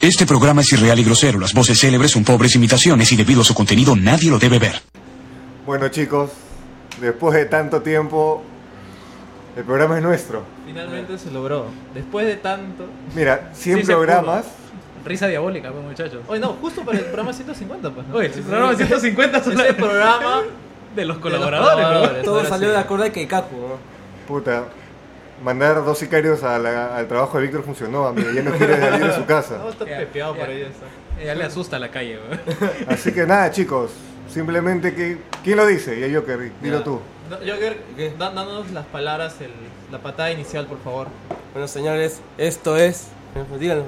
Este programa es irreal y grosero. Las voces célebres son pobres imitaciones y debido a su contenido nadie lo debe ver. Bueno chicos, después de tanto tiempo, el programa es nuestro. Finalmente se logró. Después de tanto. Mira, 100 Sí se programas, Risa diabólica, pues muchachos. Oye, no, justo para el programa 150, pues. Oye, el programa 150 son Ese de programa. los colaboradores, ¿no? colaboradores. Todo ahora salió sí. de acorde a Keikaku. ¿no? puta, mandar dos sicarios a la- al trabajo de Víctor funcionó, amigo, ya no quiere salir de su No, casa. está Ya, pepeado ya. por ahí está. Eh, Ya le asusta la calle, weón. Así que nada chicos, simplemente que... ¿Quién lo dice? Ya yo querrí, dilo Ya. tú. No, Joker, ¿Qué? da- dándonos las palabras, el, la patada inicial, por favor. Bueno, señores, esto es. pues, Díganlo.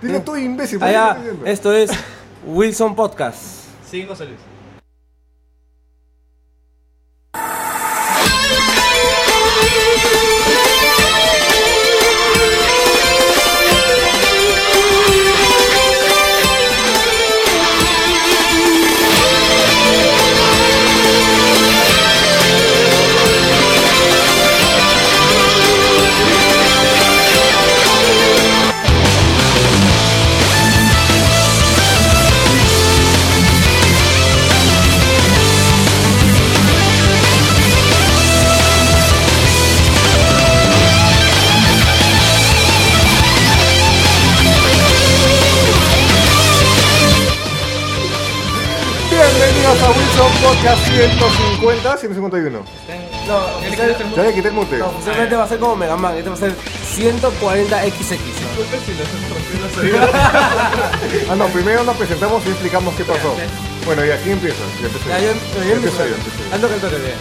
Dilo tú, imbécil. ¿por qué Allá, estás diciendo? esto es Wilson Podcast. Sí, José Luis. Bienvenidos a Wilson Podcast 150, 151. No, le quitaste el Ya le quité el mute. no, oficialmente va a ser como Mega Man. Este va a ser 140XX. ¿no? Ah, no, primero nos presentamos y explicamos qué pasó. Bueno, y aquí empiezo. Ya empiezo. Ya, yo, yo, yo empiezo, empiezo. yo empiezo. Al toque, al toque, bien.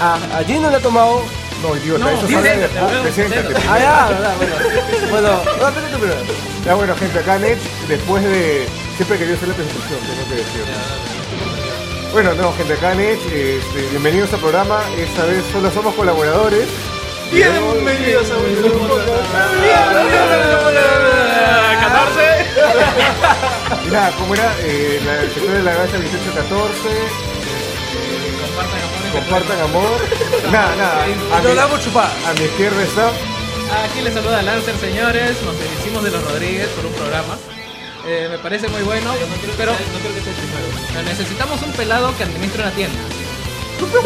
Ah, allí no le ha tomado. No, idiota, No, eso dicen- sale a ver, después. Preséntate. dicen- Ah, ya, verdad, bueno. Bueno, no, espérate tú primero. Ya Ah, bueno, gente, acá Nech, después de... Siempre quería hacer la presentación, tengo que decir. Bueno, no, gente, acá Nech, este, bienvenidos al programa. Esta vez solo somos colaboradores. Bienvenidos a Wilson Y nada, como era eh, la, el sector de la granja 1814, compartan amor. Nada, nada. A Nos mi, damos chupada. a mi izquierda está... Ah, Aquí les saluda Lancer, señores. Nos deshicimos de los Rodríguez por un programa. Eh, me parece muy bueno, pero No creo que sea el primero. necesitamos un pelado que administre una tienda. Lo, lo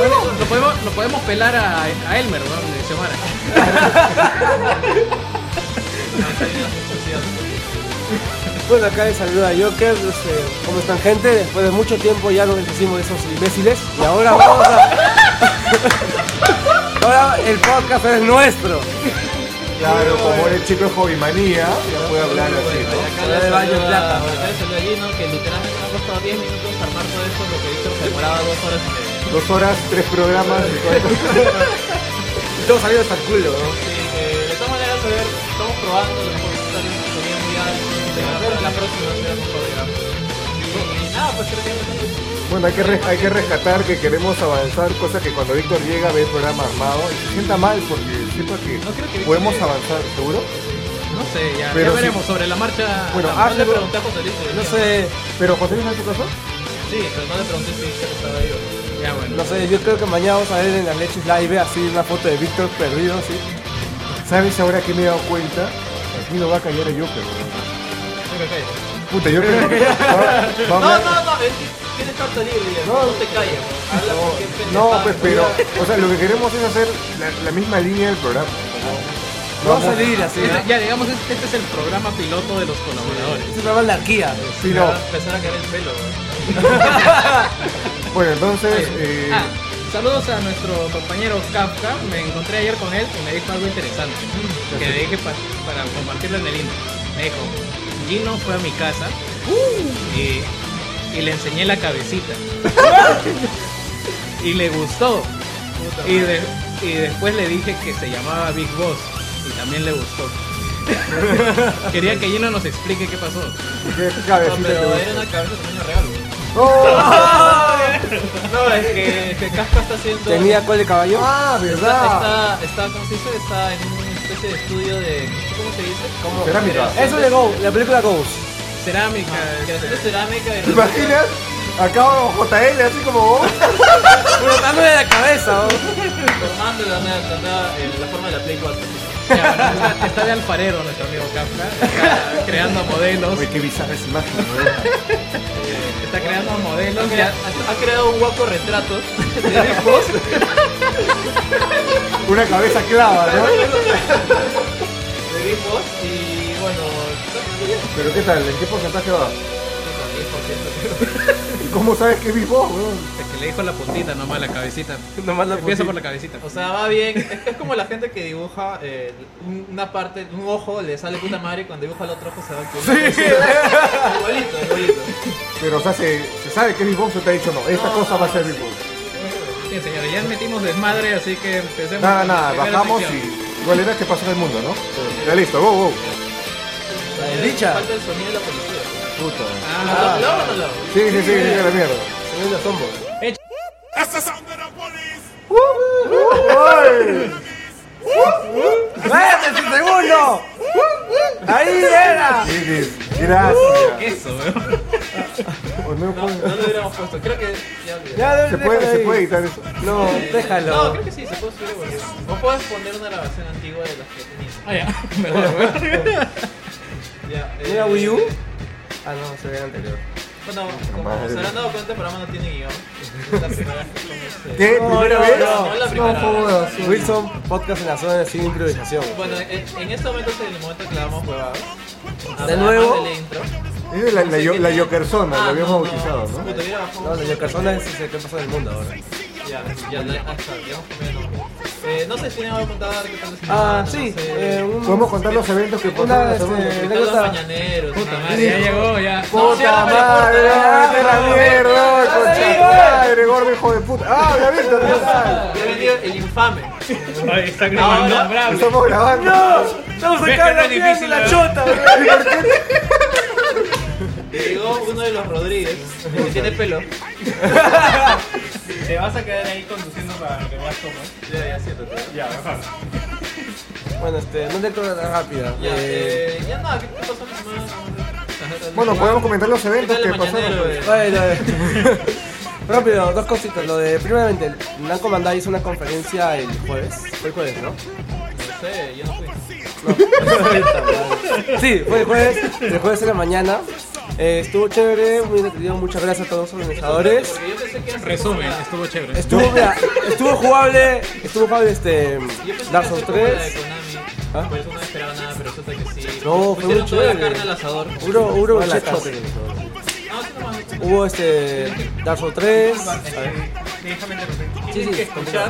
podemos, lo podemos pelar a, a Elmer, ¿no? De Xiomara. Bueno, acá les saluda Joker, no sé, este, ¿cómo están gente? Después de mucho tiempo ya nos deshicimos de esos imbéciles y ahora vamos a... ahora el podcast es nuestro. Claro, como era el chico de Hobbymanía, ya puede hablar así, Acá ¿no? le de saluda- Bayo Plata, Acá le saluda Gino, que literalmente me ha costado 10 minutos armar todo esto, lo que Víctor se demoraba dos horas y media. Dos horas, tres programas y todo. Y todos salidos hasta el culo, ¿no? Sí, eh, de todas maneras, a ver, estamos probando, a lo mejor sale un sonido muy alto, de verdad, este, la próxima será mejor, digamos. Y y nada, pues creo que hemos- Bueno, hay que, res- hay que rescatar que queremos avanzar, cosa que cuando Víctor llega ve el programa armado y se sienta mal porque siento que No creo que Víctor podemos llegue. avanzar, ¿seguro? No sé, ya, ya Pero sí. veremos sobre la marcha. Bueno, no, hazlo. le pregunté a José Luis. No sé, Pero José Luis, ¿no es tu caso? Sí, pero no le pregunté si Víctor estaba ahí o no. Ya, Ah, bueno. no sé, yo creo que mañana vamos a ver en las leches live así una foto de Víctor perdido, así. ¿Sabes ahora que me he dado cuenta? Aquí no va a callar el Joker, ¿no? Creo que calla. Puta, Joker. va- va a No, hablar- no, no, es que tienes carta libre, ya, No. no, te calles, bro. habla porque es No, pendejada. pues pero, o sea, lo que queremos es hacer la, la misma línea del programa. No va a salir así, Este- ¿no? ya, digamos, este, este es el programa piloto de los colaboradores. Es una anarquía. Sí, Ya no. va a empezar a caer el pelo. bro. Bueno, entonces, eh, Ah, saludos a nuestro compañero Kafka. Me encontré ayer con él y me dijo algo interesante que dejé pa- para compartirlo en el INE. Me dijo, Gino fue a mi casa y, y le enseñé la cabecita. y le gustó. Y, de- y después le dije que se llamaba Big Boss y también le gustó. Quería que Gino nos explique qué pasó. ¿qué No, cabecita te pero gusta? era una cabeza de tamaño real. bro. ¡Oh! No, es que, que Casca está haciendo. ¿Tenía cuál de caballo? ¡Ah, verdad! Está, está, está, ¿cómo se dice? Está en una especie de estudio de. ¿Cómo se dice? Como Cerámica. Eso de Go, la película Ghost. Cerámica. Creación de cerámica y ¿Te imaginas? Acá JL, así como vos. Bueno, dándole la cabeza, ¿no? reformando la, la, la, la eh, forma de la Play 4. Ya, bueno, está, está de alfarero nuestro amigo Kafka, está creando modelos, Uy, qué bizarra esa imagen, weón. está creando modelos. Mira, Ya, ha, ha creado un guaco retrato de lejos. Una cabeza clava, ¿no? de lejos y bueno, Pero qué tal, ¿en qué porcentaje va? ¿Y cómo sabes que es vos, weón? es que le dijo la puntita nomás, la cabecita. Nomás la Empieza por puntita. la cabecita. o sea, va bien. Es, es como la gente que dibuja eh, un- una parte, un ojo le sale puta madre y cuando dibuja el otro ojo se va a Igualito, igualito. Pero o sea, se, se sabe que es vos, se te ha dicho no, esta cosa va a ser vos. Bien, señores, ya metimos desmadre, así que empecemos. Nada, con la nada, primera bajamos sección. y. Igual era que pasó en el mundo, ¿no? Ya listo, go, go. La desdicha. Falta el sonido de la policía. Puta. Ah, ¿Lo hago o no lo hago? Sí, sí, sí, sí, a la mierda. Soy los hombros. ¡Ay! ¡Cállate, ese segundo! ¡Ahí era! Sí, sí, Gracias. eso, weón. O no No, puedo- no lo hubiéramos puesto. Creo que ya olvidé. Ya, Se déjalo puede, se ahí. puede editar eso. No, No, déjalo. creo que sí, se puede subir igual. O puedes poner una grabación antigua de las que tenías. Ah, ya, mejor, weón. Ya, eh, ¿Era Wii U? Ah, no, se ve anterior. Bueno, como Madre. se habrán dado cuenta, el programa no tiene guión. Es la primera vez que hacemos, eh, ¿Qué? No, ¿Primera no, vez? no, no, es la primera No, vez. jodas. Wilson, podcast en la zona sin improvisación. Bueno, en, en este momento es el momento que la vamos a jugar. De nuevo. Es la, la, yo- la Jokerzona, la habíamos bautizado, ¿no? Puta, hubiera bajado No, un- la Yokerzona es el que pasa en el mundo ahora. Ya, ya, la- ah, está, ya vamos comiendo. Eh, no sé si tienen algo que contar, qué tal la semana, Ah, sí, no sé. eh, un... Podemos contar los eventos que Una pasaron la vez, semana. eh, ¿Qué una tal los cosa- mañaneros? Puta Ah, madre, ya llegó, ya. Puta madre, vete a la mierda, concha de madre, gordo hijo de puta. Ah, la viste, no sale. Ya venía el infame. Ay, está grabando, Ahora- bravo. Estamos grabando. ¡Estamos Ves que acá en no la es mierda de difícil, la ¿eh? chota! Llegó uno de los Rodríguez, el que tiene pelo. Te vas a quedar ahí conduciendo para que vas como. Ya, ya, siéntate. Ya, mejor. Bueno, este, no te tan rápida. Ya, Eh, eh, ya nada, ¿qué te pasó la semana? Bueno, podemos comentar los ¿Qué eventos tal que el pasaron. mañanero, eh? Bueno, eh, rápido, dos cositas. Lo de, primeramente, Nanco Mandai hizo una conferencia el jueves. Fue el jueves, ¿no? No sé, yo no fui. Sí, fue el jueves, el jueves en la mañana. Eh, estuvo chévere, muy entretenido, muchas gracias a todos los organizadores. Porque yo pensé que era Resumen, semana- estuvo chévere. Estuvo, mira, estuvo jugable, estuvo jugable este Yo pensé Dark que Souls iba a ser como la de 3. Konami, ¿Ah? Por eso no esperaba nada, pero resulta que sí. No, fue muy Pusieron toda la chévere. carne al asador. No, Uro, Uro, Hola, Checho. Castro. eso no me gusta. Hubo este Dark Souls 3. Déjame interrumpir. Tienes que escuchar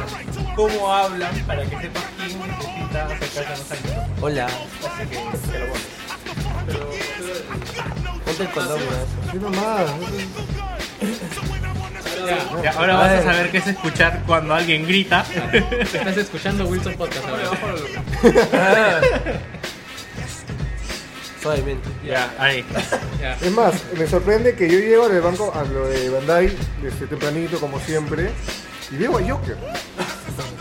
cómo hablan para que sepas quién necesita acercarse a los años. Hola, Pero, ponte el condón, bro. Sí, nomás. Y ahora vas a saber qué es escuchar cuando alguien grita. Te estás escuchando Wilson Podcast ahora. Suavemente. ya, ahí. Ya. Es más, me sorprende que yo llego al banco a lo de Bandai desde tempranito, como siempre, y veo a Joker.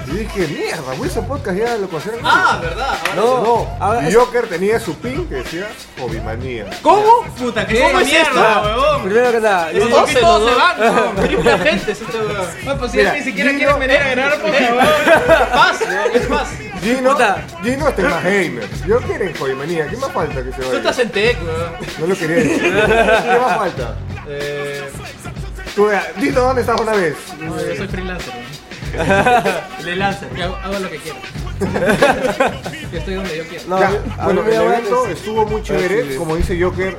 Y dije, mierda, Wilson Podcast ya lo consideran. Ah, ¿verdad? Ahora No, No, ahora y es- Joker tenía su pin que decía Hobbymanía. ¿Cómo? Puta, ¿Cómo es mierda, esto? Primero que nada, yo- todos se todos lo se van, dan. Triple gente es este weón. Bueno, pues si Mira, él ni siquiera Gino- quiere eh, venir a ganar, por favor. Paz, weón, es más. Gino, Puta. Gino está en más gamer. Joker en Hobbymanía. ¿Qué más falta que se Tú vaya? estás en Tech, weón. No lo quería decir. ¿Qué más falta? Eh, Tú, eh, Dino, ¿dónde estás una vez? No, yo soy freelancer. ¿no? Le lanzan. Yo hago, hago lo que quiero. Yo estoy donde yo quiero. No, Ya, a mí- a bueno, mí me el llaman, evento este, estuvo muy Ah, sí, chévere. sí. Como dice Joker,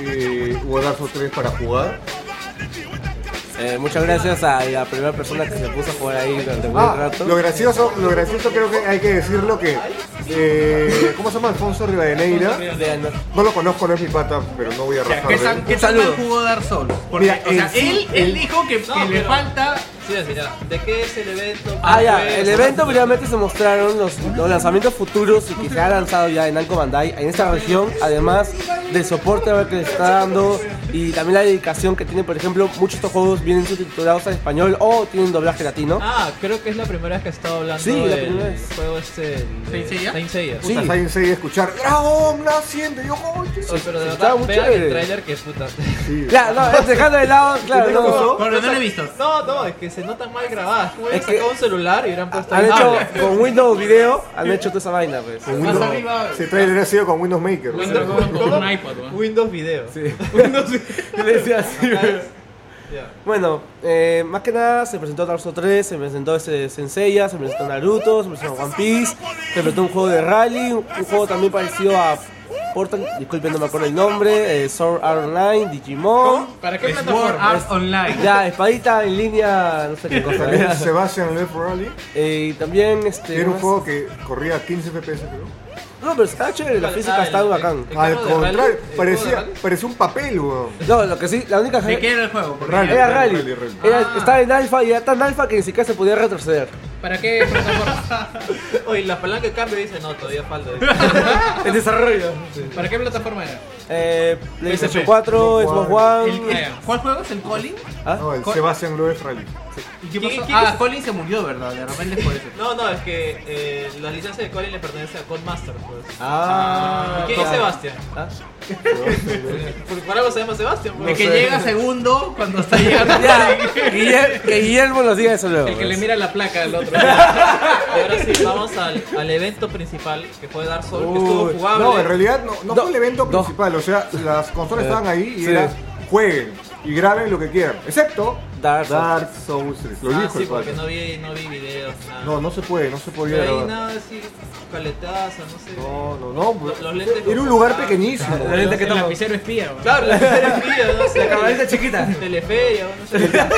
eh, hubo Dark Souls 3 para jugar. eh, muchas gracias a la primera persona que se puso a jugar ahí durante un buen Ah, rato. lo gracioso, lo gracioso creo que hay que decirlo que eh, ¿cómo se llama Alfonso Rivadeneira? De Andor. No lo conozco, no es mi pata, pero no voy a Ya, rajar. ¿Qué de él. tan, qué Un tan saludo. mal jugó Dar Sol? Porque, Mira, o sea, el- él, él dijo que, No, que le pero- falta. sí, mira, ¿de qué es el evento? Ah, ya, ¿Qué el es? evento primeramente se mostraron los, los lanzamientos futuros y que se ha lanzado ya en Namco Bandai en esta región, además del soporte que le está dando Y también la dedicación que tiene, por ejemplo, muchos de estos juegos vienen subtitulados al español o tienen doblaje latino. Ah, creo que es la primera vez que he estado hablando Sí, la del primera vez. juego este. de- ¿Saint Seiya? Saint Seiya. Sí. Puta, Silent Seiya, escuchar Dragón, naciendo, yo oye. Oye, pero de Sí, verdad, estaba muy vean chévere. el trailer que es puta. Sí. Claro, no, dejando de lado, claro, no. Porque no lo he visto. No, no, es que se notan mal grabadas. Como Es hubieran que- sacado un celular y hubieran puesto Han ahí. hecho, Ah, con Windows Video, han hecho toda esa vaina, pues. Con Windows- Más arriba. Ese trailer ha sido con Windows Maker. Windows- ¿no? con- con un ¿Cómo? iPad, weón. Windows Video. Windows Video. Le decía así, pues. Ya. Bueno, eh, más que nada se presentó Dark Souls 3, se presentó ese Senseiya, se presentó Naruto, se presentó One Piece, se presentó un juego de rally, un, un juego también parecido a Portal, disculpen no me acuerdo el nombre, eh, Sword Art Online, Digimon, ¿Para qué Sword plataforma? Art Ah, Online. ya, espadita en línea, no sé qué cosa. También ¿verdad? Sebastian Left Rally. Eh, y también este... Era un más- juego que corría a 15 FPS, creo. No, pero está chévere, la física Ah, está el- bacán. el- Al juego de contrario, rally? ¿El juego parecía, de rally? parecía un papel, weón. No, lo que sí, la única... ¿De qué era el juego? Porque Rally. ya- Era eh, rally, Rally, rally. Era- estaba en alfa y era tan alfa que ni siquiera se podía retroceder. ¿Para qué plataforma? Oye, la palanca de cambio dice no, todavía falta. dice. El desarrollo. ¿Para qué plataforma era? Eh, PlayStation PSP. 4, Xbox Xbox One. el- el- ¿Cuál juego es el Colin? ¿Ah? No, el Co- Sebastian Loeb Rally. ¿Qué ¿Quién- pasó? quién Ah, es- Colin se murió, ¿verdad? De repente es por eso. No, no, es que eh, la licencia de Colin le pertenece a Codemaster. Pues. Ah, ¿Quién es Sebastián? Ah. Porque para algo se llama Sebastián. El Pues. que llega segundo cuando está llegando. Ya, Guille- que Guillermo nos diga eso luego. El que le pues. mira la placa al otro. Y ahora sí, vamos al, al evento principal que fue Dark Souls, que estuvo Uy, jugable. No, en realidad no, no Do- fue el evento do- principal. O sea, las consolas Eh, estaban ahí y sí. era jueguen y graben lo que quieran. Excepto Dark Souls. Dark Souls 3. Lo Ah, dijo sí, el porque padre. no vi, no vi videos. Nada. No, no se puede, no se podía Pero ahí grabar. nada así, caletazo, no sé. No, no, no. Los- los lentes Era un con- lugar ah, pequeñísimo. La gente que El toma. lapicero espía, weón. Claro, la teleferia, no sé. La camarita chiquita. Teleferia, no sé.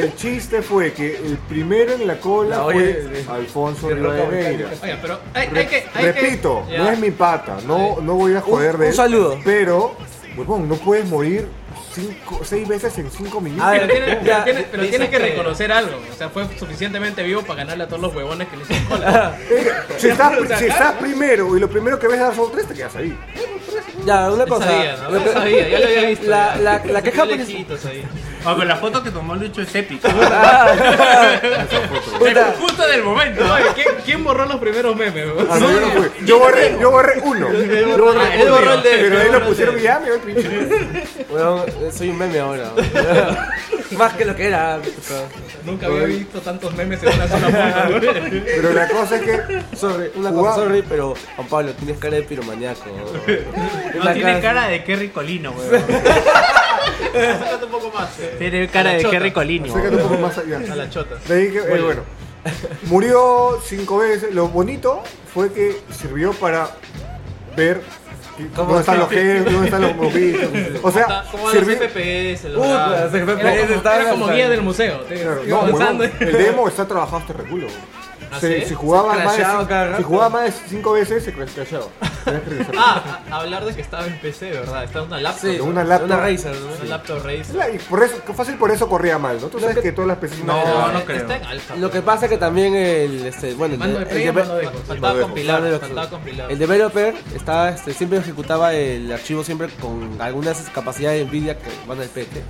El chiste fue que el primero en la cola No, fue oye, eh, Alfonso qué Rivadeneira. roca mecánica. Oiga, pero hay, hay que. Re- Hay Repito, que- no ya. es mi pata, no, no voy a joder Un- de un él, saludo. Pero, huevón, no puedes morir cinco, seis veces en cinco minutos. A Que... ver, Pero Ya. tiene, pero tiene- pero Dice tiene que que- reconocer algo. O sea, fue suficientemente vivo para ganarle a todos los huevones que le hicieron cola. Eh, si estás, si estás primero y lo primero que ves es Dark Souls 3, te quedas ahí. Ya, una cosa. sabía, ¿no? lo que- No sabía, ya lo había visto. La, ya. la, la Qué queja principal. lejitos ahí. Ah, pero la foto que tomó Lucho es épica. Ah. Puta. Justo del momento. Oye, ¿quién, quién borró los primeros memes, weón? Ah, no, yo, no fui. Yo borré, yo borré uno. Yo borré Ah, él uno. borró el de él, Pero él ahí lo borró el pusieron de y él. ya, mira el pinche. Bueno, soy un meme ahora. Más que lo que era. antes, pero- Nunca había visto tantos memes en una sola foto, weón. Pero la cosa es que. Sorry, una cosa, Jugaba. sorry, pero Juan Pablo, tienes cara de piromaniaco. No tiene cara de Kerry Colino, weón. Sácate un poco más. eh. Tiene cara de Kerry Colino. Acércate un poco más allá. A la chota. De ahí que, eh, bueno, murió cinco veces. Lo bonito fue que sirvió para ver que- dónde están los jefes, dónde están los movidos. O sea, como los sirvió. FPS, los Puta, brazos. se fue Era como, estaba era como lanzando. guía del museo. te- Claro, iba no, avanzando. huevón, el demo está trabajado hasta el reculo. ¿Ah, Se- sí? si, jugaba Se más de, crasheaba cin- cada si rato. jugaba más de cinco veces, se crash- crasheaba. Tenías que regresar. Ah, a- hablar de que estaba en PC, ¿verdad? Estaba en una laptop. Sí, De una de Una laptop. Razer, ¿no? Una laptop Razer. Y por eso, fácil por eso corría mal, ¿no? Tú sabes que, todas las PC No, corrían no, mal. Está- creo. Está en alfa. Lo que pasa es que también el. Este, bueno, el Mando de el play, de- mando de Fa- Xbox. Faltaba Claro, compilar, lo- faltaba compilar. El developer estaba, este, siempre ejecutaba el archivo siempre con algunas capacidades de Nvidia que van al PT.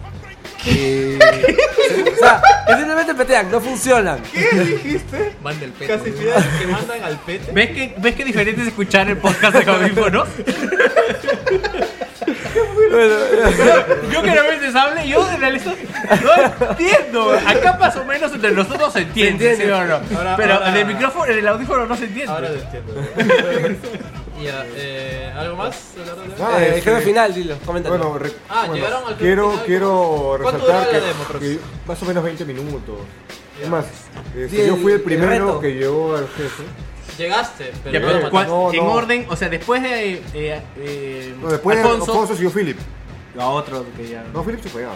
Y- o sea, que simplemente petean, no funcionan. Eh, Manda el pete. Casi final que mandan al pete. ¿Ves que, ¿Ves que diferente es escuchar el podcast de Javifo, no? yo que no les hable, yo en realidad no entiendo. Acá más o menos entre nosotros se entiende, Se entiende. ¿sí o no? Ahora- Pero ahora- en el micrófono, en el audífono no se entiende. Ahora lo entiendo. Ya, eh, ¿algo más? Ah, Eh, el este, jefe final, dilo, coméntalo. Bueno, re- Ah, bueno, llegaron al quiero, final. quiero ¿Cuánto resaltar duraba que, la demo, profe? que más o menos 20 minutos. Es más, este, Sí, yo fui el el reto. primero que llegó al jefe. Llegaste, pero Ya, no pero lo ¿cuál- mataste. no, en no. orden, o sea, después de. Eh, eh, No, después Alfonso. Alfonso, Alfonso siguió Philip. No, otro que ya. No, Philip se fue. ah,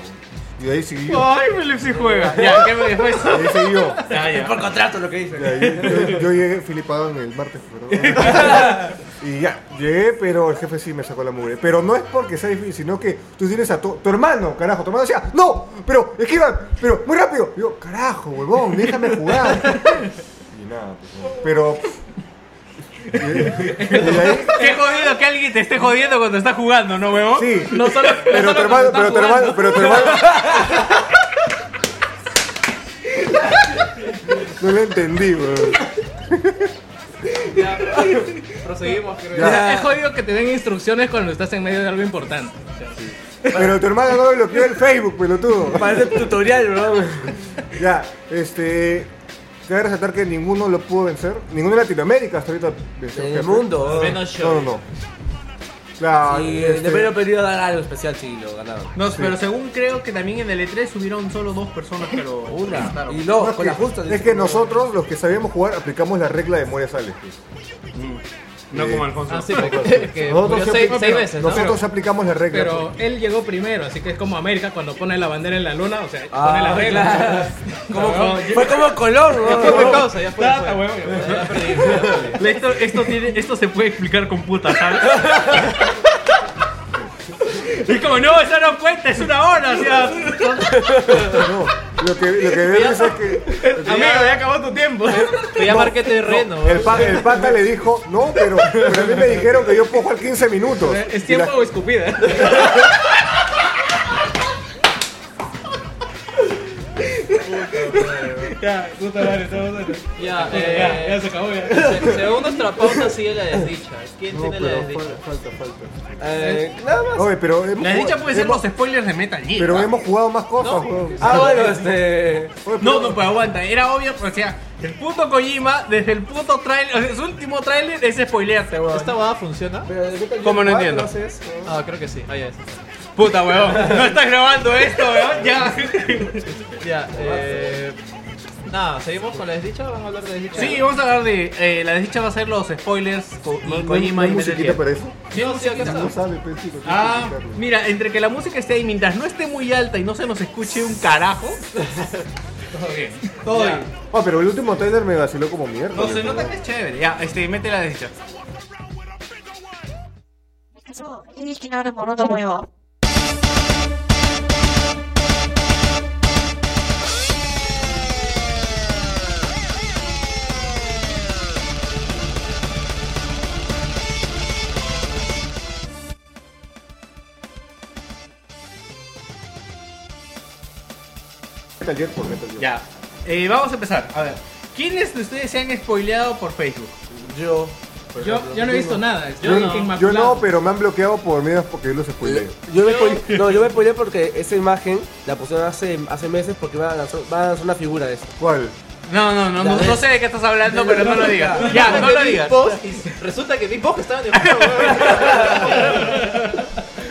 Y de ahí siguió. Ay, Philip sí juega. Ya, ¿qué me después? De ahí siguió. Ya, ya. por contrato lo que dice. De ahí- yo, yo llegué filipado en el martes. pero- y ya, llegué, pero el jefe sí me sacó la mugre. Pero no es porque sea difícil, sino que tú tienes a tu, tu hermano, carajo. Tu hermano decía, no, pero esquivan, pero muy rápido. Y yo, carajo, huevón, déjame jugar. y nada, pues, no. pero Y ahí- Qué jodido que alguien te esté jodiendo cuando estás jugando, ¿no, huevón? Sí. No solo, no Pero solo tu cuando hermano, estás pero tu jugando. hermano, pero tu hermano. No lo entendí, weón. Proseguimos, creo. Ya. Es jodido que te den instrucciones cuando estás en medio de algo importante. Pero tu hermana no bloqueó el Facebook, pues, pelotudo. Parece tutorial, bro. Ya, este. Cabe resaltar que ninguno lo pudo vencer. Ninguno de Latinoamérica hasta ahorita venció. En jefe. el mundo. Menos No, no, yo. no. Claro. Y este, de medio periodo dar algo especial si lo ganaron. No, pero según creo que también en el E3 subieron solo dos personas que lo Una. presentaron. Y no, no, es con que- la justa. Es que nosotros, los que sabíamos jugar, aplicamos la regla de Moria Sales. No como Alfonso. Ah, sí, porque, Eh, que murió sí seis, aplicamos- seis veces, ¿no? nosotros sí aplicamos la regla. Pero él llegó primero, así que es como América cuando pone la bandera en la luna, o sea, Ah, pone la regla. claro. Como Fue como color, fue mi bro. causa, ya fue. Ya fue. Ya perdí, ya perdí. Esto, esto, tiene- esto se puede explicar con puta, ¿sabes? Es como, no, eso no cuenta, es una hora, o sea. No, lo que, lo que vemos es que. lo que- Amigo, ya acabó tu tiempo. Voy a marqué terreno. El, pa- el pata le dijo, no, pero, pero a mí me dijeron que yo puedo jugar 15 minutos. ¿Es Y la- tiempo o escupida? Ya, puta madre, estamos Ya, eh, se acabó ya. se- según nuestra pauta sigue la desdicha. ¿Quién No, tiene la pero desdicha? fal- falta, falta. Eh, Nada más. Oye, pero hemos, La dicha jugado- puede ser hemos- los spoilers de Metal Gear. pero hemos jugado más cosas, weón. Ah, bueno, este. Oye, No, pero- no, pues aguanta, era obvio, o sea, el puto Kojima, desde el puto trailer, o sea, su último trailer es spoilearte, weón. ¿Esta boda funciona? ¿Cómo no entiendo? Ah, creo que sí. Ah, ya es. Puta, weón, no estás grabando esto, weón, ya. Ya, eh. Nada, seguimos con la desdicha. Vamos a hablar de desdicha. Sí, vamos a hablar de, eh, la desdicha va a ser los spoilers con ¿No- no- no Kojima hay y Metal musiquita Gear. para eso? Sí, No, sí, aquí está. No sabe, pues, chico, tiene que Ah, explicarlo. mira, entre que la música esté ahí, mientras no esté muy alta y no se nos escuche un carajo. Todo bien. Todo bien. Ah, pero el último trailer me vaciló como mierda. No, se nota que es chévere. Ya, este, mete la desdicha. そう、いい気のあるものどもよ。 Metal Gear por Metal Gear. Ya. Eh, vamos a empezar. A ver. ¿Quiénes de ustedes se han spoileado por Facebook? Yo. Yo, yo no he visto nada. Yo, Yo no. yo no, pero me han bloqueado por miedo porque yo los spoileo. Yo me spoilé- no, yo me spoilé porque esa imagen la pusieron hace, hace meses porque van a, lanzar, van a lanzar una figura de eso. ¿Cuál? No, no, no, no, no sé de qué estás hablando, pero no lo digas. Ya, no lo digas. Post y resulta que Big Boss estaba en el juego, weón.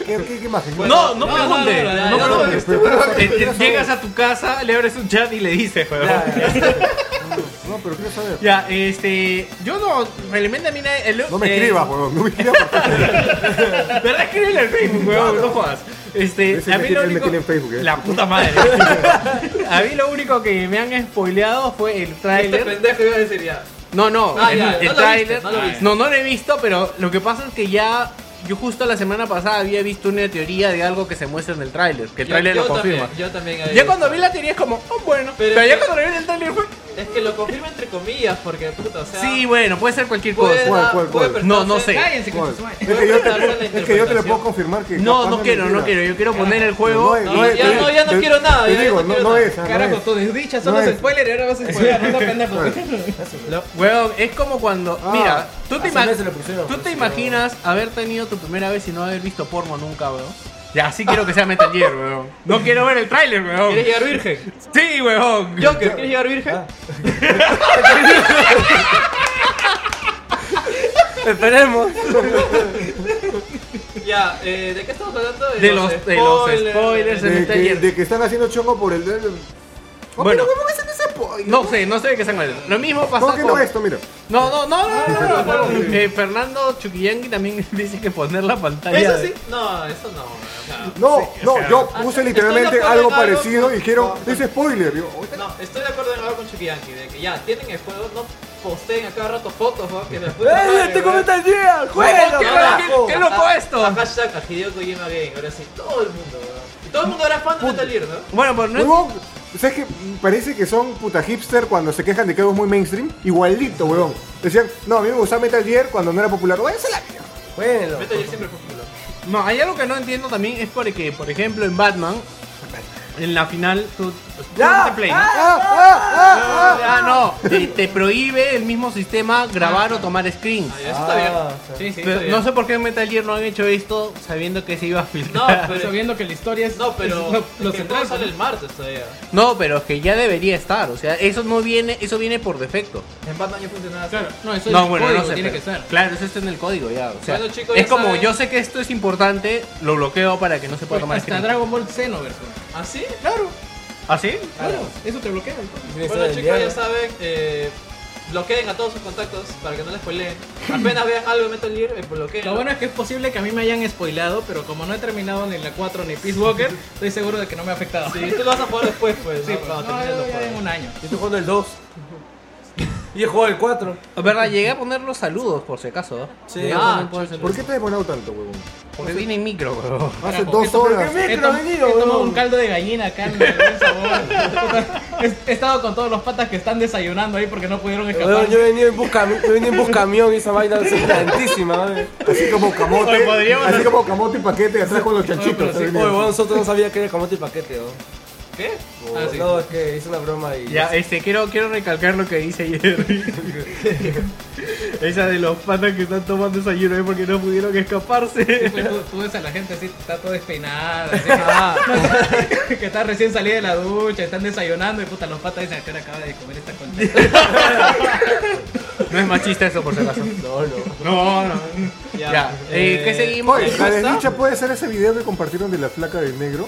¿Qué, qué, qué imagen? No, no No, no, preguntes. no, no, no, No preguntes. no, no, no, Te- te- no, no, Llegas a tu casa, le abres un chat y le dices, weón. ¡Eh, No, pero quiero saber. Ya, este. Yo no. Realmente a mí nadie. el- No me eh, escribas, weón. No me escribas. por favor. ¿Verdad? Escríbele al Facebook, weón, no jodas. Este, Ese a mí me- lo él me único... tiene en Facebook, ¿eh? La puta madre. a mí lo único que me han spoileado fue el Este tráiler. pendejo iba a decir ya. No, no, Ah, el, ya, el no lo tráiler. viste, no lo viste. No, no lo he visto, pero lo que pasa es que ya... Yo justo la semana pasada había visto una teoría de algo que se muestra en el tráiler, que el Yo- tráiler yo lo confirma. También, yo también. había Ya cuando visto. vi la teoría es como, oh bueno, pero, Pero es ya que- cuando lo vi en el tráiler fue, Es que lo confirma entre comillas, porque puta, o sea. sí, bueno, puede ser cualquier puede cosa. ¿Cuál, dar- cuál, puede cuál? No, no sé. prestarse- Cállense, ¿Cuál? con su madre. Es que yo te, Voy a darle la es que yo te lo puedo interpretación. confirmar que. No, capaz no es quiero, no mentira. quiero, yo quiero poner el juego. es- No, no es- ya te- no, ya no te- quiero nada, Te ya digo, no no, no quiero nada. es. no Carajo, es. tu desdicha son No los es. spoilers y ahora vas a spoilear, no pendejo. Lo- Weón, es como cuando. mira, tú te, hace ima- meses lo pusieron, ¿tú te pero- imaginas haber tenido tu primera vez y no haber visto porno nunca, weón. Ya, así quiero que sea Metal Gear, weón. No quiero ver el tráiler, weón. ¿Quieres llegar virgen? Sí, weón. Joker, ¿quieres llegar virgen? Ah. Esperemos. Ya, eh, ¿de qué estamos hablando? De los- de los spoilers, De Metal que, Gear. de que están haciendo chongo por el. Oh, Bueno. pero ¿cómo hacen ese spoiler? No sé, no sé de qué están hablando. Lo mismo pasó No, que no con- esto, mira. No, no, no, no, no, no, no, no. Eh, Fernando Chuquillangui también dice que poner la pantalla. ¿Eso de- sí? No, eso no. o sea, No, no, yo puse estoy de literalmente acuerdo algo en algo. parecido y dijeron, No, no. dice spoiler. Yo, "Oye, No, estoy de acuerdo en algo con Chukiyanki, de que ya tienen el juego, no posteen a cada rato fotos, ¿no? Que la puta madre, ¡Eh, te weón. comenta el día! ¡Bueno, ¡Juego, qué- carajo! qué- qué loco Ah, esto! ah, Hashtag a Hideo Kojima Game, ahora sí, todo el mundo, weón. Y todo el mundo era fan de Metal Gear, ¿no? Bueno, pues no es- huevón, ¿Sabes qué? Parece que son puta hipster cuando se quejan de que algo es muy mainstream. Igualito, huevón. Decían, no, a mí me gustaba Metal Gear cuando no era popular. Váyanse a la mierda. Bueno. Metal Gear siempre fue popular. No, hay algo que no entiendo también es porque, por ejemplo, en Batman, en la final, tú, tú no te play, ¿no? ¡Ah, ah, ah! Ah, no, te, te prohíbe el mismo sistema grabar o tomar screens. Eso está bien. Ah, Ah, Ah. Sí, sí, Pero está bien. no sé por qué en Metal Gear no han hecho esto sabiendo que se iba a No, filtrar. pero, Sabiendo que la historia es no, pero lo- lo es que central, todo sale ¿no? el martes todavía. No, pero es que ya debería estar, o sea, eso no viene, eso viene por defecto. En Batman ya funciona así. Claro, no, eso es No, el bueno, código, no sé. tiene pero- que ser. Claro, eso está en el código ya, o sea, Bueno, chicos, es ya como saben. yo sé que esto es importante, lo bloqueo para que no se pueda Pues, tomar hasta screen. Dragon Ball Xenoverse. güey. ¿Ah, sí? Claro. ¿Ah, sí? Claro, eso te bloquea. entonces. Bueno, chicos, ya saben, eh, bloqueen a todos sus contactos para que no les spoileen. Apenas vean algo de Metal Gear, eh, bloqueen. Lo bueno es que es posible que a mí me hayan spoilado, pero como no he terminado ni la 4 ni Peace Walker, estoy seguro de que no me ha afectado. Sí, tú lo vas a jugar después, pues. Sí, ¿no? pues, Cuando no, termines yo los ya en juegos. un año. Yo estoy jugando el 2. Y he jugado el 4. Es verdad, llegué a poner los saludos por si acaso. ¿eh? Sí. Ah, no puedo hacer- ¿Por qué te has demorado tanto, huevón? Porque viene en micro, bro. Hace Carajo, dos esto- horas. ¿por qué me- He, Micro, tom- venido, he tomado weón. un caldo de gallina acá, no, buen sabor. he, he estado con todos los patas que están desayunando ahí porque no pudieron escapar. Bueno, yo he venido en bus, cami- yo he venido en bus camión y esa vaina es lentísima. ¿eh? Así como Oye, camote. podríamos Así como camote y paquete atrás con los pero chanchitos. sí, Oye, bueno, nosotros no sabía que era camote y paquete. ¿no? ¿Qué? Ah, sí. No, es que hice una broma y. Ya, este, quiero, quiero recalcar lo que dice Jerry. Esa de los patas que están tomando desayuno es porque no pudieron escaparse. Pues, tú, tú ves a la gente así, está todo despeinada, así, ah, que está recién salida de la ducha, están desayunando y puta, los patas dicen que ahora acaba de comer esta concha. No es machista eso, por si acaso. No, no. No, no. Ya. Ya, eh, ¿qué seguimos? Oye, la desdicha puede ser ese video que compartieron de la flaca del negro.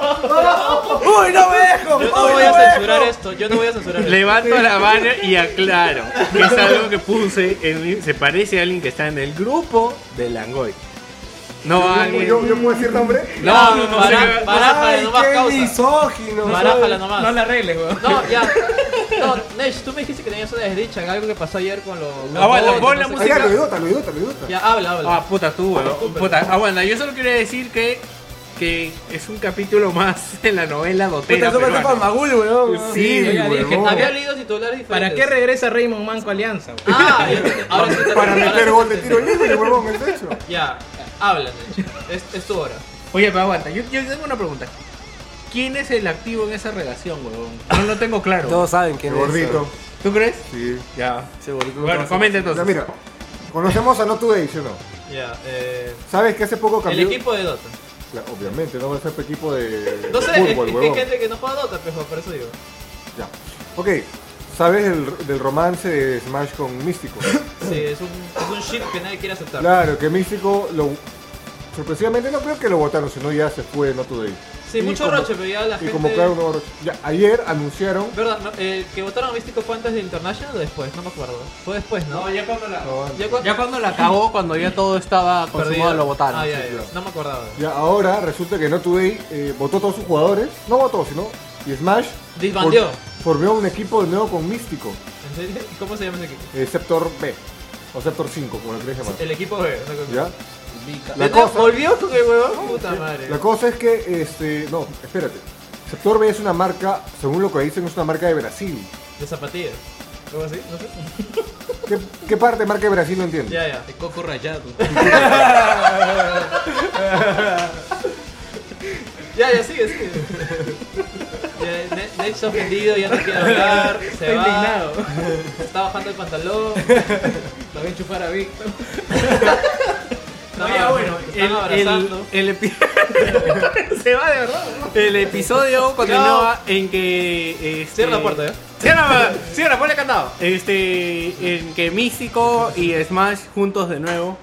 ¡Uy, no me dejo! Yo no voy a censurar esto, yo no voy a censurar esto. Levanto la mano y aclaro que es algo que puse. en mi- se parece a alguien que está en el grupo de Langoy. No a Yo- alguien. ¿Yo yo puedo decir nombre? No, no, no, Para- se- para- Barájale nomás, ¡Ay, causa. qué misógino! Barájala soy. nomás. No la arregles, weón. No, ya. No, Nesh, tú me dijiste que tenías una desdicha, en algo que pasó ayer con los. los Ah, bueno, bots, pon la no sé Ah, música. ya, lo idota, lo idota, lo idota. qué. Ya, habla, habla. Ah, puta, tú, weón. Puta. Ah, bueno, yo solo quería decir que, que es un capítulo más en la novela Puta, dotera. eso parece peruana. Magul, weón. Sí, Sí, yo ya dije, huevón. Había leído titulares ¿Para diferentes. qué regresa Raymond Manco a Alianza? weón? Ah, ya entendí. ahora sí te Para ahora meter sí gol de te- tiro libre, huevón, es hecho. Ya, habla, Nesh. Es, es tu hora. Oye, pero aguanta, yo, yo tengo una pregunta. ¿Quién es el activo en esa relación, weón? No lo tengo claro. Todos saben quién El es. gordito. ¿Tú crees? Sí. Ya. Ese gordito no Bueno, conoce. comenta Ya, entonces. mira, conocemos a No Today, ¿sí o no? Ya, eh. ¿Sabes que hace poco El cambió? equipo de Dota. Claro, obviamente, no va a ser tu equipo de No sé, es- fútbol, es que hay huevón. gente que no juega Dota, pejo, por eso digo. Ya. Ok, ¿sabes el- del romance de Smash con Místico? Sí, es un, es un shit que nadie quiere aceptar. Claro, que Místico lo... Sorpresivamente no creo que lo votaron, sino ya se fue No Today. Sí, Y mucho como- roche, pero ya la Y gente. convocaron un nuevo... Ya, ayer anunciaron... ¿Verdad? no, eh, ¿Que votaron a Místico fue antes de International o después? No me acuerdo. Fue después, ¿no? ya cuando la. No, Ya cuando- Ya cuando la acabó, cuando ya todo estaba consumado, Perdido. lo botaron. Ah, ya, sí, ya. claro. No me acordaba. Ya ahora resulta que No Today eh, votó a todos sus jugadores, no votó, sino y Smash Disbandió. for- formó un equipo de nuevo con Místico, ¿En serio? ¿Y ¿Cómo se llama ese equipo? eh, Sector B o Sector 5, como lo quieras llamar. El equipo B. o sea, con- ¿Ya? ¿Neta? La cosa- Eh, ¿Volvió con el huevón? Puta madre. La cosa es que este, no, espérate. Sector B es una marca, según lo que dicen, es una marca de Brasil. De zapatillas. ¿Cómo así? No sé. ¿Qué, qué parte de marca de Brasil no entiendo? Ya, ya. De coco rayado. Ya, ya, sigue, sigue. Ya, Ne- Nate se ha ofendido, ya no quiere hablar. Se Está va. indignado. Está bajando el pantalón. Lo voy a enchufar a Víctor. Está, Ah, El, están abrazando. el- el epi- Se va de verdad. El episodio continúa en que. este- Cierra la puerta, ¿eh? Cierra, cierra, ponle candado. Este, en que Místico y Smash juntos de nuevo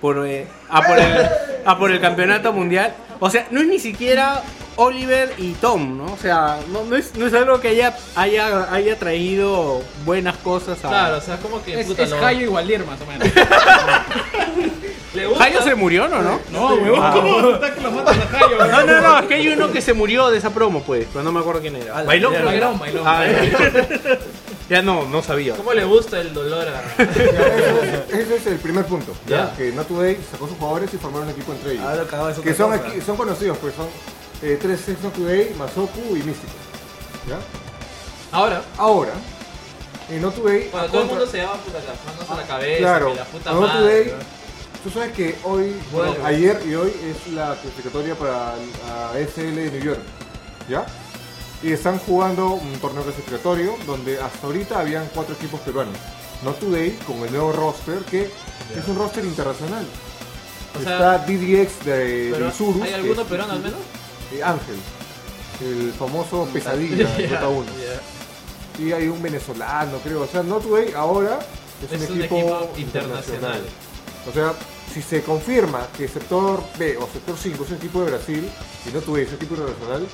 por, eh, a, por el, a por el campeonato mundial. O sea, no es ni siquiera Oliver y Tom, ¿no? O sea, no, no es, no es algo que haya, haya, haya traído buenas cosas a. Claro, o sea, es como que Es, puta es lo- Jayo igual Waldir más o menos. Le gusta. ¿Jayo se murió, no? No, No, huevón, ¿cómo está que lo matan a Jayo? no, no, no, es que hay uno que se murió de esa promo, pues, pero no me acuerdo quién era. ¿Bailó? creo que era. Bailón, bailón. Ah, ya. ya no, no sabía. ¿Cómo le gusta el dolor a.? Ese es- ese es el primer punto. Ya. Que Not Today sacó sus jugadores y formaron un equipo entre ellos. Ah, Ahora lo Ah, cagado es que otra son, cosa. aquí- son conocidos, pues son eh, 3 Not Today, Masoku y Místico. ¿Ya? Ahora, Ahora, en Not Today. cuando todo el mundo se daba puta las manos a la cabeza, Ah, Claro, que la puta Not madre. Today. Tú sabes que hoy, Bueno. no, ayer y hoy es la clasificatoria para la SL de New York. ¿Ya? Y están jugando un torneo clasificatorio donde hasta ahorita habían cuatro equipos peruanos. Not Today con el nuevo roster que es un roster internacional. O sea, Está DDX de, pero del Surus. ¿Hay que alguno es- peruano al menos? eh, Ángel, el famoso pesadilla de Dota 1. Y hay un venezolano, creo. O sea, No Today ahora es, Es un, un equipo, equipo internacional. internacional. O sea, si se confirma que sector B o sector 5 es un equipo de Brasil y No Today es un equipo internacional,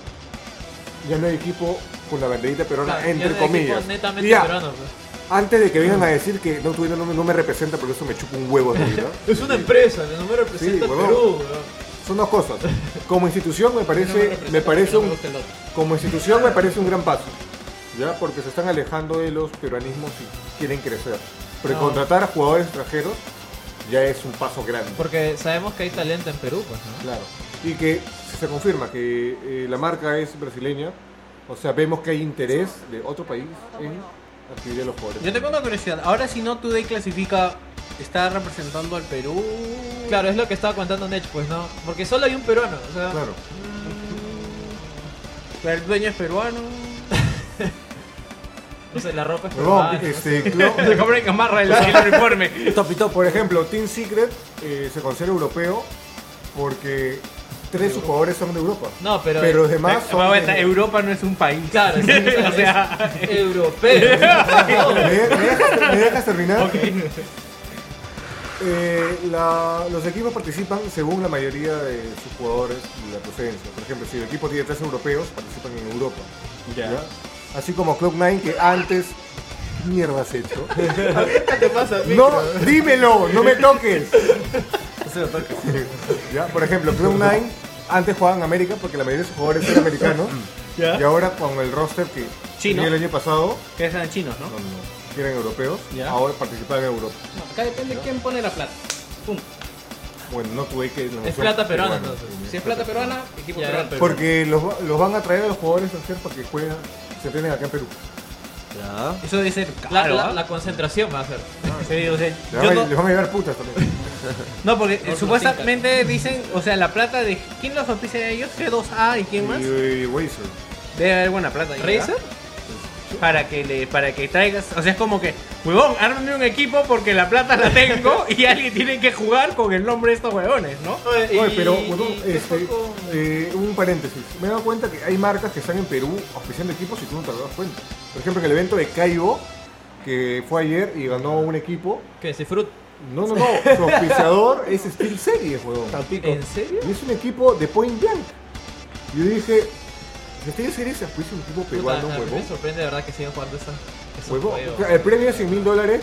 ya no hay equipo con la banderita peruana, Claro, ya entre no hay comillas. equipo netamente Y ya, peruano, pues. antes de que vengan a decir que No Today no, me- no me representa porque eso me chupa un huevo, ¿no? Es una empresa, no me representa Sí, huevón. Perú, huevón. Son dos cosas. Como institución me No me parece, representa me parece porque no un me gusta el otro. Como institución me parece un gran paso, ¿ya? Porque se están alejando de los peruanismos y quieren crecer. Pero contratar a jugadores extranjeros ya es un paso grande. Porque sabemos que hay talento en Perú, pues, ¿no? Claro. Y que si se confirma que eh, la marca es brasileña, o sea, vemos que hay interés de otro país en adquirir a los Yo jugadores. tengo una curiosidad. Ahora, si no Today clasifica, está representando al Perú. Claro, es lo que estaba contando Nech, pues, ¿no? Porque solo hay un peruano, o sea. Claro. Pero el dueño es peruano. No sé, la ropa es Huevón, peruana. este, Clo- Se compra en Camarra el, el uniforme. Top y top. Por ejemplo, Team Secret eh, se considera europeo porque tres de sus jugadores son de Europa. No, pero- pero los demás son Bueno, está- de- Europa no es un país. Claro, sí, o sea. es europeo. ¿Me, de- me dejas, me dejas terminar? Eh, la- los equipos participan según la mayoría de sus jugadores y la procedencia. Por ejemplo, si el equipo tiene tres europeos, participan en Europa. Ya. ¿ya? Así como Cloud9, que antes. ¿Qué mierda has hecho? ¿Qué pasa? ¡No! ¡Dímelo! ¡No me toques! ¿Ya? Por ejemplo, Cloud9 antes jugaban en América porque la mayoría de sus jugadores eran americanos. Ya. Y ahora con el roster que Chino. tenía el año pasado, Que eran chinos, ¿no? que eran europeos, Ya. ahora participan en Europa. No, Acá depende de quién pone la plata. Pum. Bueno, no tuve que. no, Es son plata peruana, peruanos. entonces. Si es plata peruana, equipo Ya, peruano. pero- Porque los, va- los van a traer a los jugadores extranjeros para que jueguen, se entrenen acá en Perú. Ya. Eso debe ser La, caro. la, ¿ah? la concentración va a ser. Sí, o sea, Les yo van, a, no- les van a llevar putas también. No, porque eh, No, no supuestamente dicen, o sea, la plata de. ¿Quién los auspicia a ellos? G2A y quién más. Y, y Wazer. Debe haber buena plata. ahí, ¿verdad? ¿Razer? Para que le, para que traigas. O sea, es como que, huevón, ármame un equipo porque la plata la tengo y alguien tiene que jugar con el nombre de estos huevones, ¿no? Oye, pero Y- huevón, y- ¿qué este, fue con- eh, un paréntesis. Me he dado cuenta que hay marcas que están en Perú auspiciando equipos y tú no te das cuenta. Por ejemplo, en el evento de Caibo, que fue ayer y ganó un equipo. ¿Qué? ¿Si Fruit? No, no, no. Su auspiciador es Steel Series, huevón. ¿En serio? Y es un equipo de Point Blank. Yo dije, si Steel Series se auspicia un equipo Puta, peruano, a mí huevón. me sorprende de verdad que sigan jugando esa. esos Huevón, juegos. o sea, el premio es 100 mil dólares.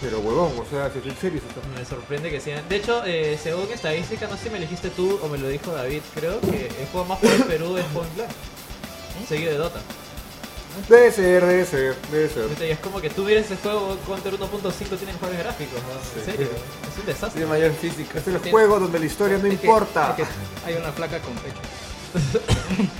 Pero huevón, o sea, si es serio, se está- Me sorprende que sigan. De hecho, eh, según estadística, no sé si me lo dijiste tú o me lo dijo David, creo que el juego más jugado en Perú es Point Blank. ¿Eh? Seguido de Dota. Debe ser, debe ser, debe ser. Y es como que tú miras ese juego, Counter 1.5 tiene mejores gráficos. ¿no? En serio, es un desastre. Tiene mayor física. Es el juego donde la historia no Es que- importa. es que hay una flaca con pecho.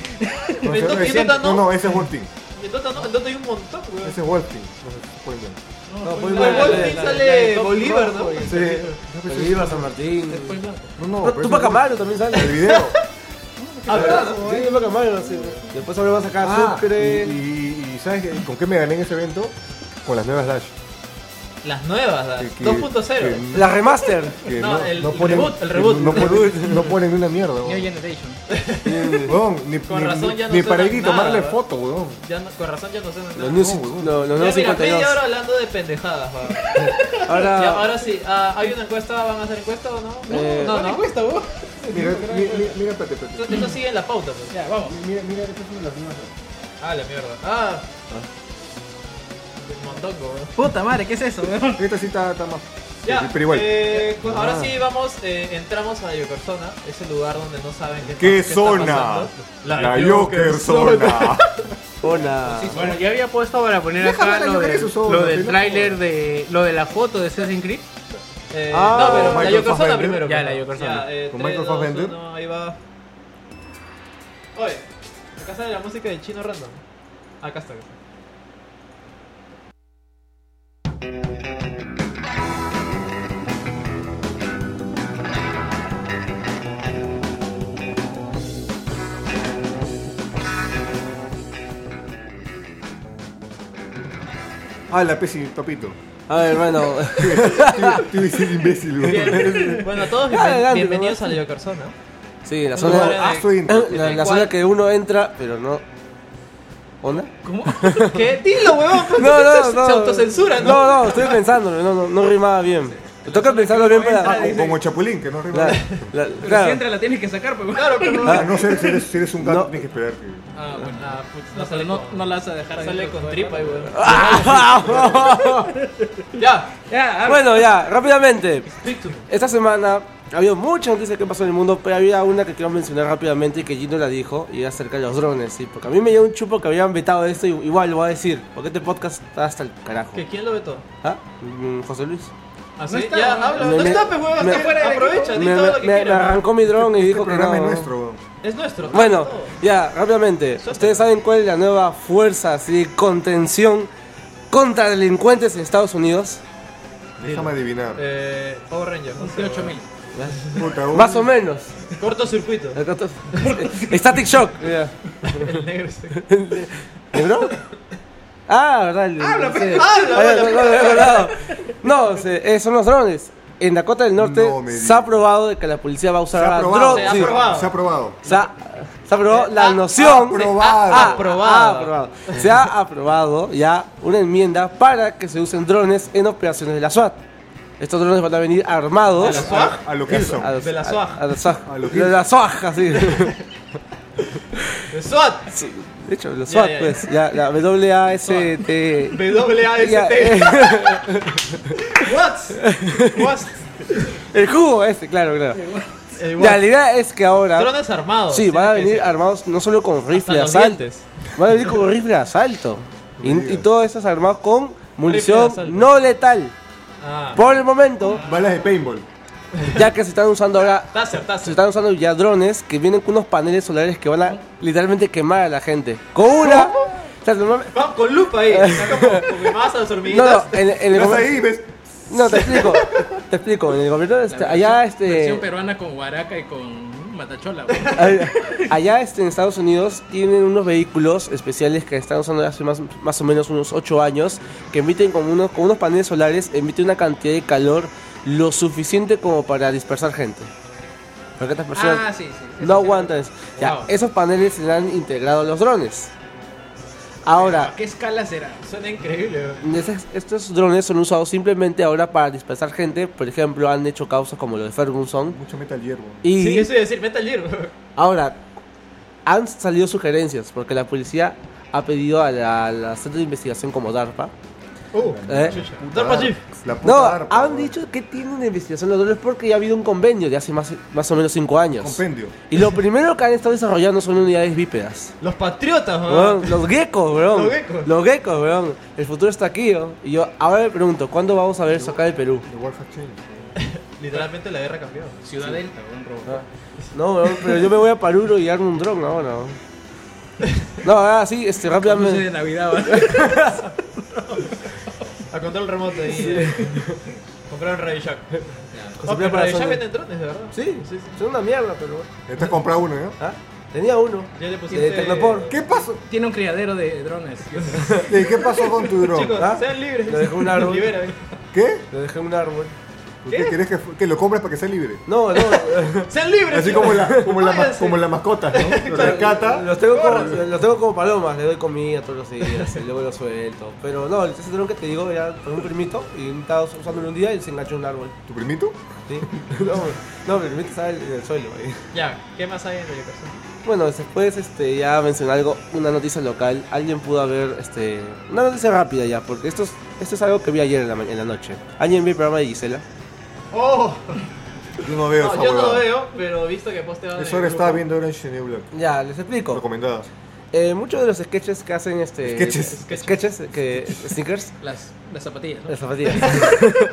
No, o sea, Entonces, recién- Dota no, no. no, ese es Wolf Team. Y En Dota no, en Dota hay un montón, weón. Ese es Wolf Team. No sé si pueden ver. No, En pues Wolf bueno, Team la- la- sale la- Bolívar, ¿no? Rojo, Sí, yo pensé- Bolívar, Pues, San Martín. Point Blank. No, no, No, pero Tupac ese- Amaru también sale. El video. Ah, ¿verdad? Sí, Tupac Amaru, sí. Después ahora va a sacar Ah, y, Sucre. y- y ¿sabes qué? con qué me gané en ese evento? Con las nuevas Dash. Las nuevas, la- Que- que- 2.0. La remaster. que- que No, el- el ponen- reboot, el reboot. No ponen, no ponen una mierda, weón. New Generation. Weón, ni, Con ni- razón ya no ni suena para ir y nada, tomarle ¿verdad? foto, weón. Ya no- con razón ya no sé dónde. Los New Cin- no, los New Ya mira, 52. media hora hablando de pendejadas, weón. Ya, Ahora. ahora sí, ah, ¿hay una encuesta? ¿Van a hacer encuesta o no? Eh, no, ¿cuál no. encuesta, vos? Mira, mira, mira, mira, espérate, espérate. Eso, eso sigue en la pauta, pues. Ya, vamos. Mira, mira, estas son las mismas. Ah, la mierda. Ah. Mondongo, bro. Puta madre, ¿qué es eso? weón? Esta sí está, está más. Ya, pero igual. eh, pues ahora Ah. sí vamos, eh, entramos a la Yokerzona, ese lugar donde no saben qué, ¿Qué está zona? pasando. La, Joker zona. Hola. Bueno, ya había puesto para poner Déjame acá la lo, yuca que del- se usó, lo ¿no? del Pero- tráiler de lo de la foto de Assassin's Creed. Eh, Ah, no, pero la Michael Yokerzona Fassbender. primero. Ya, pues, la ¿no? Yokerzona. Ya, eh, Con tres, Michael dos, Fassbender. uno, ahí va. Oye, acá sale la música de Chino Random. Acá está. acá está. Ah, la pesi, papito. A ver, hermano. Tú eres el imbécil, güey. Bueno, a todos Ya, bienven- adelante, bienvenidos ¿no? a la Yokerzona. Sí, la Un lugar zona. Ah, soy La, imbécil. la zona que uno entra, pero no. ¿Onda? ¿Cómo? ¿Qué? Dilo, huevón. pues, No, no, se- no. Se autocensura, ¿no? No, no, estoy pensándolo, no, no, no rimaba bien. Te toca pensarlo bien para. O Ah, Como Chapulín, que no rima. Claro, la- Pero si claro. entra la tienes que sacar, pues. Claro, pero. A no ser si eres, si eres un gato, No. tienes que esperar que. Ah, bueno, ah, putz, no pues, No, sale no, con- no la vas a dejar Sale adentro, con pues, tripa, y hermano. weón. Ya, Ya, a ver. Ah, Bueno, ya, rápidamente. speak to me. Esta semana había muchas noticias que pasó en el mundo, pero había una que quiero mencionar rápidamente y que Gino la dijo, y era acerca de los drones, ¿sí? Porque a mí me dio un chupo que habían vetado esto, y igual lo voy a decir, porque este podcast está hasta el carajo. ¿Que ¿Quién lo vetó? ¿Ah? Mm, José Luis. Así, ya, habla. Me- no me- está, pues, huevón, me- está fuera del Aprovecha, Me, di todo lo me- que me quieras. arrancó mi dron y Este dijo que programa es no. nuestro, güey. Es nuestro. Bueno, todo. ya, rápidamente. Ustedes saben cuál es la nueva fuerza, así, contención contra delincuentes en Estados Unidos. Déjame adivinar. Eh, Power Ranger, no sé, 8000. Puta, un- Más o menos. huevón. Cortocircuito. Static Shock. ya. El negro este. ¿Negro? Ah, verdad. el- sí. habla, Ay, habla. no, no, no, no, no. No, se- eh, son los drones. En Dakota del Norte No me se digas. ha probado de que la policía va a usar Se ah, ha drones. probado. Se ha sí. probado. Se ha probado. Se ha- se ha probado la ha noción. aprobado. Ah, Aprobado. ah, aprobado. Se ha aprobado ya una enmienda para que se usen drones en operaciones de la SWAT. Estos drones van a venir armados. ¿De la SWAT? A, a lo Kilson. los- De la SWAT. A, a la SWAT. A lo de la SWAT, así. El SWAT. Sí, De hecho, los SWAT, ya, ya. pues. Ya, la W-A-S-T. Ya, W-A-S-T. eh, What? What? el cubo este, claro, claro. Eh, what? La realidad es que ahora. Drones armados. Sí, tiene van a que venir decir. armados no solo con rifle de los asalto, dientes. van a venir con rifle de asalto. Y, y todos estos armados con munición asalto. no letal. Ah. Por el momento, Balas de paintball. ya que se están usando ahora, Taser, se taser. están usando ya drones que vienen con unos paneles solares que van a literalmente quemar a la gente. Con una. o sea, normal- Vamos con lupa ahí. Saca como- como más a las No, Eh. no, hormiguitas. en, en el Vas gobi- ahí, ves. no, te explico. Te explico. En el gobierno, este, allá este. Versión peruana con Guaraca y con Matachola, weón. Allá- Allá este, en Estados Unidos tienen unos vehículos especiales que están usando hace más, más o menos unos 8 años que emiten con unos, con unos paneles solares, emiten una cantidad de calor lo suficiente como para dispersar gente. Porque estas personas Ah, sí, sí. eso no sí. aguantan eso. Ya, Wow. esos paneles serán integrados a los drones. Ahora, ¿A qué escala será? Suena increíble, weón. esas- estos drones son usados simplemente ahora para dispersar gente. Por ejemplo, han hecho causas como lo de Ferguson. Mucho metal hierbo. Y Sí, eso iba a decir Metal Gear, weón. Ahora, han salido sugerencias porque la policía ha pedido a la, a la centro de investigación como DARPA. Uh, ¿eh? Darpa Chief. La Oh. puta No, arpa, han güey. dicho que tienen investigación los dolores porque ya ha habido un convenio de hace más, más o menos 5 años. Compendio. Y lo primero que han estado desarrollando son unidades bípedas. Los patriotas, weón. Weón, los geckos, weón. Los geckos. Los geckos, weón. El futuro está aquí, weón. Y yo ahora me pregunto, ¿cuándo vamos a ver eso acá de Perú? The Wolf of Change. Literalmente la guerra cambió. Ciudad Delta, weón, robo. No, weón, pero yo me voy a Paruro y armo un dron ahora. weón. No, ahora sí, este, Luces rápidamente. de Navidad, weón. A control remoto ahí. Compraron Radio Shack. José Oh, Pía pero para Radio Shack Sony. vende drones, de verdad. Sí, sí, sí. son una mierda, pero. Te has comprado uno, ¿eh? ¿Ah? Tenía uno. Ya le pusiste. De Tecnopor. ¿Qué pasó? Tiene un criadero de drones. Eh, ¿Qué pasó con tu dron? Chicos, ¿Ah? sean libres. Lo dejó un árbol. Libera, eh. ¿Qué? Lo dejé en un árbol. ¿Tú qué quieres que, que lo compres para que sea libre? No, no. ¡Sean libres! Así como la, como la, ma- como la mascota, ¿no? Lo rescata. Los tengo, como, los tengo como palomas, le doy comida todos los días, y luego lo suelto. Pero no, ese dron que te digo era con un primito y estaba usándolo un día y se enganchó en un árbol. ¿Tu primito? ¿sí? No, no, pero el primito estaba en el suelo. ahí. Ya, ¿qué más hay en Bellocación? Bueno, después este, ya mencioné algo, una noticia local. Alguien pudo haber, este, una noticia rápida ya, porque esto es, esto es algo que vi ayer en la, ma- en la noche. ¿Alguien vio el programa de Gisela? ¡Oh! Yo no veo esa No, yo no lo huevada. veo, pero he visto que posteaban. Eso ahora estaba viendo Orange is the New Black. Ya, les explico. Recomendadas. Eh, muchos de los sketches que hacen este... Sketches. Sketches, que, sneakers, Las, las zapatillas, ¿no? las zapatillas.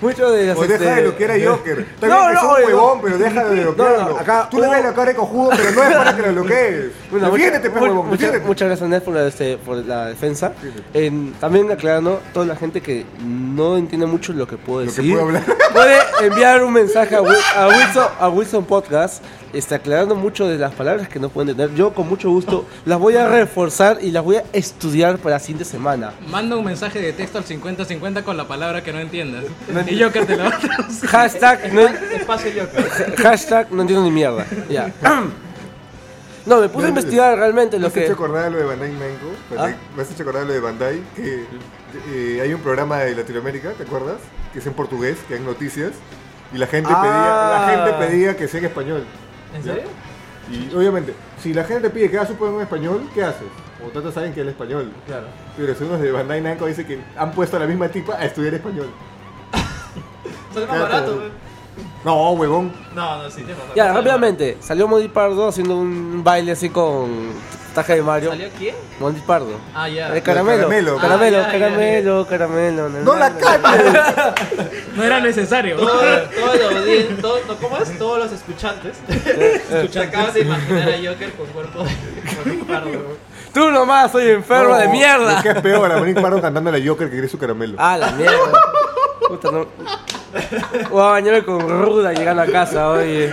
Muchos de los... O deja este, de lo que era Joker. Está No, bien que es no, oye, un no. huevón, pero deja de lo que No, no, acá era. Tú le hubo- ves la cara de cojudo, pero no es para que lo bloquees. Bueno, mucha- Defiéndete, pe mu- huevón, mucha- defiéndete. Muchas gracias, Ned, por la, este, por la defensa. En- también aclarando, toda la gente que no entiende mucho lo que puedo Lo que decir, puedo hablar. puede enviar un mensaje a, Wi- a Wilson, a Wilson Podcast, este, aclarando mucho de las palabras que no pueden entender. Yo, con mucho gusto, las voy a reforzar y las voy a estudiar para la siguiente semana. Manda un mensaje de texto al 5050 con la palabra que no entiendas. Y yo que te la otra. Hashtag no, Espacio Joker. hashtag no entiendo ni mierda. Ya. No, me puse a investigar realmente Me lo has hecho que... acordar a lo de Bandai Namco, ¿Ah? me has hecho acordar a lo de Bandai, que eh, hay un programa de Latinoamérica, ¿te acuerdas? Que es en portugués, que dan noticias, y la gente, Ah. pedía, la gente pedía que sea en español. ¿En ¿ya? serio? Y obviamente, si la gente pide que hagas un poema en español, ¿qué haces? O tanto saben que es el español. Claro. Pero según los de Bandai Namco dice que han puesto a la misma tipa a estudiar español. Sale más Claro. barato, güey. No, huevón. No, no, sí, te Ya, rápidamente, salió Monty Pardo haciendo un baile así con taja de Mario. ¿Salió quién? Monty Pardo. Ah, ya. De caramelo. caramelo. Caramelo, Ah, ya, caramelo, ya, ya. caramelo, caramelo, na, ¡No na, la na. calles! No era necesario. Todo- todo la audien- todo- no, ¿Cómo es? Todos los escuchantes. Se acaban de imaginar a Joker con cuerpo de con un pardo. güey. Tú nomás, soy enfermo de No, mierda. Lo que es peor, a Monique Pardo cantando a la Joker que quiere su caramelo. Ah, la mierda. Puta, no. Voy a bañarme con ruda llegando a casa, oye.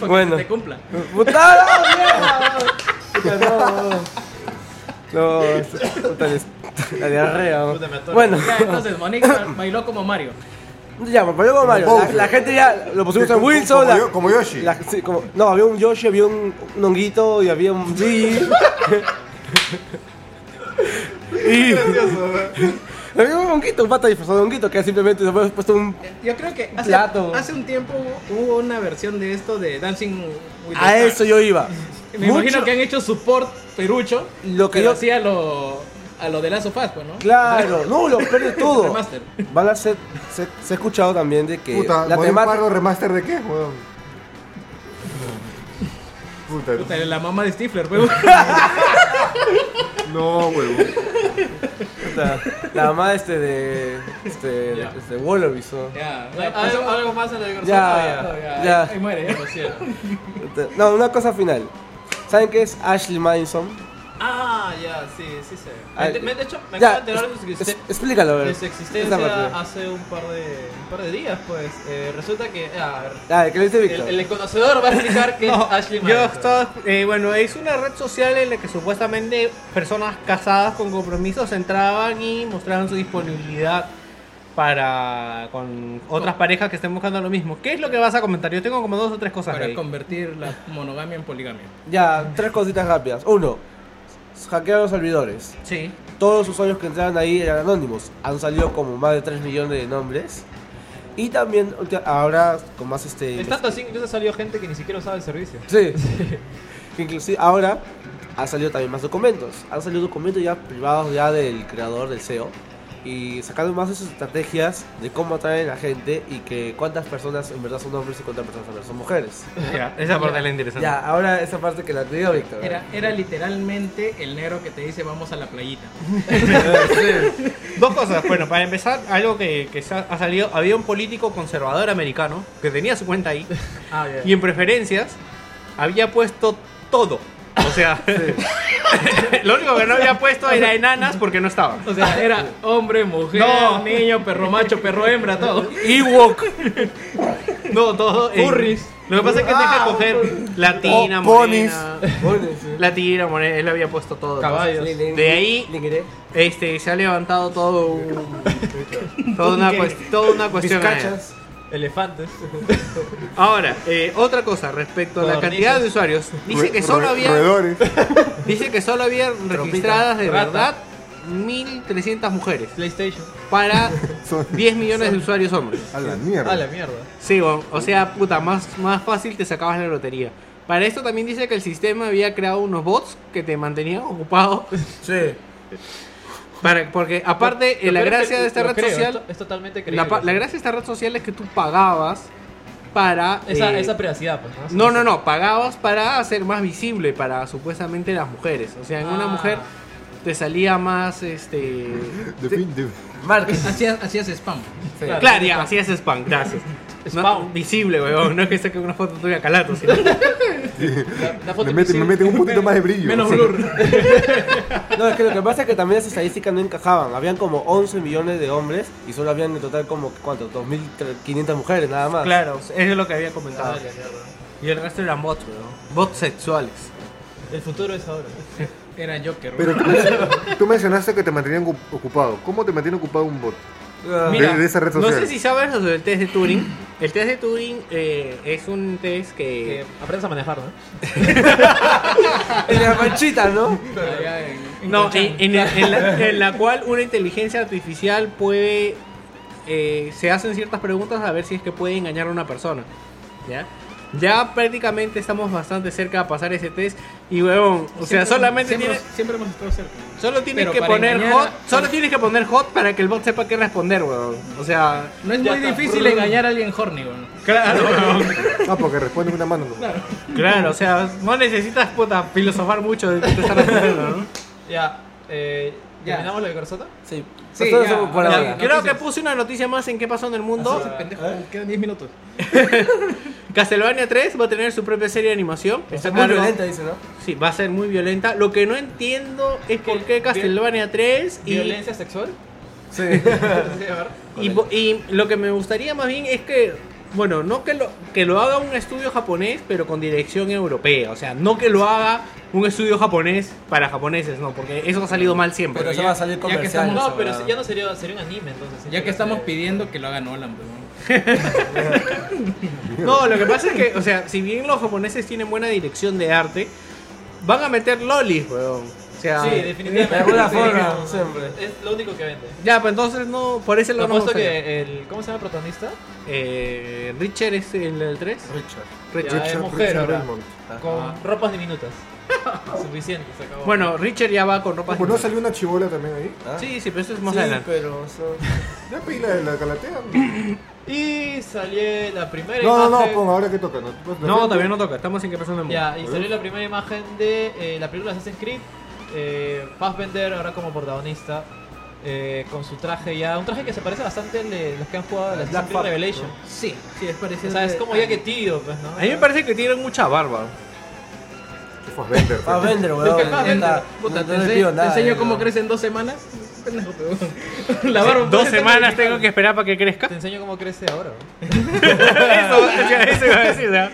Bueno. Te cumpla. ¡Puta la mierda! Puta, no. No, esto- puta, les- la diarrea. ¿no? Puta, me atoro. Bueno. Ya, entonces, Monique ba- bailó como Mario. Ya, me ponemos Mario. La, la gente ya lo pusimos Este en Como- Wilson. como la- yo- como Yoshi. la- sí, como- no, había un Yoshi, había un, un honguito y había un Luigi. y había un honguito, un pato disfrazado de honguito que simplemente se había puesto un. Yo creo que hace, Plato. hace un tiempo hubo- hubo una versión de esto de Dancing with the A Stars. Ah, eso yo iba. Me Mucho- imagino que han hecho support perucho. Lo que pero yo- hacía lo, a lo de Lazo Paz, pues, ¿no? Claro, no, lo pierde todo. Remaster. Van a ser. Se, se ha escuchado también de que Puta, la ¿Monique temática. Pardo remaster de qué, huevón? Puta, Puta, La mamá de Stifler, pues. pero no, huevón. La, la mamá este de. Este. Ya. este Wallabies, ¿no? Ya, Hay- hay ¿Algo, algo más en el Joker? Ya, ya, ya. ahí muere. Lo siento. Este, No, una cosa final. ¿Saben qué es Ashley Madison? Ah, ya, sí, sí sé. Ay, Me- me- de hecho, me Ah, ya, acabo de enterar de su es- existen- explícalo, a ver. de su Esa existencia parte. hace un par de, un par de días, pues. Eh, resulta que. ah, a ver, Ah, ¿qué le dice Víctor? el, el conocedor va a explicar que es No, Ashley yo Madison. estaba, eh, bueno, es una red social en la que supuestamente personas casadas con compromisos entraban y mostraban su disponibilidad para con otras parejas que estén buscando lo mismo. ¿Qué es lo que vas a comentar? Yo tengo como dos o tres cosas. Para ahí. convertir la monogamia en poligamia. Ya, tres cositas rápidas. Uno, hackearon los servidores. Sí. Todos los usuarios que entraron ahí eran anónimos. Han salido como más de 3 millones de nombres. Y también ulti- ahora con más este... Es tanto así que incluso salió gente que ni siquiera usaba el servicio. Sí. Que Inclusive ahora han salido también más documentos. Han salido documentos ya privados ya del creador del SEO. Y sacando más de sus estrategias de cómo atraer a la gente y que cuántas personas en verdad son hombres y cuántas personas en verdad son mujeres. Ya, esa parte la interesante. Ya, ahora esa parte que la te digo, Víctor. Era, era literalmente el negro que te dice vamos a la playita. Dos cosas. Bueno, para empezar, algo que, que sa- ha salido, había un político conservador americano que tenía su cuenta ahí Ah, ya. y en preferencias había puesto todo. O sea, lo único que no había puesto era enanas porque no estaba. O sea, era hombre, mujer, No. niño, perro macho, perro hembra, todo. Ewok. No, todo. eh, Furries. Lo que pasa es que deja coger latina, Oh, morena. Pones, sí. Latina, morena. Él había puesto todo. Caballos. Le- le- De ahí le queré. Este, se ha levantado todo un- toda, una cuest- toda una cuestión. ahí. Vizcachas. Elefantes. Ahora, eh, otra cosa respecto a la Codornices. cantidad de usuarios. Dice que solo había, Roedores. dice que solo había registradas de verdad 1.300 mujeres PlayStation. para Son- 10 millones de usuarios hombres. A la mierda. A la mierda. Sí, o, o sea, puta, más, más fácil te sacabas la lotería. Para esto también dice que el sistema había creado unos bots que te mantenían ocupado. Sí. Para, porque aparte, eh, la Lo creo gracia que- de esta lo red creo, social... es- Es totalmente creíble. La, pa- la gracia de esta red social es que tú pagabas para... Esa, eh, esa privacidad, pues. ¿no? No, no, no, pagabas para hacer más visible para supuestamente las mujeres. O sea, en una Ah. mujer te salía más este. De fin, de- Hacías, hacías spam. Claro. Claro, ya, hacías spam, gracias. No, Spam. visible, weón. No es que saque una foto tuya calato, sino. La- la foto Me meten, me invisible. meten un poquito más de brillo. Menos Sí. blur. No, es que lo que pasa es que también las estadísticas no encajaban. Habían como 11 millones de hombres y solo habían en total como, ¿cuánto? 2.500 mujeres nada más. Claro, eso es lo que había Ah, comentado. la mierda. Y el resto eran bots, weón. Bots sexuales. El futuro es ahora. Era Joker. Pero tú, menc- tú mencionaste que te mantenían ocu- ocupado. ¿Cómo te mantiene ocupado un bot? Ah, Mira, de esa red no social. sé si sabes sobre el test de Turing. Mm. El test de Turing eh, es un test Que que. aprendes a manejar, ¿no? En la manchita, ¿no? Allá en- en No, Cochabamba. en, en la, en la- en la cual una inteligencia artificial puede. eh, se hacen ciertas preguntas a ver si es que puede engañar a una persona. ¿Ya? Ya prácticamente estamos bastante cerca de pasar ese test. Y weón, o sea, Siempre- solamente siempre, tienes. siempre hemos estado cerca. Solo tienes pero que para poner engañar hot. a- Solo tienes que poner hot para que el bot sepa qué responder, weón. O sea. No es Ya muy está. difícil engañar a alguien horny, weón. Claro, weón. Ah, porque responde una mano. ¿no? Claro, o sea, no necesitas puta filosofar mucho de qué te está respondiendo, ¿no? Ya. Eh, Ya. ¿Terminamos lo de Corsota? Sí. Sí, Nosotros ya, somos por ya, ahora. ya. Creo que puse una noticia más en qué pasó en el mundo. Ah, Ese pendejo, ¿Eh? Quedan 10 minutos. Castlevania 3 va a tener su propia serie de animación. Está Está muy a cargo- violenta, dice, ¿no? Sí, va a ser muy violenta. Lo que no entiendo es por Que- qué Castlevania 3 y, ¿Violencia sexual? Sí. Sí, a ver. y, bo- y lo que me gustaría más bien es que, bueno, no que lo, que lo haga un estudio japonés, pero con dirección europea. O sea, no que lo haga un estudio japonés para japoneses, no, porque eso ha salido mal siempre. Pero eso va a salir ya que comercial. estamos- esa No, pero si- huevada. ya no sería, sería un anime entonces. eh, Ya que estamos pidiendo que lo haga Nolan, weón. No, lo que pasa es que, o sea, si bien los japoneses tienen buena dirección de arte, van a meter lolis, weón. O sea, Sí, definitivamente. De alguna Sí, forma, no. siempre. Es lo único que vende. ya, pues entonces no, por ese Lo lado no me apuesto gustaría. que el. ¿Cómo se llama el protagonista? Eh, Richard es el del 3. Ya, eh, es mujer Richard ahora. Raymond. Con ropas diminutas. Suficiente, se acabó. Bueno, Richard ya va con ropa. Pues no salió una chibola también ahí. Sí, sí, pero eso es más Sí, adelante. pero eso- Ya pedí la, la calatea. Y salió la primera No, no, no, imagen. pon, ahora que toca. No, Pues No, todavía no toca, estamos en que pasando el mundo. Ya, y salió la primera imagen de eh, la película de Assassin's Creed. Eh, Fassbender ahora como protagonista. eh, con su traje ya. Un traje que se parece bastante al de los que han jugado a la Assassin's Creed Revelation. Sí, sí, es parecido. O sea, es de- como ya que tío, pues, ¿no? A mí me parece que tienen mucha barba. pues Vender. Va a vender, Es weón. que acá Ya está. vende- puta, No- te no le ense- pido te nada, enseño ya, cómo weón. crece en dos semanas. Pendejo, weón. La barba. Dos pues, está semanas modificada. tengo que esperar para que crezca. Te enseño cómo crece ahora. ¿no? eso, eso iba a decir, ¿verdad?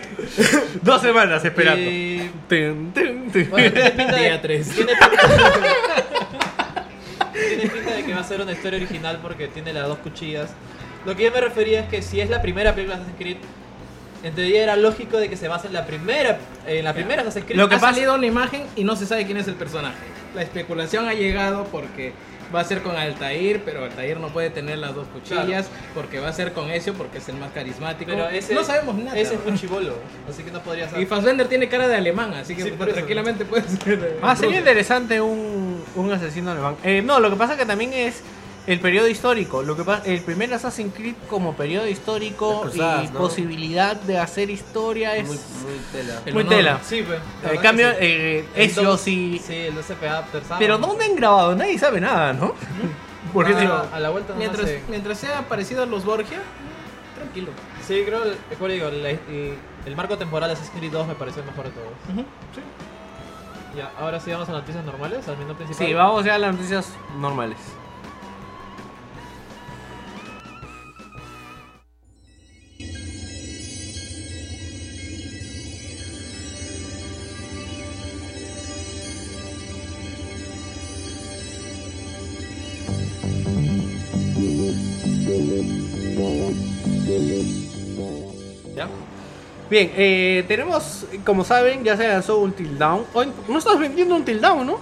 Dos semanas esperando. Y- Tun, tun, tun. Eh, Bueno, tiene pinta de- Día tres. Tiene pinta- tiene pinta de que va a ser una historia original porque tiene las dos cuchillas. Lo que yo me refería es que si es la primera película de Assassin's Creed, en teoría era lógico de que se base en la primera, en la primera Assassin's Creed. Lo que ha Assassin's- salido una imagen y no se sabe quién es el personaje. La especulación ha llegado porque va a ser con Altair, pero Altair no puede tener las dos cuchillas, porque va a ser con Ezio porque es el más carismático. pero ese- no sabemos nada. Ese es un chibolo, así que no podría y saber. Fassbender tiene cara de alemán, así que Sí, puta, por eso. tranquilamente puede ser. eh, Ah, sería ruso. interesante un, un asesino alemán. Eh, no, lo que pasa que también es el periodo histórico. Lo que pasa, el primer Assassin's Creed como periodo histórico Las cruzadas, y ¿no? posibilidad de hacer historia es Muy, muy, muy tela. El honor. tela. Sí, pues. la En verdad cambio, que sí. eh, El Ezio dos- sí. Sí, el SPA After Sun. Pero ¿dónde han grabado? Nadie sabe nada, ¿no? Porque Ah, digo, a la vuelta no Mientras, sé. mientras sea parecido a los Borgia, tranquilo. Sí, creo, el- ¿cuál digo? La- y- el marco temporal de Assassin's Creed 2 me pareció el mejor de todos. Ya, ahora sí vamos a noticias normales, al menú principal. sí, vamos ya a las noticias normales. ¿ya? Bien, eh, tenemos, como saben, ya se lanzó Until Down. Hoy no estás vendiendo Until Down, ¿no?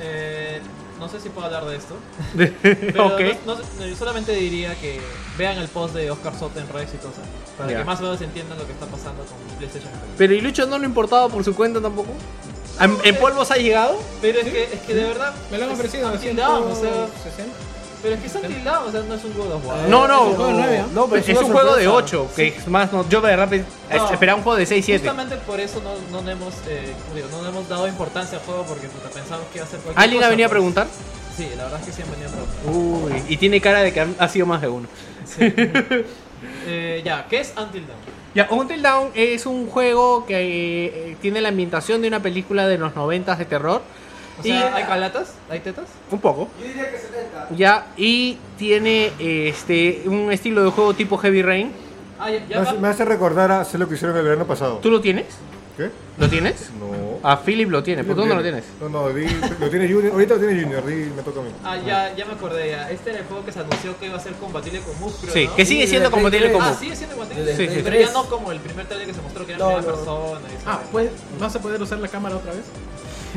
Eh, no sé si puedo hablar de esto. Pero Ok. no- no sé- yo solamente diría que vean el post de Oscar Soto en redes y cosas. Para Ya. que más o menos entiendan lo que está pasando con PlayStation. Pero y Lucho no lo importaba por su cuenta tampoco. ¿En, en polvos ha llegado? Pero es que, es que de verdad. Me lo han es ofrecido Until recién. Dawn, o sea, 60. pero es que es Until Dawn, o sea, no es un God of War. No, no. un juego de nueve, ¿ah? No, pero ¿eh? es, es una un juego de sorpresa. 8, que es más no, yo de verdad pe- No. esperaba un juego de 6, 7. Justamente por eso no, no, le hemos, eh, como digo, no le hemos dado importancia al juego porque puta, pensamos que iba a ser cualquier ¿Alguien ha cosa, venido a pues. preguntar? Sí, la verdad es que sí han venido a preguntar. Uy, y tiene cara de que han- ha sido más de uno. Eh, ya, ¿qué es Until Dawn? Ya, Until Dawn es un juego que eh, tiene la ambientación de una película de los 90 de terror. O Y- ah, sea, ¿hay calatas? ¿Hay tetas? Un poco. Ya, y tiene este un estilo de juego tipo Heavy Rain. Ah, ya, Me ya hace, va. me hace recordar a sé lo que hicieron el verano pasado. ¿Tú Ah, lo tienes? ¿Qué? ¿Lo tienes? No. A Philip lo tiene, ¿por qué tú no lo tienes? No, no, di- lo tiene Junior. Ahorita lo tiene Junior, di, me toca a mí. Ah, ya, ya me acordé. Ya. Este era el juego que se anunció que iba a ser compatible con Move, creo, Sí, ¿no? que sigue Sí, siendo de como Play tiene tres. Ah, como. sigue siendo compatible. Desde Sí, sí. Pero ya no como el primer trailer que se mostró que era No, primera no. persona. y eso. Ah, pues, ¿vas a poder usar la cámara otra vez?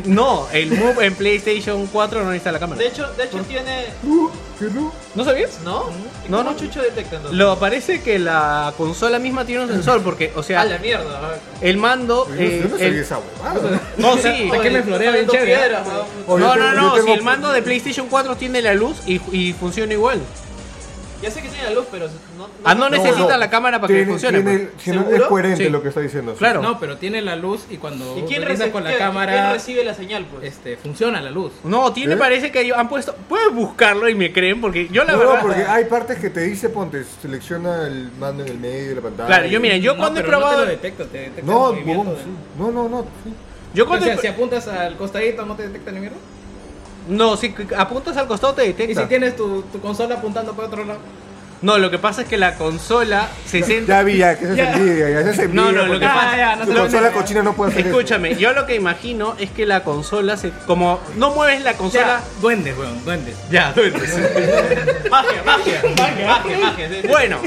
No, el Move en PlayStation 4 no necesita la cámara. De hecho, de hecho tiene. Uh, ¿Qué no? ¿No sabías? ¿No? ¿Mm? No, ¿Cómo no. Chucho detectando. Lo parece que la consola misma tiene un sensor, porque, o A sea, Ah, la mierda. el mando. Yo no- eh, yo no el- sabía esa huevada. No, sí. que me florea bien chévere, ¿eh? Piedras, Oye, No, yo no, tengo- no, yo si tengo- el mando de PlayStation 4 tiene la luz y, y funciona igual. Ya sé que tiene la luz, pero no. no Ah, no necesita la cámara para que Tiene- funcione. tiene- pues. tiene- es ¿Seguro? coherente Sí. lo que está diciendo. sí. Claro. No, pero tiene la luz y cuando ¿Y quién, brindas recibe- con la quién- quién cámara, recibe la señal, pues? este, funciona la luz. No, tiene, ¿Eh? parece que han puesto. Puedes buscarlo y me creen, porque yo la No, verdad. porque hay partes que te dice, ponte, selecciona el mando en el medio de la pantalla. Claro, yo mira, yo No, cuando he pero no probado. te lo detecta, te detecta No, el movimiento huevón, de- sí. no, no, no. sí. Yo O cuando. he sea, pr- si apuntas al costadito, ¿no te detecta ni mierda? No, si apuntas al costado te Y detecta. si tienes tu, tu consola apuntando para otro lado. No, lo que pasa es que la consola se centra. Ya vi, ya, que esa Ya. es envidia, ya esa es envidia. No, no, lo porque que pasa. ya, no su se lo- consola cochina no puede hacer eso. Escúchame, yo lo que imagino es que la consola se. Como no mueves la consola. Ya, duendes, weón, duendes. Ya, Magia, magia. magia, magia. sí, sí. Bueno,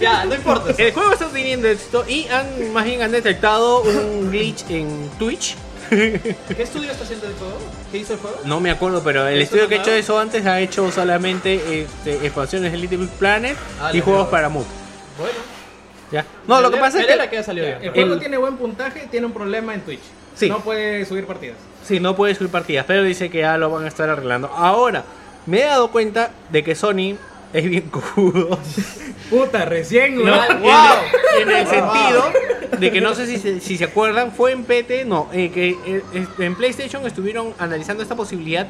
Ya, no importa. el juego está teniendo éxito y han, más bien han detectado un glitch en Twitch. ¿Qué estudio está haciendo el juego? ¿Qué hizo el juego? No me acuerdo, pero el ¿Eso estudio no que ha hecho nada? eso antes ha hecho solamente este, expansiones de Little Big Planet Ah, y la juegos mierda. para Mood. Bueno. ¿Ya? No, lo que pasa es que que ha salido El bien. juego El- tiene buen puntaje, tiene un problema en Twitch. Sí. No puede subir partidas. sí, no puedes subir partidas, pero dice que ya lo van a estar arreglando. Ahora, me he dado cuenta de que Sony es bien cojudo. Puta, recién, No, weón. en, en el sentido de que no sé si, se- si se acuerdan, fue en PT, no, eh, que eh, eh, en PlayStation estuvieron analizando esta posibilidad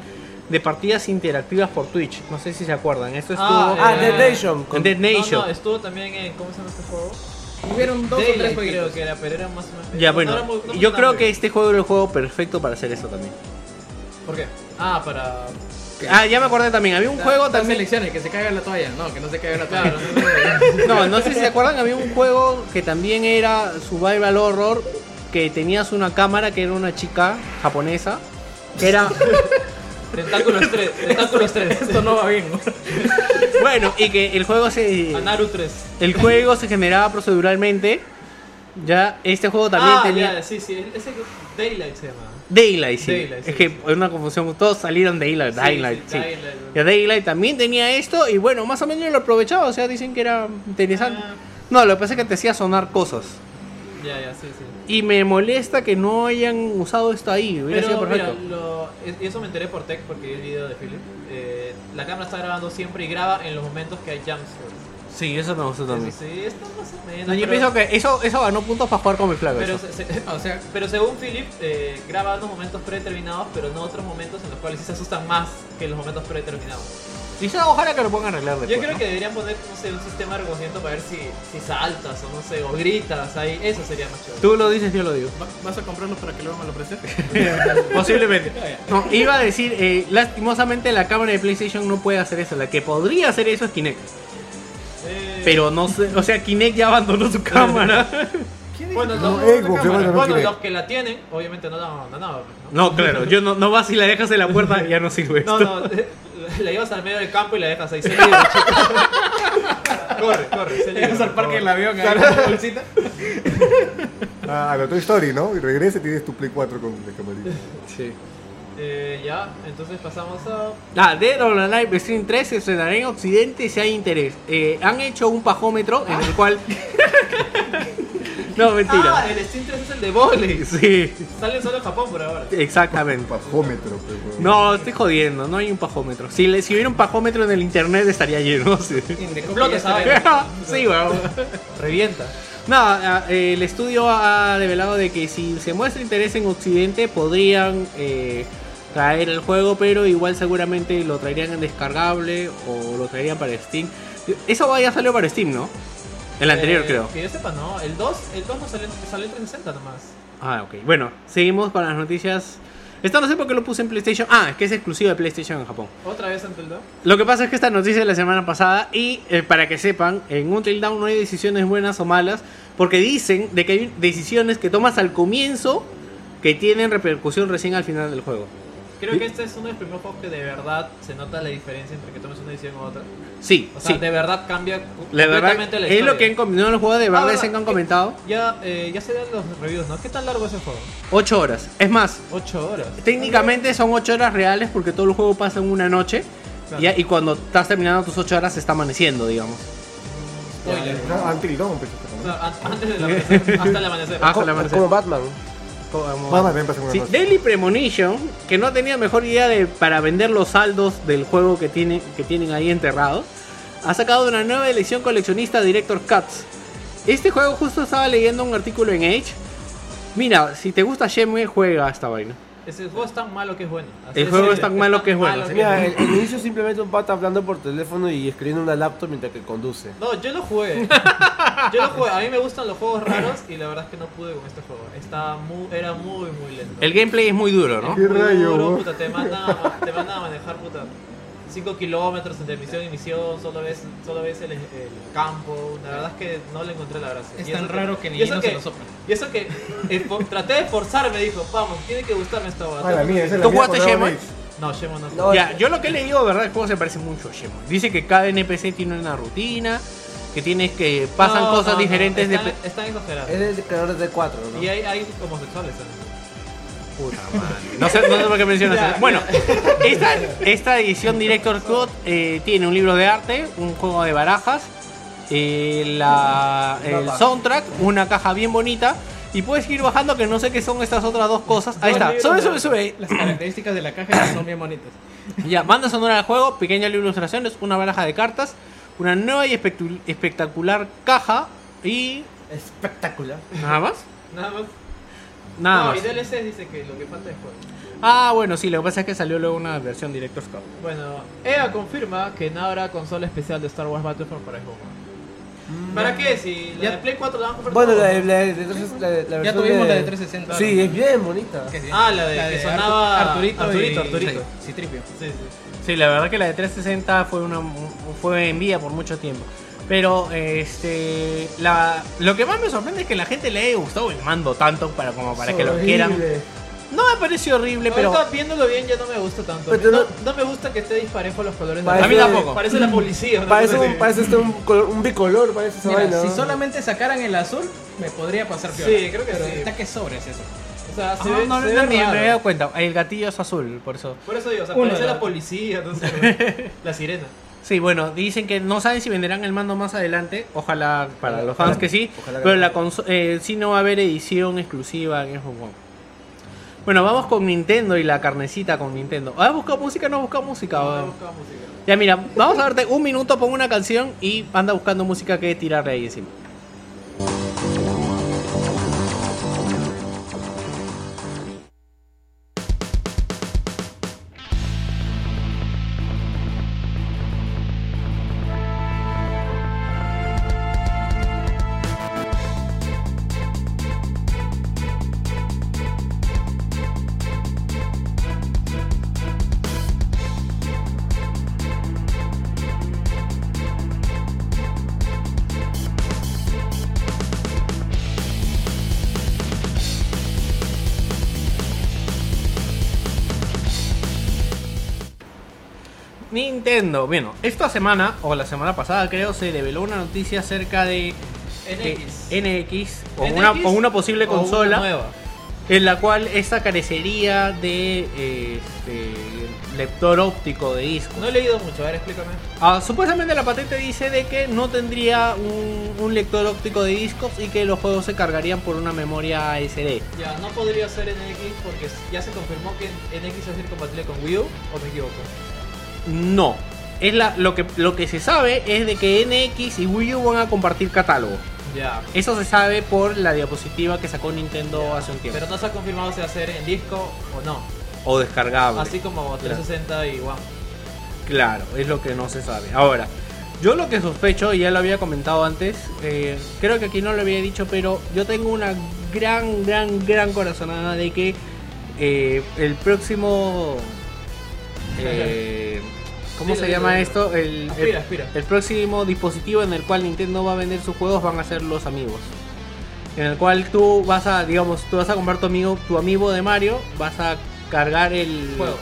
de partidas interactivas por Twitch. No sé si se acuerdan, esto estuvo Ah, Ah, Eh, Dead Nation. con con- Dead Nation. No, no, estuvo también en. ¿Cómo se llama este juego? Hubieron dos o tres Daylight, jueguitos. creo que era, pero era más o menos. Ya, no, bueno, no era muy- no yo muy creo tan que bien. este juego es el juego perfecto para hacer eso también. ¿Por qué? Ah, para. Ah, ya me acordé también, había un juego Las también... Ah, selecciones, que se caiga la toalla. No, que no se caiga la toalla. Claro, no, no, No, no sé si se acuerdan, había un juego que también era survival horror, que tenías una cámara que era una chica japonesa, que era... no. Tentáculos 3. Tentáculos 3. Esto no va bien. ¿no? Bueno, y que el juego se... Anaru 3. El juego se generaba proceduralmente. Ya, este juego también ah, tenía. ya, sí, sí. Ese que- Daylight se llama. Daylight, sí. Daylight, sí, es que sí. es una confusión. Todos salieron de Daylight. Sí, Daylight, sí, sí. Daylight. Ya Daylight también tenía esto. Y bueno, más o menos lo aprovechaba. O sea, dicen que era interesante. Ah. No, lo que pasa es que te hacía sonar cosas. Ya, ya, sí, sí. Y me molesta que no hayan usado esto ahí. Hubiera sido Pero mira, perfecto. lo- y eso me enteré por Tech porque vi el video de Philip. Eh, la cámara está grabando siempre y graba en los momentos que hay jumpscares. Ah, Sí, eso me gustó también. Eso sí, esto más o menos. No, yo pero- pienso que eso, eso ganó puntos para jugar con mi flaco. Pero, eso. se- se- O sea, Pero según Philip, eh, graba unos momentos predeterminados, pero no otros momentos en los cuales sí se asustan más que los momentos predeterminados. Quizá ojalá que lo pongan a arreglar Yo después. creo Pues, ¿no? que deberían poner, no sé, un sistema argumento para ver si, si saltas o no sé, o gritas ahí. Eso sería más chévere. Tú lo dices, yo lo digo. ¿va- ¿vas a comprarlo para que luego me lo prestes? Posiblemente. No, iba a decir, eh, lastimosamente la cámara de PlayStation no puede hacer eso. La que podría hacer eso es Kinect. Eh, Pero no sé, o sea, Kinect ya abandonó su cámara. bueno, No, los, Xbox, ya bueno, abandonó Kinect. los que la tienen, obviamente no la han abandonado. pues, No, claro, yo no, no vas si la dejas en la puerta, ya no sirve. No, Esto. no, eh, la llevas al medio del campo y la dejas ahí. sé libre, chico. corre, corre, sé libre, Llegas al por parque favor. del avión, ahí con tu bolsita. Ah, a la Toy Story, ¿no? Y regresa y tienes tu Play 4 con la camarita. Sí. Eh, ya, entonces pasamos a. Ah, Dead or Alive Stream 3 se estrenará en Occidente si hay interés. Eh, han hecho un pajómetro en el cual. no, Ah, mentira. el Steam 3 es el de Volley. Sí, Sale solo en Japón por ahora. exactamente. Pajómetro, pero- No, estoy jodiendo, no hay un pajómetro. Si, le- si hubiera un pajómetro en el internet estaría lleno. Sí, Explota esa vaina. sí weón. Revienta. No, ah, eh, el estudio ha develado de que si se muestra interés en Occidente podrían eh, traer el juego, pero igual seguramente lo traerían en descargable o lo traerían para Steam. Eso ya salió para Steam, ¿no? El anterior Eh, creo. Que yo sepa, no. El 2, el 2 no salió, salió en 360 nomás. Ah, ok. Bueno, seguimos con las noticias. Esta no sé por qué lo puse en PlayStation. Ah, es que es exclusivo de PlayStation en Japón. Otra vez ante el 2. Lo que pasa es que esta noticia de la semana pasada y eh, para que sepan, en un Until Down no hay decisiones buenas o malas porque dicen de que hay decisiones que tomas al comienzo que tienen repercusión recién al final del juego. Creo que este es uno de los primeros juegos que de verdad se nota la diferencia entre que tomes una decisión u otra. Sí, O sea, sí. de verdad cambia La verdad, completamente la es historia. eh, lo que han comentado en el juego, de verdad, verdad, es que han ¿qué? comentado. Ya, eh, ya se dan los reviews, ¿no? ¿Qué tan largo es el juego? 8 horas. Es más, 8 horas. técnicamente son 8 horas reales porque todo el juego pasa en una noche Claro. ya, y cuando estás terminando tus 8 horas se está amaneciendo, digamos. Spoiler. No, Until Dawn, pues, esta O semana. sea, an- antes del amanecer, hasta el amanecer. Ah, Co- la merced. como Batman. Como- Vamos a ver, pasa una Sí, cosa. Daily Premonition, que no tenía mejor idea de para vender los saldos del juego que, tiene, que tienen ahí enterrado, ha sacado una nueva edición coleccionista Director Cuts. Este juego justo estaba leyendo un artículo en Age. Mira, si te gusta Shenmue, juega esta vaina. Ese juego es tan malo que es bueno. Así El de juego es simple. tan malo que es bueno, sí. Mira, el, el inicio es simplemente un pata hablando por teléfono y escribiendo en una laptop mientras que conduce. No, yo lo jugué. Yo lo jugué. A mí me gustan los juegos raros y la verdad es que no pude con este juego. Estaba muy, era muy, muy lento. El gameplay es muy duro, ¿no? ¿Qué Muy rayo? duro, vos? puta, te mandan a, te mandan a manejar, puta. 5 kilómetros entre misión y misión, solo ves, solo ves el, el campo. La verdad es que no le encontré la gracia. Es Y tan eso raro que ni y eso no que- se lo sopla. Y eso que espo- traté de forzarme, dijo, vamos, tiene que gustarme esta Ah, la guada. mía, esa es la ¿Tú mía jugaste con Dragon Shenmue? Age. No, Shemo no. No, Ya, yo lo que le digo, verdad, el juego se parece mucho a Shenmue. Dice que cada NPC tiene una rutina, que tienes que pasan No, cosas no, no, diferentes de están, están exagerados. Es el creador de 4, ¿no? Y hay, hay homosexuales también. Puta madre. No sé, no sé por qué mencionas Ya, eso. Bueno, esta, esta edición Director Cut eh, tiene un libro de arte, un juego de barajas, eh, la- el soundtrack, una caja bien bonita. Y puedes ir bajando que no sé qué son estas otras dos cosas. Ahí está. Sube, sube, sube. Las características de la caja son bien bonitas. Ya, banda sonora del juego, pequeño libro de ilustraciones, una baraja de cartas, una nueva y espectu- espectacular caja y... Espectacular. ¿Nada más? Nada más. Nada no, más. y DLC dice que lo que falta es juego. Ah, bueno, sí, lo que pasa es que salió luego una versión Director Cut. Bueno, EA confirma que no habrá consola especial de Star Wars Battlefront para Xbox One. ¿Para qué? Si la Ya- de Play 4 la van a comprar Bueno, todos. la, de- la, de- la, de- la, de- la Ya versión tuvimos de- la de 360. Sí, es bien bonita. Que sí. Ah, la de- que sonaba Arturito, Arturito, y- Arturito. Sí, Citripio. Sí, sí. Sí, la verdad que la de 360 fue una fue en vía por mucho tiempo. Pero este la, lo que más me sorprende es que la gente le haya gustado el mando tanto para como para que lo quieran. No me pareció horrible, pero Ahorita viéndolo bien ya no me gusta tanto. Pero no, no- no me gusta que esté disparejo los colores. de Parece- la- A mí tampoco. Parece la policía. una Parece, cosa un, así. parece este un, color- un bicolor, parece esa Mira, vaina. si ¿no? solamente sacaran el azul, me podría pasar peor. Sí, creo que Pero sí. Está que sobres eso. O sea, se Ah, ve, no, se no, ve ni me raro. había dado cuenta. El gatillo es azul, por eso. Por eso digo, o sea, Uno, parece ¿no? la policía, no sé, la sirena. Sí, bueno, dicen que no saben si venderán el mando más adelante. Ojalá para los fans que sí. Ojalá que pero no. la conso- eh, sí no va a haber edición exclusiva en Xbox One. Bueno, vamos con Nintendo y la carnecita con Nintendo. ¿Has buscado música? ¿No has buscado música? No, weón? buscaba música. Ya mira, vamos a darte un minuto, pongo una canción y anda buscando música que tirarle ahí encima. Nintendo, bueno, esta semana o la semana pasada creo se reveló una noticia acerca de NX. eh, NX o, NX una, o una posible o una consola nueva. en la cual esta carecería de eh, este, lector óptico de disco. No he leído mucho, a ver, explícame. Ah, supuestamente la patente dice de que no tendría un, un lector óptico de discos y que los juegos se cargarían por una memoria SD. Ya, no podría ser NX porque ya se confirmó que NX va a ser compatible con Wii U, o me equivoco. No. Es la, lo, que, lo que se sabe es de que NX y Wii U van a compartir catálogo. Ya. Eso se sabe por la diapositiva que sacó Nintendo hace un tiempo. Pero no se ha confirmado si va a ser en disco o no. o descargable. Así como 360 y One. Eh, Claro, es lo que no se sabe. Ahora, yo lo que sospecho, y ya lo había comentado antes, eh, creo que aquí no lo había dicho, pero yo tengo una gran, gran, gran corazonada de que eh, el próximo... eh, ¿Cómo Dilo, se dilo, llama dilo. esto? El, el, Aspira, aspira. el próximo dispositivo en el cual Nintendo va a vender sus juegos van a ser los amigos. En el cual tú vas a, digamos, tú vas a comprar tu amigo, tu amigo de Mario, vas a cargar el Juego.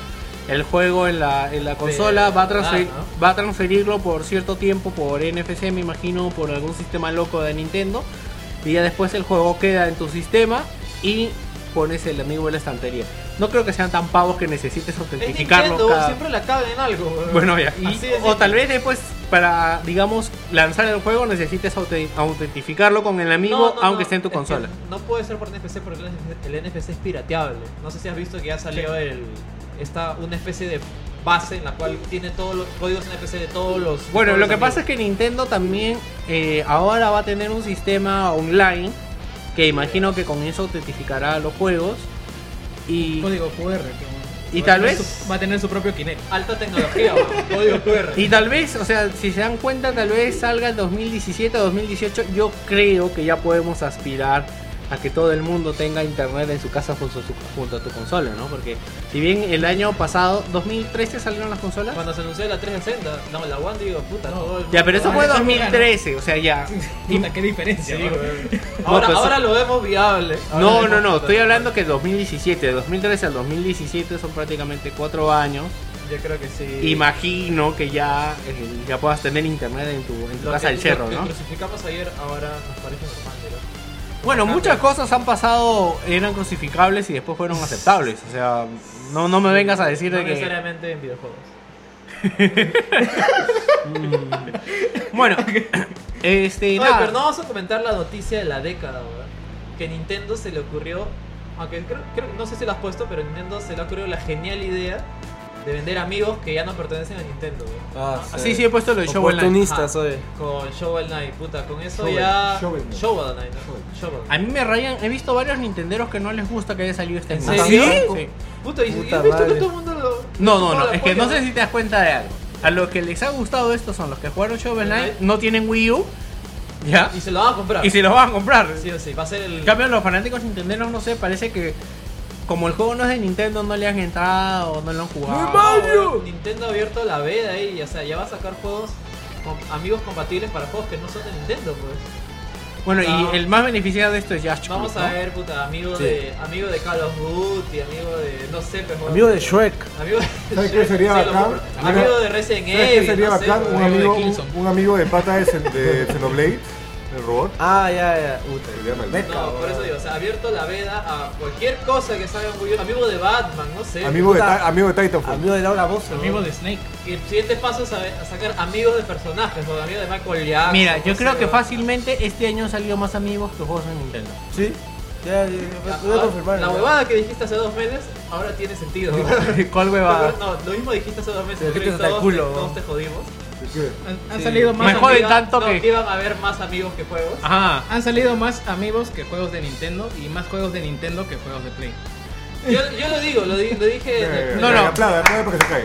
el juego en la, en la consola, Pero, va, a transferir- ah, va a transferirlo por cierto tiempo por NFC, me imagino, por algún sistema loco de Nintendo. Y ya después el juego queda en tu sistema y pones el amigo en la estantería. No creo que sean tan pavos que necesites Es autentificarlo. Nintendo, cada- siempre la caben en algo. weón. Bueno, ya. Y- Así de o simple. tal vez después, para, digamos, lanzar el juego, necesites aute- autentificarlo con el amigo, No, no, aunque no, esté en tu es que consola. no puede ser por NFC porque el NFC, el NFC es pirateable. No sé si has visto que ya salió el esta una especie de base en la cual tiene todos los códigos NFC de todos los. Bueno, todos lo los que pasa es amigos. que Nintendo también eh, ahora va a tener un sistema online que imagino que con eso autentificará los juegos y, Código QR. Y que va a tal tener vez- su- va a tener su propio Kinect. alta tecnología, weón, código QR. y tal vez, o sea, si se dan cuenta, tal vez salga el 2017 o 2018, yo creo que ya podemos aspirar a que todo el mundo tenga internet en su casa junto a, su- junto a tu consola, ¿no? Porque si bien el año pasado, 2013 salieron las consolas. Cuando se anunció la 360, no, la One digo, puta, todo el Ya, pero eso mundo- fue Ah, eso fue 2013, o sea, ya. Puta, qué diferencia. Sí, ¿no? weón. Ahora, pues- ahora lo vemos viable. Ahora lo No, vemos no, no, viable. estoy hablando que 2017, de 2013 al 2017 son prácticamente cuatro años. Yo creo que sí. Imagino que ya, eh, ya puedas tener internet en tu, en tu Lo casa que- del cerro, lo que ¿no? crucificamos ayer, ahora nos parece normal, ¿no? Bueno, muchas cosas han pasado, eran crucificables y después fueron aceptables. O sea, no, no me vengas a decir No de que... necesariamente en videojuegos. Bueno, este... Oye, nada. pero no vamos a comentar la noticia de la década, weón. Que Nintendo se le ocurrió, aunque creo, creo- no sé si lo has puesto, pero Nintendo se le ocurrió la genial idea de vender amigos que ya no pertenecen a Nintendo, weón. Ah, Sí, sí, he puesto lo de Shovel Knight. Oportunistas, Ah. oye. Con Shovel Knight, puta, con eso Shovel- ya. Shovel Knight. Shovel Knight, ¿no? Shovel A Knight. mí me rayan, he visto varios nintenderos que no les gusta que haya salido este ¿En juego. serio? Sí. Puta, y y he Puta visto que madre. todo el mundo lo. No, no, toda no, la es que no polla. sé si te das cuenta de algo. A los que les ha gustado estos son los que jugaron Shovel Knight, no tienen Wii U, ¿ya? Y se lo van a comprar. Y se los van a comprar. Sí o sí, va a ser el. En cambio, los fanáticos nintenderos, no sé, parece que como el juego no es de Nintendo, no le han entrado o no lo han jugado. weón, Nintendo ha abierto la veda ahí, o sea, ya va a sacar juegos con amigos compatibles para juegos que no son de Nintendo, pues. Bueno, No. y el más beneficiado de esto es Yash. Vamos a ver, puta, amigo Sí. de amigo de Call of Duty, amigo de no sé, pues, Amigo de weón. Shrek. Amigo de ¿Sabes Shrek, qué sería sí, lo bacán? compro. Amigo de Resident ¿Sabes qué Evil. sería no sé, pues. bacán? weón. un, amigo de amigo, un, Killzone. un amigo de pata de, Xen- de Xenoblade, el robot. Ah, ya, ya. Puta, Sería maldito. meca, No, por weón. eso digo, o sea, ha abierto la veda a cualquier cosa que salga en Wii U. Amigo de Batman, no sé. Amigo de, puta. Ti- amigo de Titanfall. Amigo de Laura Bozo. Amigo de Snake. Y el siguiente paso es a, a sacar amigos de personajes, o amigos de Michael Jackson. Mira, yo no creo sé, que weón. fácilmente este año han salido más amigos que juegos de Nintendo. Sí. Ya, ya, ya. Voy a confirmar. La ya. huevada que dijiste hace dos meses ahora tiene sentido. ¿Cuál huevada? No, lo mismo dijiste hace dos meses. Pero creo que que te saca todos, te- culo, todos weón. te jodimos. ¿Qué? Han, han Sí. salido más Me amigos- joden tanto no, que- Ah. iban a haber más amigos que juegos. Ajá. Han salido más amigos que juegos de Nintendo y más juegos de Nintendo que juegos de Play. Yo, yo lo digo, lo, di- lo dije. Eh, No, eh, no. Aplauda, aplauda porque se cae.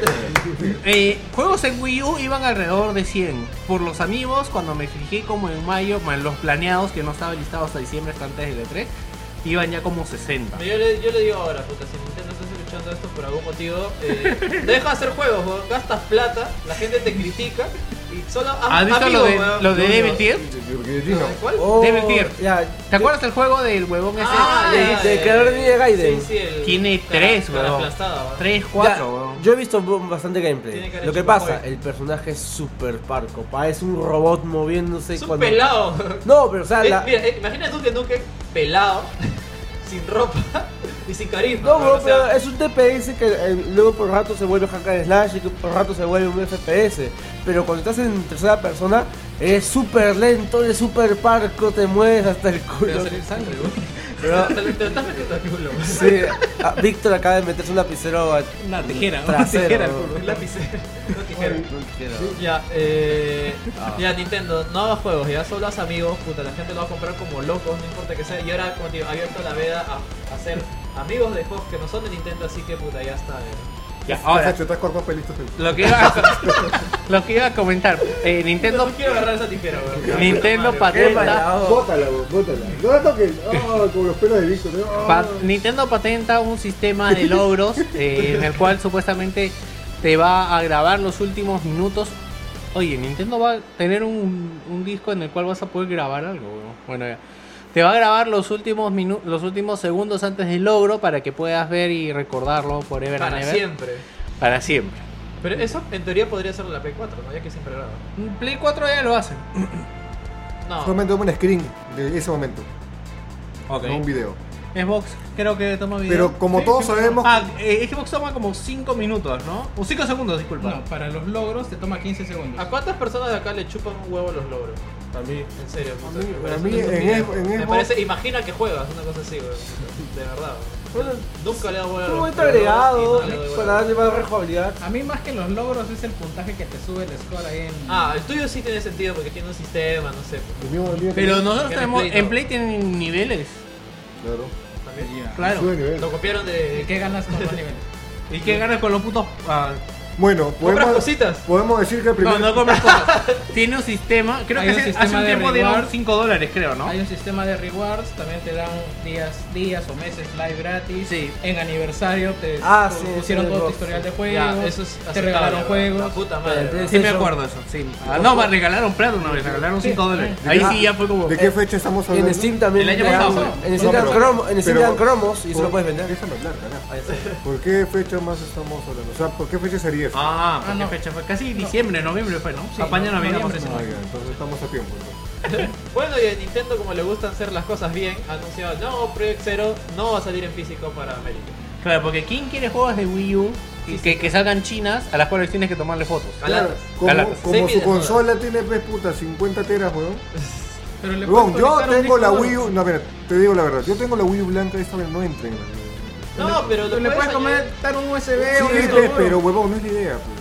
Eh, juegos en Wii U iban alrededor de 100. Por los amigos, cuando me fijé como en mayo, más los planeados que no estaban listados hasta diciembre, hasta antes del E3, iban ya como 60. Yo le, yo le digo ahora, puta, si Nintendo estás escuchando esto por algún motivo, eh, deja de hacer juegos, weón, gastas plata, la gente te critica Y solo am- ¿Has visto lo amigos, de, weón. lo de Devil Tier? ¿Cuál? Oh, Devil Tier. Ya, ¿Te acuerdas el juego del huevón ese? Ah, de- ya, de ya, creador ya. de Ninja Gaiden. Sí, sí, el- Tiene cara- tres, cara weón. aplastada, weón. Tres, Ya, cuatro, weón. Yo he visto bu- bastante Tiene cara gameplay. de Lo que chupapoy. pasa, el personaje es super parco. Parece un robot moviéndose Es un cuando. pelado. No, pero o sea, Eh, la- Mira, eh, imagina a Duke Nukem pelado, sin ropa y sin carisma. No, weón, bro, o sea, pero es un TPS que eh, luego por rato se vuelve hack and slash y que por rato se vuelve un FPS. Pero cuando estás en tercera persona, es súper lento, es súper parco, te mueves hasta te el va a culo. salir sangre, weón. Pero- Te lo- te lo estás metiendo al culo, weón. Sí, ah, Víctor acaba de meterse un lapicero a- Una tijera, una trasero, tijera al bro. culo. Un lapicero, no tijera. Sí. Ya, eh, ya Nintendo, no hagas juegos, ya solo haz amigos, puta, la gente lo va a comprar como locos, no importa que sea. Y ahora, como te digo, ha abierto la veda a, a hacer amigos de juegos que no son de Nintendo, así que puta, ya está. eh. Ya, ahora, Te estás cortando pelitos. el- lo que iba a, lo que iba a comentar. eh, Nintendo, No quiero agarrar esa tijera, weón. Nintendo Qué patenta, maleado. Bótala, vos, bótala. No la toques. Ah, como los pelos de Víctor. ¿no? pa- Nintendo patenta un sistema de logros eh, en el cual supuestamente te va a grabar los últimos minutos. Oye, Nintendo va a tener un, un disco en el cual vas a poder grabar algo. weón. Bueno, ya. Te va a grabar los últimos minutos, los últimos segundos antes del logro para que puedas ver y recordarlo forever and Para ever. siempre. Para siempre. Pero eso en teoría podría ser la P4, ¿no? Ya que siempre graba. Play 4 ya lo hacen. No, Solamente un screen de ese momento. No un video. Xbox creo que toma video. Pero como Sí, todos Xbox sabemos- toma- Ah, eh, Xbox toma como 5 minutos, ¿no? O 5 segundos, disculpa. No, para los logros te toma 15 segundos. ¿a cuántas personas de acá le chupan un huevo los logros? A mí. En serio, puta, mí- me a parece mí eh, un en video. Evo- en Me Evo- parece, imagina que juegas, una cosa así, weón. De verdad, weón. Nunca le he dado huevo a Un los- momento los logros agregado, y no le doy para huevo. darle más rejugabilidad. A mí más que los logros es el puntaje que te sube el score ahí en... Ah, el tuyo sí tiene sentido porque tiene un sistema, no sé. pues, El mismo día que- Pero nosotros Que en tenemos. Play no. en Play tienen niveles. Claro. también. Claro. Sube de nivel. Lo copiaron ¿Y de. qué ganas con los niveles? ¿Y qué ganas con los putos.? ah, Bueno, podemos, cositas. podemos decir que el no, primer. no compras cosas. Tiene un sistema. Creo Hay que un hace, sistema hace un de tiempo dieron reward. 5 dólares, creo, ¿no? Hay un sistema de rewards, también te dan días, días o meses live gratis. Sí. En aniversario te Ah, pu- sí, pusieron sí, todo tu Xbox, historial sí. de juegos, Ya, eso es te aceptable, regalaron weón. La juegos. puta madre. Pero weón. entonces- Sí, me eso. acuerdo eso. Sí. Ah, no, me regalaron Platinum, me regalaron 5 dólares. ¿De Ahí qué- sí ya fue como. ¿De qué fecha estamos hablando? En Steam también. El año le dan- pasado, En No, Steam dan pero- cromos, en Steam pero- dan cromos y se por- lo puedes vender. Déjame hablar, carajo. ¿Por qué fecha más estamos hablando? O sea, ¿por qué fecha sería eso? Ah, ¿por Ah, qué no. fecha fue? Casi diciembre, noviembre fue, ¿no? Sí, Apaña no- Navidad por noviembre, eso. Ah, ya, entonces estamos a tiempo. ¿no? Bueno, y a Nintendo, como le gustan hacer las cosas bien, ha anunciado: No, Project Zero no va a salir en físico para América. Claro, porque ¿quién quiere juegos de Wii U y que, que salgan chinas a las cuales tienes que tomarle fotos? Claro, Calatas. como, Galatas. como Sí, su mira, consola tiene pues puta 50 teras, weón. Pero le Weón, puedes yo conectar un tengo la disco Wii duro. U. No, mira, te digo la verdad. Yo tengo la Wii U blanca y esta vez no entra. en la- No, pero Tú lo le puedes añadir. conectar un USB o un Sí, disco pues, duro. pero huevón, no es la idea, pues.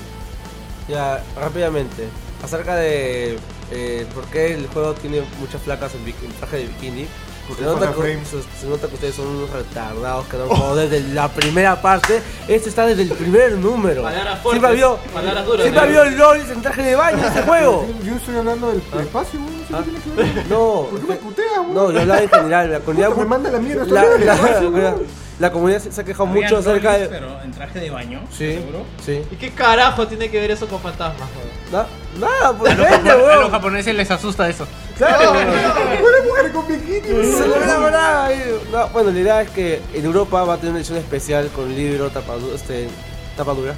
Ya, rápidamente. Acerca de eh, por qué el juego tiene muchas placas en, bik- en traje de bikini. Porque Se nota, para que, frames. se- se nota que ustedes son unos retardados que no han jugado desde la primera parte. Este está desde el primer número. Palabras fuertes, Siempre vio, palabras duras, siempre negro. vio LOLs en traje de baño en este juego. Yo estoy hablando del del espacio, weón. ¿sí Ah. que tiene que ver? No, ¿Por qué me puteas, weón? no, yo hablaba en general. La comunidad, Puta, me manda la mierda, estoy la, hablando del la- espacio, la- weón. la comunidad se se ha quejado Habían mucho acerca roles, de. Pero en traje de baño, Sí, seguro. sí. ¿Y qué carajo tiene que ver eso con fantasmas, weón? Na- Nada, pues A los, vende, japoneses, a los weón. japoneses les asusta eso. Claro, Una mujer con bikini, weón. Se lo graba, eh. No, bueno, la idea es que en Europa va a tener una edición especial con libro, tapadura. Este, tapadura.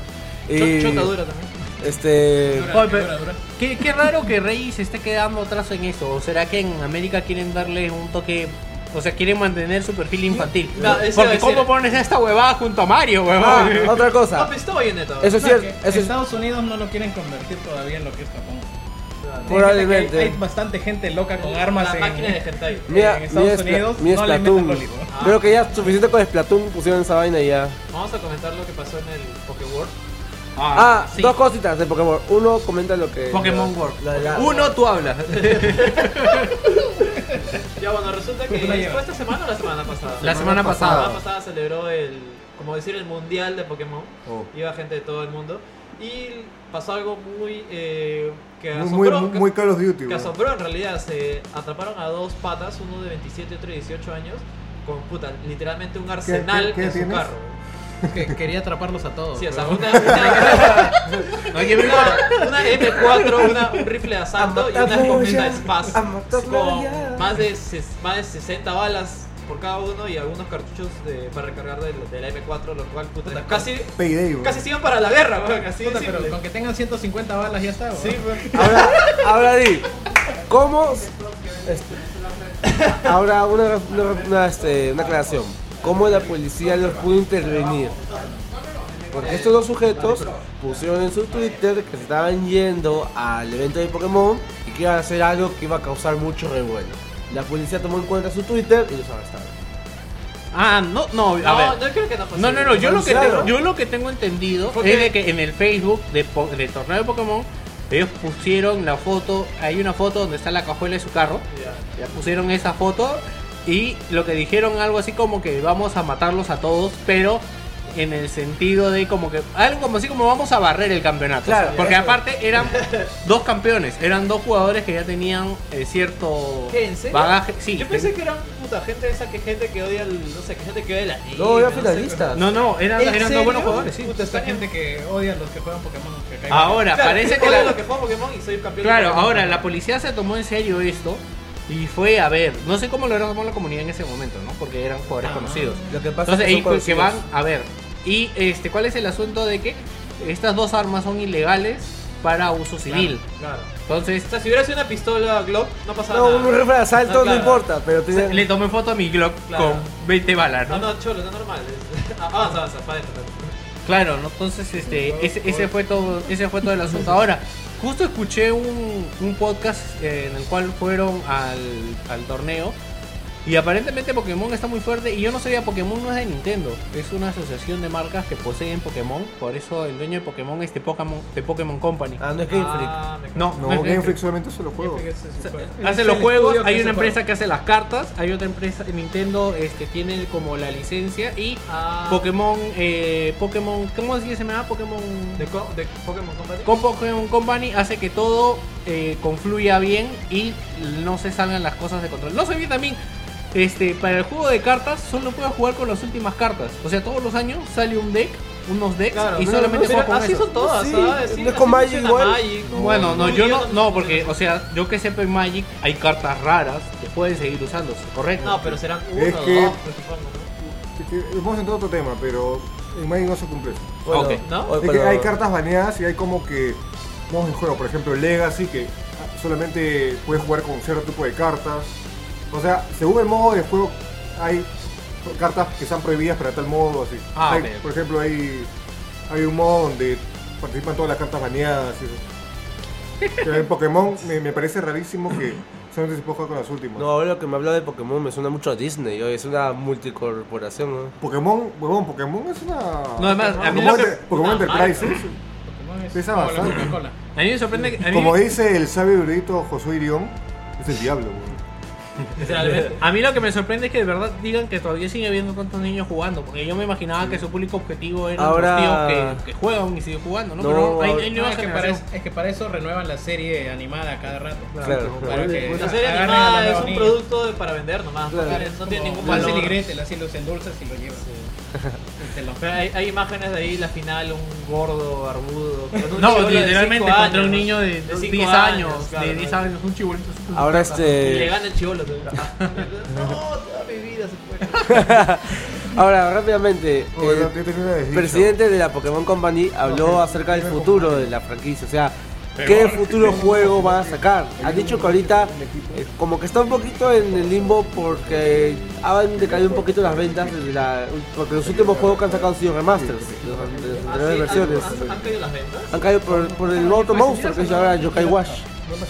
Cho- Y, Chotadura también. Este. Dura, Oye, dura, pero- dura. Qué, qué raro que Rey se esté quedando atrás en eso. ¿O será que en América quieren darle un toque... O sea, quieren mantener su perfil infantil. No, eso iba a Porque decir. ¿cómo pones a esta huevada junto a Mario, Ah, huevón? otra No, cosa. pero está bayoneta. weón. Eso es pues, No, cierto. que Eso es, Estados Unidos no lo quieren convertir todavía en lo que es Japón. Claro. Probablemente. Hay gente que- Hay bastante gente loca con armas La en, máquina de hentai. mira, en mi Estados Spla- Unidos. mi no le Splatoon. metan Hollywood. Creo que ya suficiente con Splatoon pusieron esa vaina y ya. Vamos a comentar lo que pasó en el Pokéworld. Ah, sí. dos cositas de Pokémon. Uno comenta lo que. Pokémon la- World. la- la- Uno, tú hablas. Ya bueno, resulta que Una lleva. fue esta semana o la semana pasada. La semana La pasada. semana pasada celebró el, como decir, el mundial de Pokémon. Oh. Iba gente de todo el mundo. Y pasó algo muy eh, que Muy, muy, asombró. muy, que- muy Call of Duty, que weón. asombró en realidad, se atraparon a dos patas, uno de 27 y otro de 18 años, con puta, literalmente un arsenal qué en su tienes? carro. Que- quería atraparlos a todos. Sí, o sea, pero- una, una- No Oye, una, una M4, una- un rifle de asalto y una escopeta Spaz con más de, ses- más de 60 balas por cada uno y algunos cartuchos de- para recargar de, de la M4, lo cual puta, casi, Payday, weón. casi se iban para la guerra, weón, así de Puta, pero simple. con que tengan 150 balas ya está, weón. Sí, weón. Ahora, ahora di, ¿cómo? este, ahora una, una, una, este, una aclaración. ¿Cómo la policía los pudo intervenir? Porque estos dos sujetos pusieron en su Twitter que se estaban yendo al evento de Pokémon y que iban a hacer algo que iba a causar mucho revuelo. La policía tomó en cuenta su Twitter y los arrestaron. Ah, no, no, a No, ver. no creo que no fue No, así, no, no, yo lo que Claro. tengo, yo lo que tengo entendido Porque- es de que en el Facebook de, po- del torneo de Pokémon ellos pusieron la foto, hay una foto donde está la cajuela de su carro, ya pusieron esa foto y lo que dijeron algo así como que vamos a matarlos a todos, pero en el sentido de como que algo como así como vamos a barrer el campeonato, Claro. porque aparte eran dos campeones, eran dos jugadores que ya tenían eh, cierto ¿Qué, en serio? bagaje, sí, Yo ten- pensé que eran puta gente esa que gente que odia el, no sé, que gente que odia la No, eran finalistas. no, no, eran, ¿En eran dos serio? buenos jugadores, sí. Puta, esta gente que odia a los que juegan Pokémon. Que Ah, caigan. Ahora, parece que la, lo que juego Pokémon y soy campeón. Claro, de Pokémon. ahora la policía se tomó en serio esto y fue a ver, no sé cómo lo tomó la comunidad en ese momento, ¿no? Porque eran jugadores conocidos. Ah, Lo que pasa Entonces, es que, ahí son pues, que van conocidos. a ver. Y este, ¿cuál es el asunto de que estas dos armas son ilegales para uso civil? Claro. Entonces, O sea, si hubiera sido una pistola Glock, no pasaba No, nada. un rifle de asalto no, claro. importa, pero tenían- le tomé foto a mi Glock Claro. con 20 balas, Ah, No, ¿no? no, cholo, no normal. es- Ah, Avanza, avanza, para adentro. Claro, ¿no? entonces este, ese, ese fue todo, ese fue todo el asunto. Ahora, justo escuché un, un podcast eh, en el cual fueron al, al torneo y aparentemente Pokémon está muy fuerte y yo no sabía Pokémon no es de Nintendo, es una asociación de marcas que poseen Pokémon, por eso el dueño de Pokémon es de Pokémon, de Pokémon Company. Ah, no es Game Freak. Ah, me No, No, no es de- Game Freak solamente hace los juegos. Hace Es los el juegos, estudio que hay hace una juegos. empresa que hace las cartas, hay otra empresa, Nintendo este, tiene como la licencia y Ah. Pokémon, eh, Pokémon, ¿cómo se llama? Pokémon... De, co- de Pokémon Company. con Pokémon Company hace que todo eh, confluya bien y no se salgan las cosas de control. No se olviden también, este, para el juego de cartas solo puedes jugar con las últimas cartas. O sea, todos los años sale un deck, unos decks Claro, y no, solamente pero juegas con así eso. son todas, Sí, ¿sabes? no Sí, es así con Magic funciona igual. Magic, Bueno, no, yo no, Yu-Gi-Oh! no, porque, o sea, yo que sepa en Magic hay cartas raras que pueden seguir usándose, correcto. No, pero serán uno, Es que- dos, pues, supongo, ¿no? Es que Hemos entrado a otro tema, pero en Magic no se cumple eso. Bueno, ok, ¿no? oye, Es que pero- hay cartas baneadas y hay como que modos en juego, por ejemplo Legacy, que solamente puedes jugar con cierto tipo de cartas. O sea, según el modo de juego hay cartas que están prohibidas para tal modo, así. Ah, Hay- ok. Por ejemplo, hay, hay un modo donde participan todas las cartas baneadas. y eso. Pero en Pokémon me, me parece rarísimo que solamente se puede jugar con las últimas. No, ahora lo que me habla de Pokémon me suena mucho a Disney, oye, es una multicorporación, ¿no? Pokémon, huevón, Pokémon es una... No, además, a mí Pokémon, lo que- Enter- Pokémon una Enterprise. ¿sí? Pokémon es Pesa como la bastante. Coca-Cola. A mí me sorprende que... a mí- Como dice el sabio erudito Josué Irión, es el diablo, Eh, güey. Literalmente. A mí lo que me sorprende es que de verdad digan que todavía sigue habiendo tantos niños jugando, porque yo me imaginaba que su público objetivo eran Ahora- los tíos que, que juegan y siguen jugando, ¿no? No, Pero hay, hay ahora- nuevas es, que para, generaciones. es que para eso renuevan la serie animada cada rato. Claro, Para claro. Eh, que La serie agarren a animada los es nuevos un niños. producto de- para vender nomás. Claro. No, tiene- no tiene Como ningún Hansel y valor. Gretel, así los endulzas y los llevas. Y te los- Pero hay, hay imágenes de ahí, la final, un gordo, barbudo. con un No, chibolo de literalmente cinco encontré un años, niño de, de 10 cinco años, claro, de 10 ¿no? años, un chibolito. así como- Ahora Y le este... gana el chivolo. te- No, toda mi vida se fue. Ahora rápidamente, Porque el no- yo tenía una desdicha. presidente de la Pokémon Company habló acerca del futuro de la franquicia, o sea, qué futuro juego van a sacar. Ha dicho que ahorita eh, como que está un poquito en el limbo porque han decaído un poquito las ventas desde la- porque los últimos juegos que han sacado han sido remasters de las- de las anteriores Así, versiones. ¿han- han- ¿Han caído las ventas? Han caído por, por el otro monstruo que es ahora Yokai Wash.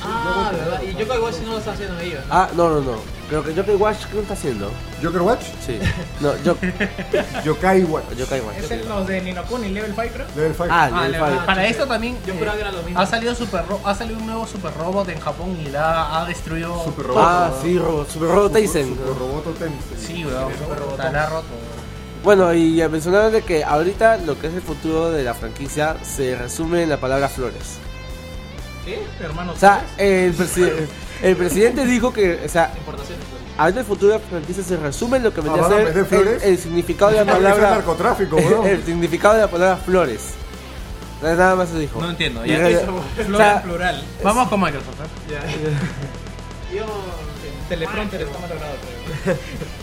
Ah, verdad. Y yo creo que si no lo está haciendo ellos. ¿no? Ah, no, no, no. Creo que Yokai Watch, ¿qué está haciendo? Joker Watch, Sí. No, yo, Yokai Watch, Ah, Yokai Watch. Es el, los de Ninokuni, Level 5, creo. Level 5. Ah, Ah, Level la- five. para esto también Yo eh, juraba que era lo mismo. ha salido super Ro- ha salido un nuevo super robot en Japón y la ha destruido Super Robot. Ah, sí, Robo- Super Robo Tyson. Super Robot Tyson. sí weón, super robot la ha roto Bueno, y ya mencionaron de que ahorita lo que es el futuro de la franquicia se resume en la palabra flores. ¿Qué? Hermano, O sea, el, presi- el presidente dijo que, o sea, Importaciones. pues. ahorita el futuro de la franquicia se resume en lo que vendría Ah, a ¿van a ser vender el, flores? el significado de la Es palabra. narcotráfico, weón. el significado de la palabra flores. Nada más eso dijo. No entiendo. Y Ya re- o Flora sea, en plural. Vamos con Microsoft. ¿eh? Yo. Teleprompter está mal logrado, creo.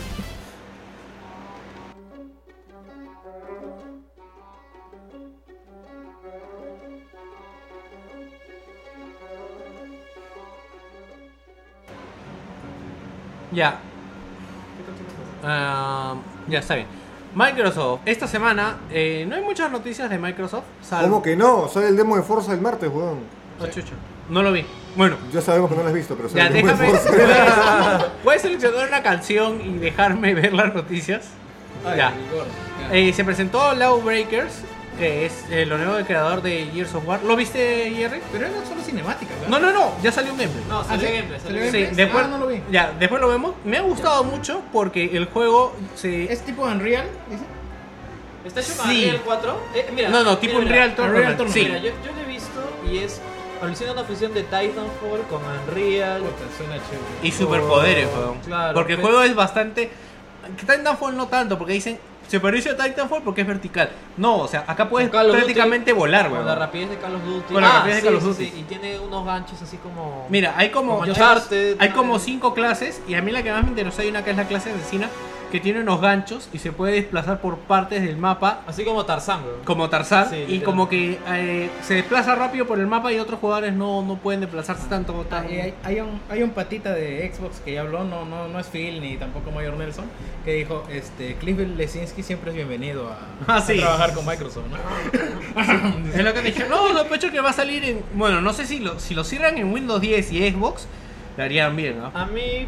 Ya. Ah, ya está bien. Microsoft. Esta semana eh, no hay muchas noticias de Microsoft. Salvo ¿Cómo que no? Sale el demo de Forza el martes, weón. Ah, chucha. No lo vi. Bueno. Ya sabemos que no lo has visto, pero sale Ya, el demo de déjame. Forza. ¿Puedes seleccionar una canción y dejarme ver las noticias? Ay, ya. Igor, ya. Eh, se presentó Lawbreakers, que es eh, lo nuevo del creador de Gears of War. ¿Lo viste, Jerry? Pero era solo cinemática, ¿verdad? No, no, no, ya salió un gameplay. Ah, No, salió ¿sí? gameplay. ¿Salió Salió gameplay. Sí, gameplay? después, Ah, no lo vi. Ya, después lo vemos. Me ha gustado mucho porque el juego se. ¿Es tipo Unreal? Dice. ¿Está hecho para Sí. Unreal 4? Eh, mira, No, no, mira, mira. tipo Unreal Tournament. Unreal Tournament. Sí. Mira, yo, yo lo he visto y es alucina una fusión de Titanfall con Unreal. Puta, suena chévere. Y superpoderes, weón. Oh, claro, porque el pero- juego es bastante. que Titanfall no tanto, porque dicen. Se parece a Titanfall porque es vertical. No, o sea, acá puedes Con Call of Duty, prácticamente volar, Con weón. la rapidez de Call of Duty. Ah, Con la rapidez de sí, Call of sí, Duty. sí, Y tiene unos ganchos así como. Mira, hay como. Como Uncharted, hay ¿no? como cinco clases. Y a mí la que más me interesó hay una que es la clase asesina. Que tiene unos ganchos y se puede desplazar por partes del mapa. Así como Tarzán, weón. Como Tarzán. Sí, y literal. como que eh, se desplaza rápido por el mapa y otros jugadores no, no pueden desplazarse tanto. Ah, tan- y hay, hay un, hay un patita de Xbox que ya habló, no, no, no es Phil ni tampoco Mayor Nelson, que dijo, este, Cliff Lesinski siempre es bienvenido a, Ah, a sí. trabajar con Microsoft, ¿no? Es lo que dijeron. No, lo pecho que va a salir en. Bueno, no sé si lo, si lo cierran en Windows 10 y Xbox, lo harían bien, ¿no? A mí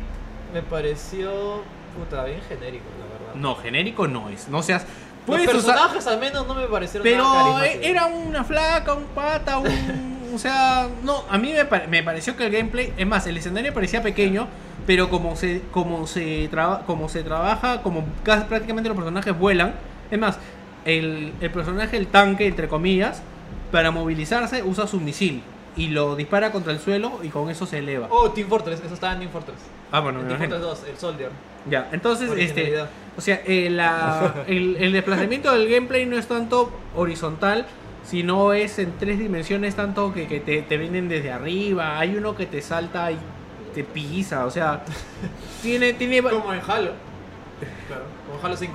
me pareció. Puta, bien genérico, la verdad. No, genérico no es. No seas. Los Puedes usar. personajes al menos no me parecieron nada Pues, Pero eh, carismáticos. era una flaca, un pata, un. O sea, no, a mí me, pare- me pareció que el gameplay, es más, el escenario parecía pequeño, pero como se como se traba- como se trabaja, como casi prácticamente los personajes vuelan, es más, el, el personaje, el tanque, entre comillas, para movilizarse usa su misil y lo dispara contra el suelo y con eso se eleva. Oh, Team Fortress, eso estaba en Team Fortress. Ah, bueno, en me Team imagino. Fortress 2, el Soldier. Ya, entonces, este, Originalidad. o sea, eh, la- el, el desplazamiento del gameplay no es tanto horizontal, sino es en tres dimensiones, tanto que, que te, te vienen desde arriba, hay uno que te salta y te pisa, o sea, tiene, tiene, va- Como en Halo. Claro, como en Halo 5.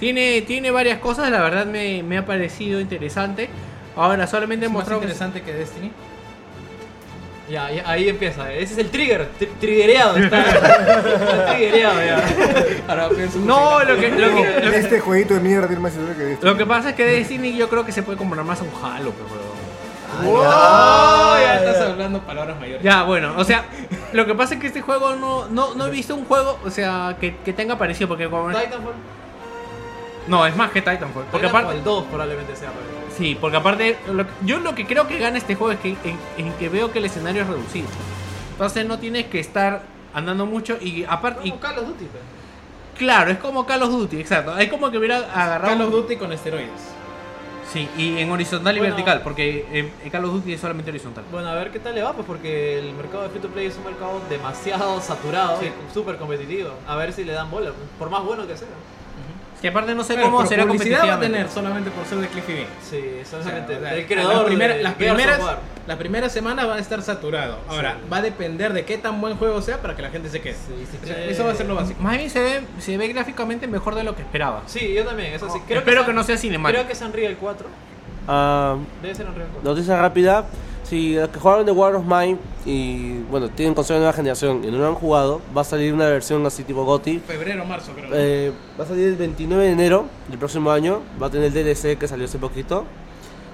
tiene, tiene varias cosas, la verdad me, me ha parecido interesante. Ahora, solamente Es más mostró... interesante que Destiny. Ya, ya, ahí empieza. Ese es el trigger. tri- Triggereado está. está triggereado ya. Ahora pienso No, lo que, lo que- lo que- Este jueguito de mierda tiene más historia que este. lo que pasa es que Destiny yo creo que se puede comprar más a un Halo, pero... ¡Oh! Ya estás hablando palabras mayores. Ya, bueno, o sea, lo que pasa es que este juego no, no, no he visto un juego, o sea, que, que tenga parecido, porque como... Titanfall. No, es más que Titanfall. Porque aparte... El 2 probablemente sea. pues. pero- Sí, porque aparte, lo que- yo lo que creo que gana este juego es que en, en que veo que el escenario es reducido. Entonces no tienes que estar andando mucho y aparte... Y, Como Call of Duty. pues. claro, es como Call of Duty, exacto. Es como que hubiera agarrado... Call of Duty con esteroides. Sí, y en horizontal y Bueno. vertical, porque eh, en Call of Duty es solamente horizontal. Bueno, a ver qué tal le va, pues porque el mercado de free to play es un mercado demasiado saturado Sí. y súper competitivo. A ver si le dan bola, pues, por más bueno que sea. Es que aparte no sé Claro, cómo pero será publicidad va a competitivamente. tener solamente por ser de Cliff y Bean. Sí, exactamente. O sea, el creador. las, primeras- de las Gears of primeras, War. las primeras semanas van a estar saturado. Ahora, va a depender de qué tan buen juego sea para que la gente se quede. Sí, sí, O sea, sí. Eso va a ser lo básico. Más bien se ve, se ve gráficamente mejor de lo que esperaba. Sí, yo también, eso sí. Creo Espero que, sea- no sea cinemático. Creo que es Unreal 4. Ah, Debe ser Unreal 4. noticia rápida. Si los que jugaron de War of Mine y bueno, tienen consola de nueva generación y no lo han jugado, va a salir una versión así tipo GOTY. Febrero, marzo, creo. Eh, va a salir el 29 de enero del próximo año. Va a tener el DLC que salió hace poquito.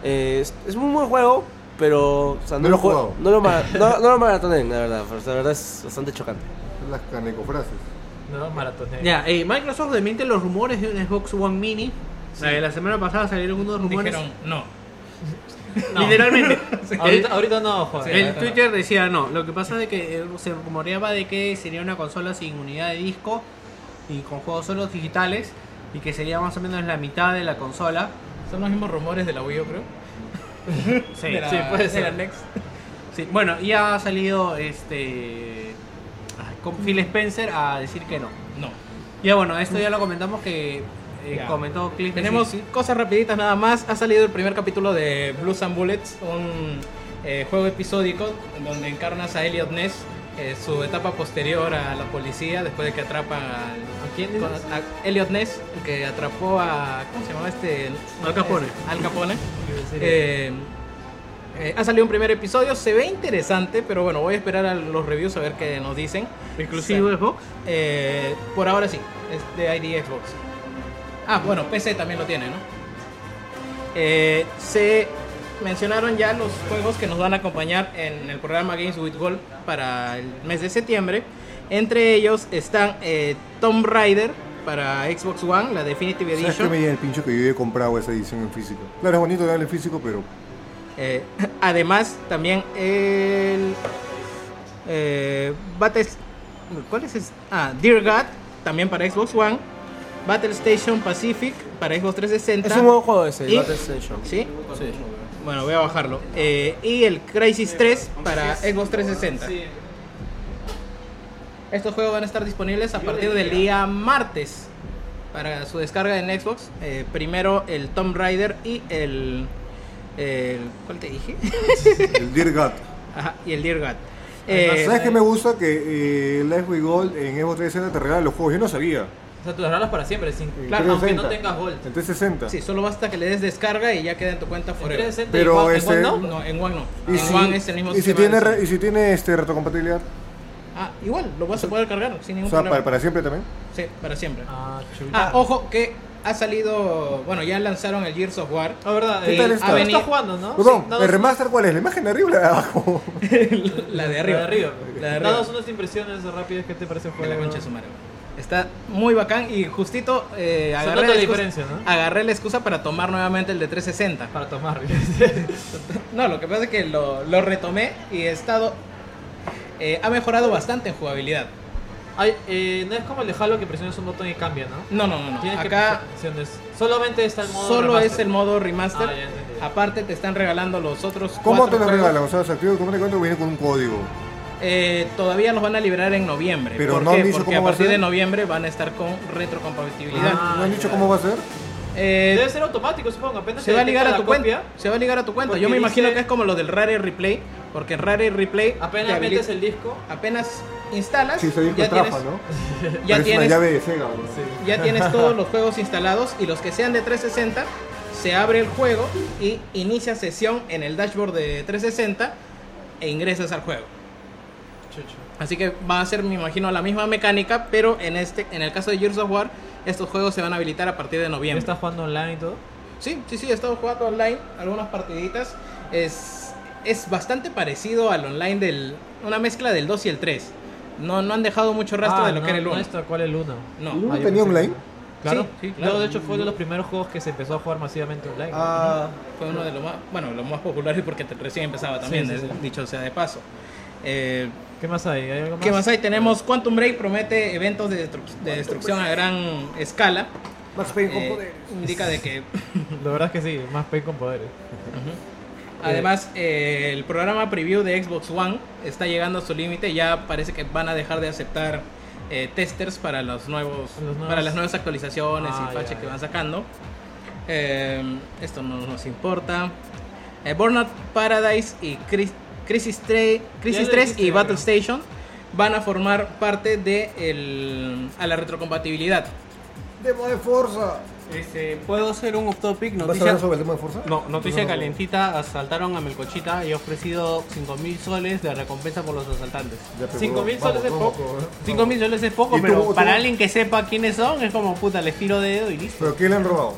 Eh, es, es un buen juego, pero o sea, No lo he jue- jugado. no lo mara- no- no lo maratonen, la verdad. pero La verdad es bastante chocante. Las canecofrases. No, maratones. Ya, eh, Microsoft desmiente los rumores de un Xbox One Mini. Eh, la semana pasada salieron unos rumores. Dijeron, no. Literalmente. Ahorita, ahorita no, joder. El Twitter decía no. Lo que pasa es que eh, se rumoreaba de que sería una consola sin unidad de disco y con juegos solos digitales y que sería más o menos la mitad de la consola. Son los mismos rumores de la Wii U, creo. Sí, de la, sí, puede de ser. la Next. sí. Bueno, y ha salido este ay, con Phil Spencer a decir que no. No. Ya bueno, esto ya lo comentamos que Eh, Ya. Comentó Cliff. Tenemos sí, sí. cosas rapiditas nada más. Ha salido el primer capítulo de Blues and Bullets, un eh, juego episódico en donde encarnas a Elliot Ness, eh, su etapa posterior a la policía, después de que atrapa al... ¿A quién? A Elliot Ness, que atrapó a... ¿Cómo se llama este? Al Capone. Al Capone. Eh, eh, ha salido un primer episodio, se ve interesante, pero bueno, voy a esperar a los reviews a ver qué nos dicen. Inclusive Xbox. Eh, por ahora sí, es de ID Xbox. Ah, bueno, PC también lo tiene, ¿no? Eh, se mencionaron ya los juegos que nos van a acompañar en el programa Games with Gold para el mes de septiembre. Entre ellos están eh, Tomb Raider para Xbox One, la Definitive ¿Sabes qué Edition. me llega el pincho que yo he comprado esa edición en físico? Claro, es bonito darle en físico, pero Eh, además, también el. Eh, Battles- ¿Cuál es ese? Ah, Dear God, también para Xbox One. Battle Station Pacific para Xbox 360. Es un buen juego ese, el Y- Battle Station. ¿Sí? Bueno, voy a bajarlo. Eh, y el Crisis 3 para Xbox 360. Sí. Estos juegos van a estar disponibles a partir del día martes para su descarga en Xbox. Eh, primero el Tomb Raider y el, el- ¿Cuál te dije? el Dear God. Ajá, y el Dear God. Eh, ¿Sabes qué me gusta? Que eh, Life with Gold en Evo 360 te regala los juegos. Yo no sabía. O sea, te los regalas para siempre, sin, En claro, aunque no 360. tengas Gold. En 360. Sí, solo basta que le des descarga y ya queda en tu cuenta En forever. 360 Pero este, igual- ese- igual no. No, en One no. ¿Y en si, One es el mismo y si sistema tiene, de- re- y si tiene este, retrocompatibilidad? Ah, igual, lo vas a poder cargar sin O ningún sea, problema. Eh, para, para siempre también. Sí, para siempre. Ah, Ah, chulo. ojo que ha salido, bueno, ya lanzaron el Gears of War. Ah, verdad. ¿Qué eh, tal está? ah, Avenida- está jugando, ¿no? Perdón, Sí, danos- ¿el remaster cuál es? ¿La imagen de arriba o la de abajo? La de La arriba. de arriba. La de arriba. Danos unas impresiones rápidas que te parece el De juego. la concha de su madre. Está muy bacán y justito eh, Se agarré, nota la excusa- diferencia, ¿no? agarré la excusa para tomar nuevamente el de 360. Para tomar. No, lo que pasa es que lo, lo retomé y he estado... eh, ha mejorado bastante en jugabilidad. Ay, eh, no es como el de Halo que presionas un botón y cambia, ¿no? No, no, no. no. Tienes Acá que presionar opciones. Solamente está el modo Solo remaster. es el modo remaster. Ah, ya entendí. Aparte te están regalando los otros. ¿Cómo te cuatro lo juegos. regalan? O sea, se activa el comando de cuenta viene con un código. Eh, todavía los van a liberar en noviembre. Pero ¿Por no qué? han dicho Porque cómo a va a partir ser. de noviembre van a estar con retrocompatibilidad. Ah, ¿No han dicho ya. cómo va a ser? Eh, Debe ser automático, supongo. Apenas se va a ligar a tu cuenta. cuenta. Se va a ligar a tu cuenta. Porque Yo me imagino dice- que es como lo del Rare Replay, porque en Rare Replay te Apenas habilita- metes el disco. apenas instalas, Sí, se dijo Ah, ya trafa, tienes, ¿no? Pero ya es una tienes llave de Sega, ¿no? Ya tienes todos los juegos instalados y los que sean de 360, se abre el juego y inicia sesión en el dashboard de 360 e ingresas al juego. Así que va a ser, me imagino, la misma mecánica, pero en este, en el caso de Gears of War, estos juegos se van a habilitar a partir de Ya noviembre. estás jugando online y todo. Sí, sí, sí, he estado jugando online algunas partiditas. Es, es bastante parecido al online del... Una mezcla del 2 y el 3. No, no han dejado mucho rastro Ah, de lo no, que era el No 1. está, ¿Cuál el 1? No. ¿El uno Ah, yo tenía pensé- online? Claro, sí, claro. Ah. No, de hecho fue uno de los primeros juegos que se empezó a jugar masivamente online. Ah, Fue uno de los más, bueno, los más populares porque te- recién empezaba también, Sí, sí, sí. dicho sea de paso. Eh, ¿Qué más hay? ¿Hay algo más? ¿Qué más hay? Tenemos Quantum Break promete eventos de, destru- de destrucción a gran escala. Max Payne Eh, indica de que, La verdad es que sí, más pay con poderes. además, eh, el programa preview de Xbox One está llegando a su límite. Ya parece que van a dejar de aceptar eh, testers para los nuevos, Los nuevos- para las nuevas actualizaciones Ah, y parches ya, que ya. van sacando. Eh, esto no nos importa. Eh, Burnout Paradise y Cris- Crisis, 3, Crisis lo 3 dijiste, y ya, Battle ¿no? Station van a formar parte de el- a la retrocompatibilidad. Demo de Forza. Este, ¿Puedo hacer un off-topic? ¿Vas a hablar Noticia, sobre el demo de Forza? no, noticia calientita. Asaltaron a Melcochita y ha ofrecido 5.000 soles de recompensa por los asaltantes. Ya, pero 5.000 vamos, soles es vamos, poco. vamos. 5.000 soles es poco, ¿Y tú- pero tú- para alguien que sepa quiénes son, es como, puta, les tiro dedo y listo. ¿Pero qué le han robado?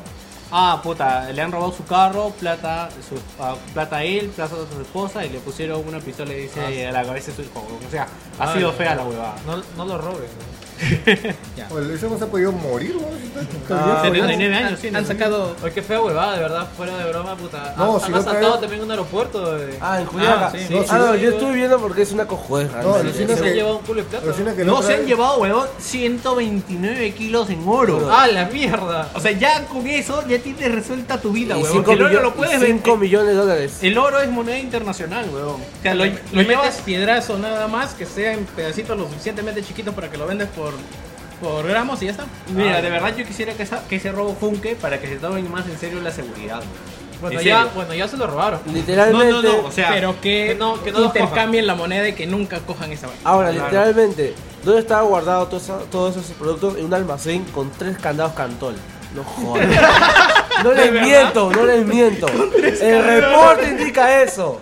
Ah, puta, le han robado su carro, plata, su, ah, plata a él, plata a su esposa y le pusieron una pistola y dice Ah. a la cabeza de su hijo. O sea, ha Ah, sido ya. fea la huevada. No, no lo robes. Oye, ¿Ese no Pues, se ha podido morir? güey? Ah, 79 Han- años tiene. han sacado Oye, qué fea huevada, de verdad, fuera de broma, puta. No, Han- si han no asaltado trae- también un aeropuerto. eh. Ah, en Juliaca. Ah, sí, sí, Ah, no, sí. yo estuve viendo porque es una cojuela. No, realmente. alucina se han que- llevado un culo de plata. Alucina que la No, otra se han vez- llevado, huevón, 129 kilos en oro. ¡Ah, la mierda! O sea, ya con eso ya tienes resuelta tu vida, Y huevón. 5 Que el oro millones, lo puedes y cinco vender. millones de dólares. El oro es moneda internacional, huevón. O sea, lo, Lo, lo metes llevas piedrazo nada más, que sea en pedacitos lo suficientemente chiquitos para que lo vendes por por gramos y ya está. Mira, de verdad yo quisiera que, esa- que ese robo junque para que se tomen más en serio la seguridad. weón. Bueno, En ya, serio. bueno, ya se lo robaron. Literalmente. No, no, no, o sea, pero que, que no- que no los intercambien la moneda y que nunca cojan esa vaina. Ahora, literalmente, ¿dónde estaba guardado todo esa- todos esos productos? En un almacén con tres candados cantol. No jodas. No les miento, no les miento. El reporte indica eso.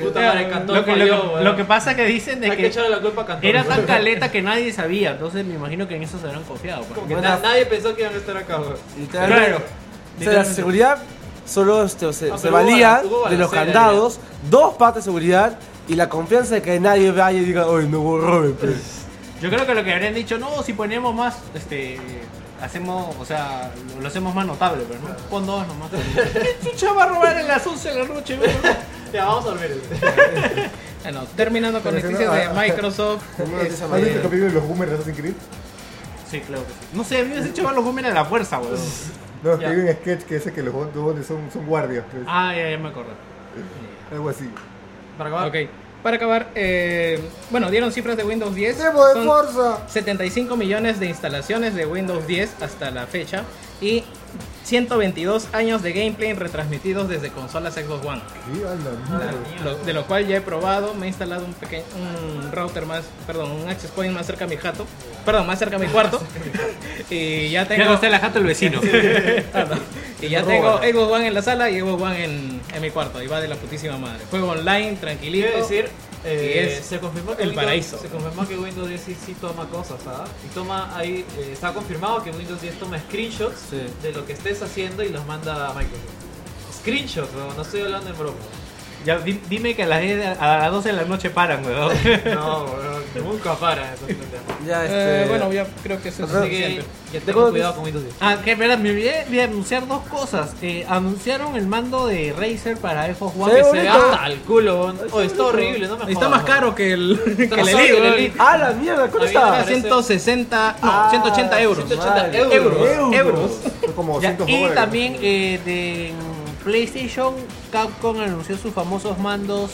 Puta madre, Cantón lo, que, lo falló, que- weón. lo que pasa que dicen de Hay que que echarle la culpa a Cantón. era weón. tan caleta que nadie sabía, entonces me imagino que en eso se habrán confiado. pues. weón. Como que na- nadie pensó que iban a estar acá, weón. Literalmente. Claro. O sea, la seguridad solo este, se, Ah, se pero hubo valía bala- hubo de los balacera, candados, dos patas de seguridad y la confianza de que nadie vaya y diga, oye, no hubo roben, pues". Yo creo que lo que habrían dicho, no, si ponemos más, este, hacemos, o sea, lo, lo hacemos más notable, pero no, pon dos nomás. ¿Qué chucha va a robar en las 11 de la noche, weón? Ya, vamos a dormir. Bueno, terminando con Pero que noticias no- de ah, Microsoft. ¿Has visto el capítulo de los boomers de Assassin's Creed? este, Sí, claro que sí. No sé, a mí me has hecho ver los gómenes a la fuerza, weón. No, Ya. que hay un sketch que dice que los boomers son, son guardias, pues, Ah, ya, ya me acordé. algo así. Para acabar. Ok, para acabar, eh, bueno, dieron cifras de Windows 10. ¡Demo de Son- fuerza! 75 millones de instalaciones de Windows 10 hasta la fecha y 122 años de gameplay retransmitidos desde consolas Xbox One. Sí, a la mierda. Lo- de lo cual ya he probado, me he instalado un pequeño un router más, perdón, un access point más cerca a mi jato, perdón, más cerca a mi cuarto. y ya Ya tengo no está la jato el vecino. Ah, no. y ya tengo Xbox One en la sala y Xbox One en, en mi cuarto, y va de la putísima madre. Juego online, tranquilito. Quiero decir, eh, Y es se confirmó que el Windows, paraíso. Se confirmó que Windows 10 sí, sí toma cosas, ¿ah? Y toma ahí, eh, está confirmado que Windows 10 toma screenshots Sí. de lo que estés haciendo y los manda a Microsoft. Screenshots, weón, no estoy hablando en broma. Ya, di- dime que a las, 10 de- a las 12 de la noche paran, weón. No, weón, nunca para eso. Así Ya, Eh, este, bueno, ya creo que eso es que suficiente. ya Tengo tengo cuidado con Windows 10. Ah, que verdad, me olvidé de anunciar dos cosas. Eh, anunciaron el mando de Razer para Xbox One. Se ve que Se ve bonito. hasta el culo, weón. Oh, está horrible, no me Está jodas, más weón. caro que el, que el más caro Elite, ¿eh? que el weón. Elite. ¡Ah, la mierda! ¿Cuánto A mí me está? parece- 160, no, Ah, 180 euros. 180 Madre. euros. Euros. Euros. Son como Ya, 200 y dólares. también eh, de mm, PlayStation, Capcom anunció sus famosos mandos,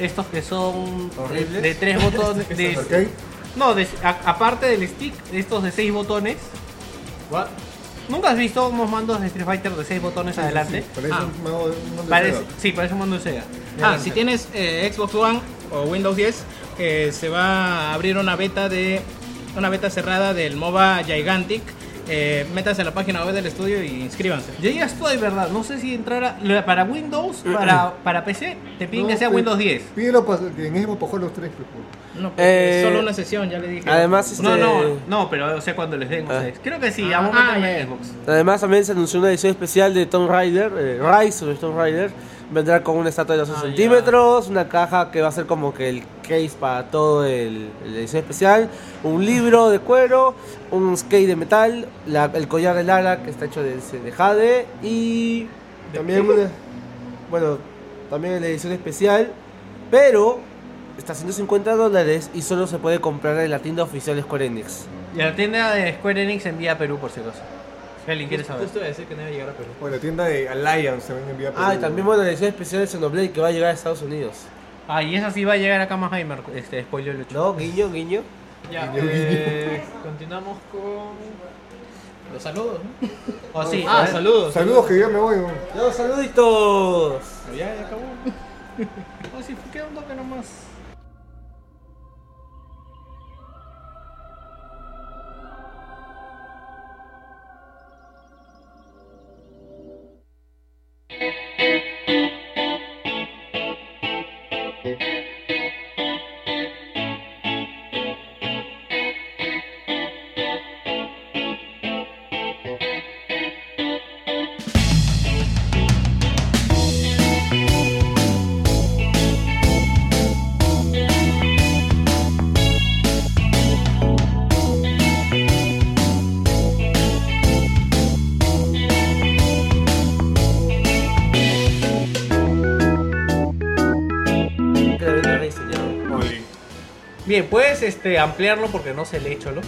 estos que son Horribles. de tres botones. de- este, ¿Ok? no, de- a- aparte del stick, estos de seis botones. What? ¿Nunca has visto unos mandos de Street Fighter de seis botones adelante? Parece Ah, un mago de- un mago de parece- Sega. sí, parece un mando de Sega. Ah, si tienes eh, Xbox One o Windows 10, eh, se va a abrir una beta de una beta cerrada del MOBA Gigantic. Eh, métanse a la página web del estudio y inscríbanse. Yo ya estoy, ¿verdad? No sé si entrará la- para Windows, para, para PC, te piden que No, sea pues, Windows 10. Pídelo pa- que en Xbox para jugar los tres, pues, por- No, Eh, solo una sesión, ya le dije. Además, este, No, no, no, pero o sea, cuando les den, o Ah. sea, creo que sí, Ah, a un momento ah, en ya, ya. Xbox. además también se anunció una edición especial de Tomb Raider, eh, Rise of Tomb Raider. Vendrá con una estatua de 12 Ah, ya. centímetros, una caja que va a ser como que el case para todo el, la edición especial, un libro de cuero, un skate de metal, la- el collar de Lara que está hecho de, de jade y también una, bueno, también la edición especial, pero está a 150 dólares y solo se puede comprar en la tienda oficial de Square Enix. Y la tienda de Square Enix envía a Perú, por si acaso. Feli, ¿quieres saber? Justo iba a decir que no iba a llegar a Perú. O la tienda de Alliance también envía. Ah, y también bueno, la edición especial de Xenoblade que va a llegar a Estados Unidos. Ah, y esa sí va a llegar acá más Heimer, este, spoiler lo ¿No? Guiño, guiño. Ya, eh, continuamos con. Los saludos. ¿no? Oh, sí, a Ah, ver. saludos. Saludos que yo me voy. ¿no? ¡Los saluditos! Ya, ya acabó. Oh, sí, ¿qué onda que nomás? Que la venda rediseñada. Bien, puedes este, ampliarlo porque no se lee, cholo.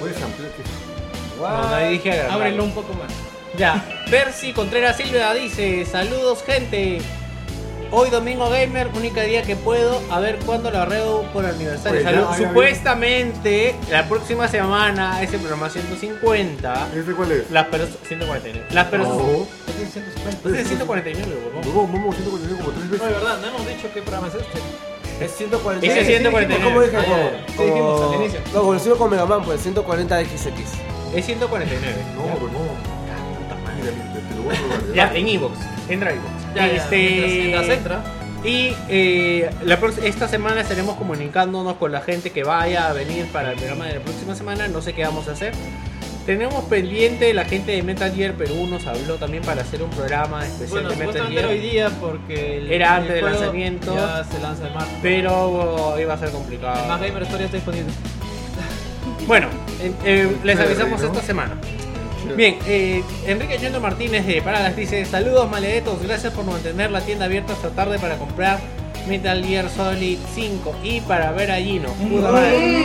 Puedes ampliar que- No, no dije agrandarlo. Ábrelo un poco más. Ya, Percy Contreras Silva dice, saludos gente. Hoy domingo gamer, única día que puedo, a ver cuándo lo arreo por aniversario. Pues ya, Salud. ya, ya. Supuestamente, la próxima semana, ese programa 150, ¿Este cuál es? las personas... 149. Las personas... No. Es 149, huevón. Luego, Momo, 149 como tres No, veces. de verdad, no hemos dicho qué programa es este. Es 140. Ese es 149. ¿Cómo dije? Ah, Como- ya, ya. Sí, dijimos al como- inicio. No, como lo hicimos con Mega Man, pues 140 XX. Es 149. No, pero no. Mira, te- te lo voy a probar, Ya, en Evox. Entra Evox. Ya, ya, este... mientras- mientras entra. Y eh, la prox- esta semana estaremos comunicándonos con la gente que vaya a venir para el programa de la próxima semana. No sé qué vamos a hacer. Tenemos pendiente, la gente de Metal Gear Perú nos habló también para hacer un programa especial Bueno, de Metal supuestamente Gear. era hoy día porque el, Era antes el del juego lanzamiento. Ya se lanza el martes. Pero oh, iba a ser El complicado. Más Gamer Story está disponible. Bueno, eh, eh, les Chévere, avisamos ¿no? esta semana. Chévere. Bien, eh, Enrique Yondo Martínez de Paradas dice: Saludos, maledetos. Gracias por mantener la tienda abierta hasta tarde para comprar Metal Gear Solid 5 y para ver a Gino. Puta madre.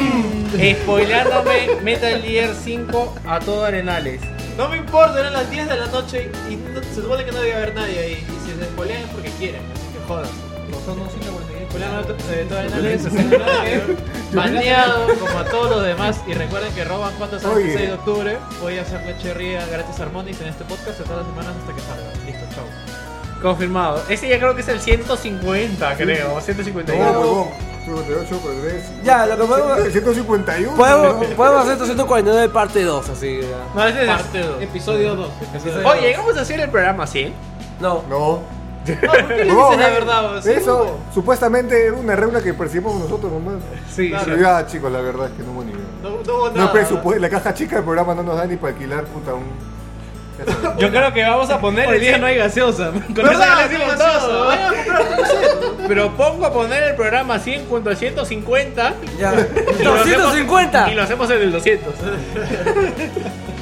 Spoilándome Metal Gear 5 Mm. a todo Arenales. No me importa, eran las 10 de la noche y no- se supone que no debe haber nadie ahí. Y si se spoilean es porque quieren, así que jodas. eh, Nosotros eh. Baneado como a todos los demás y recuerden que roban cuando sale el Oye. 16 de octubre. Voy a hacer leche ría gratis a Harmonix en este podcast de todas las semanas hasta que salga. Listo, chao. Confirmado. Ese ya creo que es el 150, creo. o No, 151. huevón. 58, 43. Ya, lo que podemos- 151. Podemos, ¿no? podemos hacer 249 parte 2, así. ya. No, ese es- eh, Parte 2. Episodio 2. Oye, llegamos a hacer el programa 100. No. No. ¿por qué le Huevón, dices la eh, verdad? Sí, Eso, hubo. supuestamente era una reunión que percibimos nosotros nomás. Sí, Pero Ya, chicos, la verdad es que no hubo ni idea. No, no hubo No nada. hay presupuesto, la caja chica del programa no nos da ni para alquilar, puta, un... Ya sabes. Yo creo que vamos a poner Hoy el día 100. no hay gaseosa. Con eso ¿Verdad? ya le decimos todo. Vayan a comprar Propongo a poner el programa 100 junto al 150. Ya. y lo hacemos- 250. Y lo hacemos en el 200.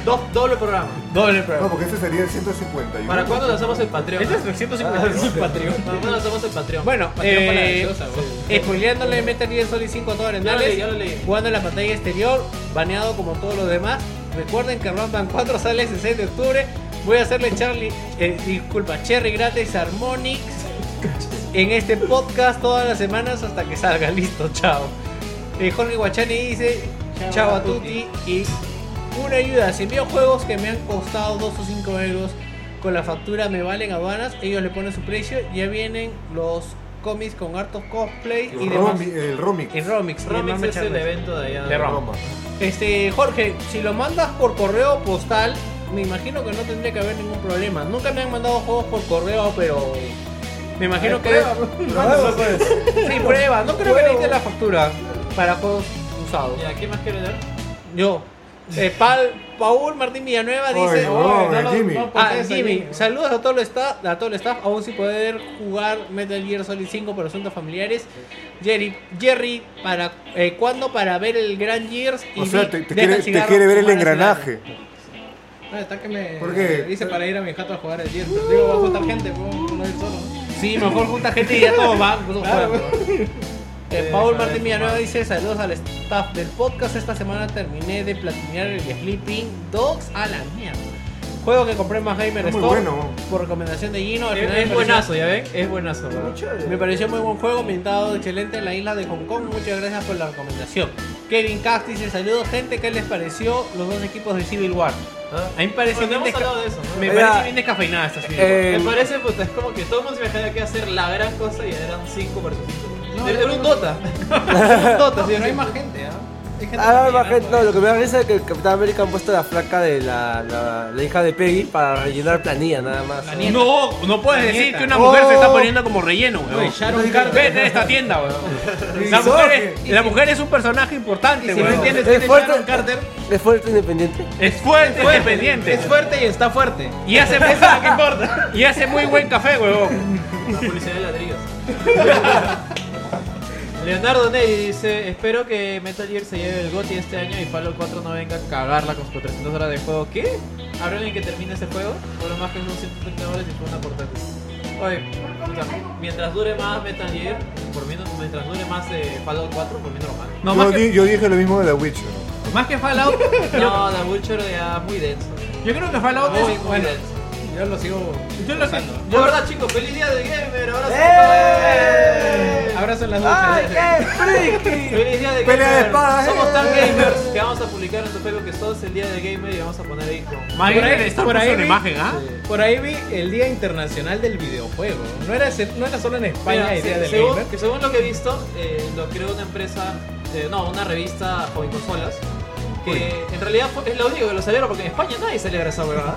dos- doble programa. Doble No, programa. porque ese sería el 151. ¿Para cuándo lanzamos el Patreon? Este es el 150. ¿Para cuándo lanzamos el Patreon? Bueno, Patreon para la eh, gaseosa, güey. Spoileándole Metal Gear Solid 5 a todos Ya lo leí, arenales. ya lo leí. Jugando en la pantalla exterior. Baneado como todos los demás. Recuerden que Ramban 4 sale el 6 de octubre. Voy a hacerle Charlie, eh, disculpa, Cherry gratis a Harmonix en este podcast todas las semanas hasta que salga. Listo, chao. Eh, Jorge Guachani dice, chao, a tutti y una ayuda. Si envío juegos que me han costado 2 o 5 euros con la factura me valen aduanas, ellos le ponen su precio, ya vienen los cómics con hartos cosplay y El, demás. Romi, el Romic. En Romix, y Romix es demás el merchandising. evento de allá. De Roma. Roma. Este, Jorge, si lo mandas por correo postal, me imagino que no tendría que haber ningún problema. Nunca me han mandado juegos por correo, pero me Eh, imagino que. Sí, prueba. No creo que necesite la factura para juegos usados. Ya, ¿qué más quiere leer? Yo. Eh, Pal- Paul Martín Villanueva Oye, dice. no, no, no, Jimmy. no, Ah, Pues eso, Jimmy, Jimmy. saludos a todo el staff, a todo el staff, aún sin poder jugar Metal Gear Solid 5 por asuntos familiares. Jerry, Jerry, para eh, ¿cuándo para ver el Grand Gears? O sea, te, te deja quiere, el te cigarro quiere ver el fumar a su engranaje. Ah, está que me ¿Por qué? me dice para ir a mi jato a jugar el diente. Digo, va a juntar gente, puedo no ir solo. lado. Sí, mejor junta gente y ya todo va. todos juegan. Eh, Paul Martín Villanueva dice saludos al staff del podcast. Esta semana terminé de platinear el Sleeping Dogs a la mierda. Juego que compré en Mannheimer Muy Store bueno. por recomendación de Gino. Al Es, final es me buenazo, ya ven, es buenazo. ¿verdad? Me pareció muy buen juego, ambientado excelente en la isla de Hong Kong. Muchas gracias por la recomendación. Kevin Cast dice saludos gente, ¿qué les pareció los dos equipos de Civil War? ¿Ah? A mí me parece Bueno, bien, hemos desca- hablado de eso, ¿no? me Era- parece bien descafeinada esta Civil War. Eh, Me parece, puta, es como que todo el mundo se imaginaba que iba a ser la gran cosa y eran 5 versus 5. No, era, no, era un no. Dota. Tota, no hay más gente, ¿ah? Hay gente Ah, que va, me gente, llama. no, lo que me da risa es que el Capitán América han puesto la flaca de la, la, la hija de Peggy para rellenar planilla nada más. La nieta. No, no puedes La decir nieta. que una mujer se está Oh. poniendo como relleno, Oye, weón. Sharon Carter. Vete de esta tienda, weón. La Sí, mujer, sí. es, la mujer es un personaje importante, Si no weón. entiendes Es quién es fuerte. Sharon Carter, ¿Es fuerte independiente? Es fuerte, es independiente. es fuerte y está fuerte. Y hace, importa. y hace muy buen café, weón. La publicidad de ladrillos. Leonardo Ney dice, espero que Metal Gear se lleve el GOTY este año y Fallout 4 no venga a cagarla con sus 300 horas de juego. ¿Qué? ¿Habrá alguien que termine ese juego? Por lo más que son 130 horas y fue una portátil. Oye, puta, mientras dure más Metal Gear, por mí no- mientras dure más eh, Fallout 4, por mí normal. No, yo, más que, di- yo dije lo mismo de The Witcher. Más que Fallout, No, la Vulture ya muy denso. yo creo que Fallout Muy, es. muy Bueno, denso. Yo lo sigo. Yo lo sé. usando. De verdad, chicos, feliz día del gamer. Ahora ¡Eh! Abrazo en las ¡Ay, noches. qué friki! Feliz día del Pelea de gamer. espadas, Somos eh. tan gamers que vamos a publicar en nuestro Facebook que todos el día del gamer y vamos a poner ahí como. Por ahí, Está por ahí puesto en vi- imagen, ¿ah? Por ahí vi el Día Internacional del Videojuego. No era, ese- no era solo en España Mira, el Día se- del según, Gamer. que según lo que he visto, eh, lo creó una empresa, eh, no, una revista joven consolas. Que en realidad fue- es lo único que lo celebra porque en España nadie celebra esa huevada.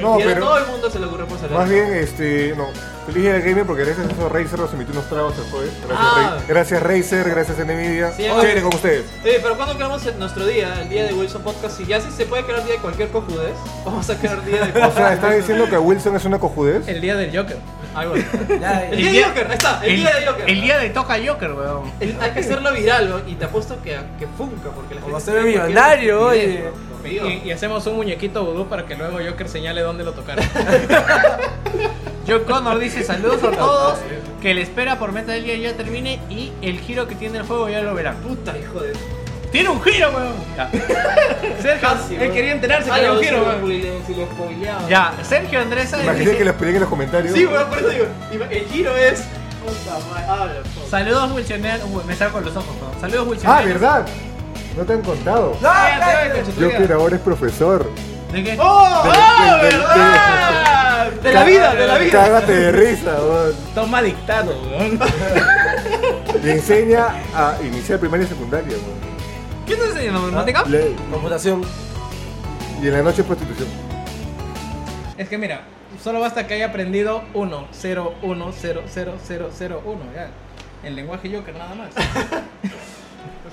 No, y a pero- todo el mundo se le ocurre por celebrar. Más bien, este, no. Feliz día del gamer porque gracias a eso Razer nos emitió unos tragos el jueves. Gracias, Ah. Ra- gracias Razer, gracias Nvidia. Sí, Chévere además- con ustedes. Eh, pero cuando creamos el- nuestro día, el día de Wilson Podcast, si ya sí se puede crear día de cualquier cojudez, vamos a crear día de O sea, ¿estás diciendo que Wilson es una cojudez? El Día del Joker. Ahí voy. Ya, El día de Joker, ahí está, el, El, día de Joker. el día de Toca Joker, weón. El- hay que hacerlo viral, ¿no? y te apuesto que, que funca, porque la gente. Como se ser cree cualquier millonario, estupidez, oye. por Dios. Y, y hacemos un muñequito vudú para que luego Joker señale dónde lo tocaron. John Connor dice saludos a todos, que la espera por Metal Gear ya termine y el giro que tiene el juego ya lo verán. Puta, hijo de. ¡Tiene un giro, weón! Ya, Sergio, Casi, él weón. quería enterarse Ah, que no, yo si quiero. lo weón. spoile- si lo spoileaba. Ya, Sergio Andrés Imaginé que les pedían en los comentarios. Sí, weón, por eso digo. ima- El giro es. Puta madre. Habla, po. Saludos Wilsonean, Uy, me salgo con los ojos, weón. Saludos Ah, Wilsonean. ¿verdad? No te han contado. ¡No, Cállate, cállate! weón, con su Yo vida. que ahora es profesor. ¿De qué? ¡Oh! ¡Ah, verdad! De la vida, de la vida. Cágate de risa, weón. Toma dictado, weón. Le enseña a iniciar primaria y secundaria, weón. Ah, ¿Qué estás enseñando, matemática? Le- Computación. Y en la noche prostitución. Es que mira, solo basta que haya aprendido 1, 0, 1, 0, 0, 0, 0, 1. Ya. El lenguaje Joker nada más.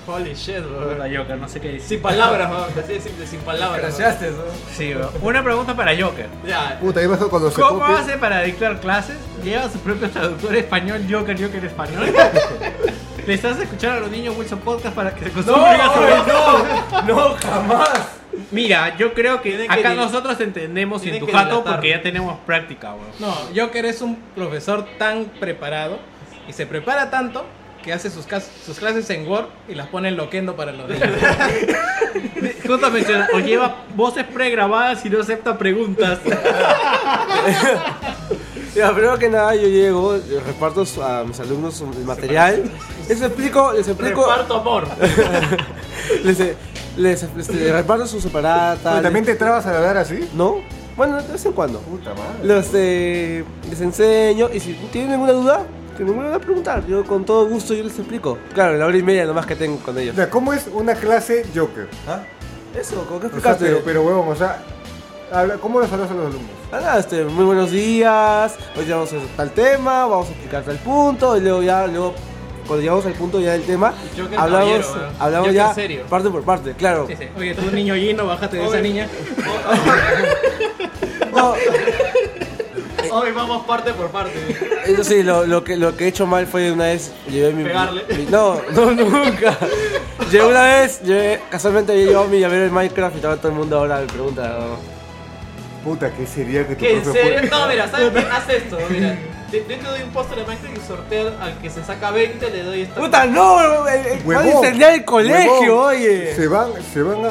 Holy shit, Puta weón. Joker, no sé qué decir. Sin palabras, weón. Así de simple, sin palabras. weón. Graciaste, ¿no? Sí, weón. Una pregunta para Joker. Ya. Puta, ahí bajo cuando se ¿Cómo copie. hace para dictar clases? ¿Lleva a su propio traductor español, Joker, Joker español? ¿Les hace escuchar a los niños Wilson Podcast para que se acostumbren a su voz? no, no, jamás. Mira, yo creo que Tienen que acá di- nosotros entendemos tienen en tu que jato dilatar. porque ya tenemos práctica, weón. No, Joker es un profesor tan preparado y se prepara tanto que hace sus, cas- sus clases en Word y las pone en loquendo para los niños. Justo menciona, o lleva voces pregrabadas y no acepta preguntas. Ya, primero que nada, yo llego, eh, reparto su- a mis alumnos su- el material. Les explico, les explico. Reparto amor. Les, eh, les, este, reparto su separata. Oye, ¿También les- te trabas al hablar así? ¿No? Bueno, de vez en cuando. Puta madre. Los, eh, les enseño y si tienen alguna duda, que ninguna duda preguntar. Yo con todo gusto yo les explico. Claro, la hora y media nomás que tengo con ellos. O sea, ¿cómo es una clase Joker? ¿Ah? Eso, ¿con qué O sea, explicaste? pero, pero huevón, o sea, habla- ¿cómo les hablas a los alumnos? Ah, nada, este, muy buenos días, hoy ya vamos a hacer tal tema, vamos a explicar tal punto, y luego ya, luego, cuando llegamos al punto ya del tema, Joker hablamos, caballero, ¿eh? hablamos Joker ya serio. parte por parte, claro. Dice, Oye, tú niño Gino, bájate de esa Oye. niña. No, Hoy vamos parte por parte. eso sí, lo, lo que, lo que he hecho mal fue una vez, llevé mi... Pegarle. mi- no, no, nunca. Llevé una vez, llevé, casualmente había llevado mi llavero en Minecraft y todo, todo el mundo ahora me pregunta... ¿no? Puta, ¿qué sería que tu ¿Qué? ¿En profe fuera- serio? No, mira, ¿sabes qué? Haz esto, mira. Te- Dentro de un póster de Minecraft y sorteo al que se saca 20, le doy esta. ¡Puta, no! eh, eh, ¡Van a Huevón, incendiar el colegio, huevón. oye! Se van, se van a.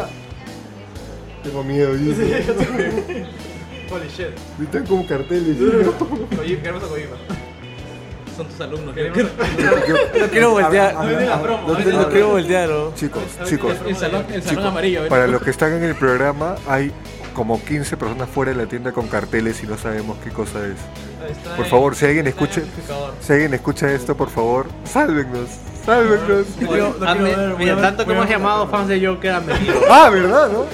Tengo miedo, ¿viste? Holy shit. Están como carteles. ¿viste? Kojima, queremos a Kojima. Son tus alumnos. Queremos Joker. a- No quiero voltear, Habla- habla- la broma, no, habla- no quiero voltear, ¿no? Chicos, chicos, El salón, el salón Chicos, amarillo. ¿eh? para los que están en el programa, hay como 15 personas fuera de la tienda con carteles y no sabemos qué cosa es. Ahí está Por el- favor, si alguien ahí está el escuche- amplificador. Si alguien escucha esto, por favor, sálvennos, sálvennos. Hazme- mira, tanto que hemos llamado fans de Joker, han venido. Ah, ¿verdad, no?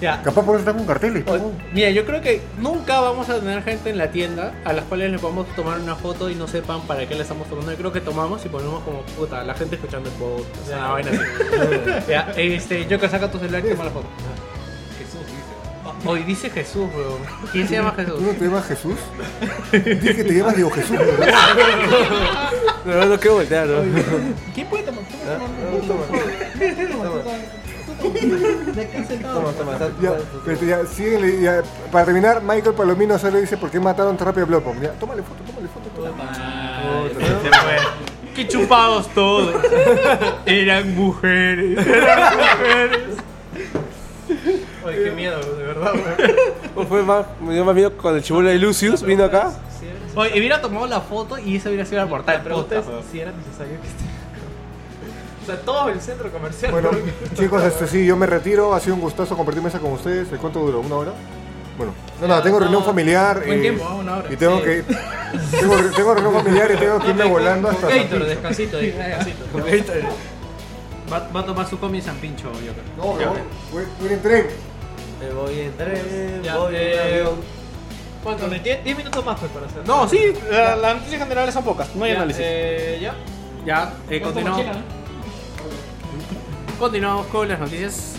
Ya. Capaz por eso están con carteles. O- ¿no? Mira, yo creo que nunca vamos a tener gente en la tienda a las cuales le podamos tomar una foto y no sepan para qué le estamos tomando. Yo creo que tomamos y ponemos como puta la gente escuchando el podcast. Ya. Una vaina así. ya, este, Joker, saca tu celular y toma la foto. Jesús, dice. Hoy dice Jesús, weón. ¿Quién se llama Jesús? ¿Tú no te llamas Jesús? Dije que te llamas Diego Jesús, ¿verdad? No, no quiero voltear, ¿no? ¿Quién puede tomar? ¿Quién puede tomar? ¿Ah? Toma, toma, está- Ya, pero ya, síguele, ya. Para terminar, Michael Palomino solo dice por qué mataron tan rápido a Bloodborne. Ya, tómale foto, tómale foto. Tómale. Ay, se fue. Qué chupados todos. Eran mujeres. Eran mujeres. Oye, qué miedo, de verdad. O Fue más, me dio más miedo cuando el chibulo de Lucius vino acá. Oye, hubiera tomado la foto y eso hubiera sido el La portal. pregunta es podcast, weón. si era necesario que esté. O sea, todo el centro comercial. Bueno, creo que- chicos, este sí, yo me retiro. Ha sido un gustazo compartir mesa con ustedes. ¿El cuánto duró? ¿Una hora? Bueno, no, nada, tengo reunión familiar. Buen eh, tiempo, ¿ah? Una hora. Y tengo Sí. que. Tengo, tengo reunión familiar y tengo que irme volando hasta. San Gator, Pincho. descansito, ahí, descansito. Va, va a tomar su combi San Pincho, yo creo. No, me voy. Voy voy en tren. Me voy en tren, Ya, voy en eh, avión. ¿Cuánto? 10 minutos más pues para hacer. No, sí, la- las noticias generales son pocas, no hay ya, análisis. eh, ya. Ya, eh, Con tu continuamos. mochila, ¿no? Continuamos con las noticias.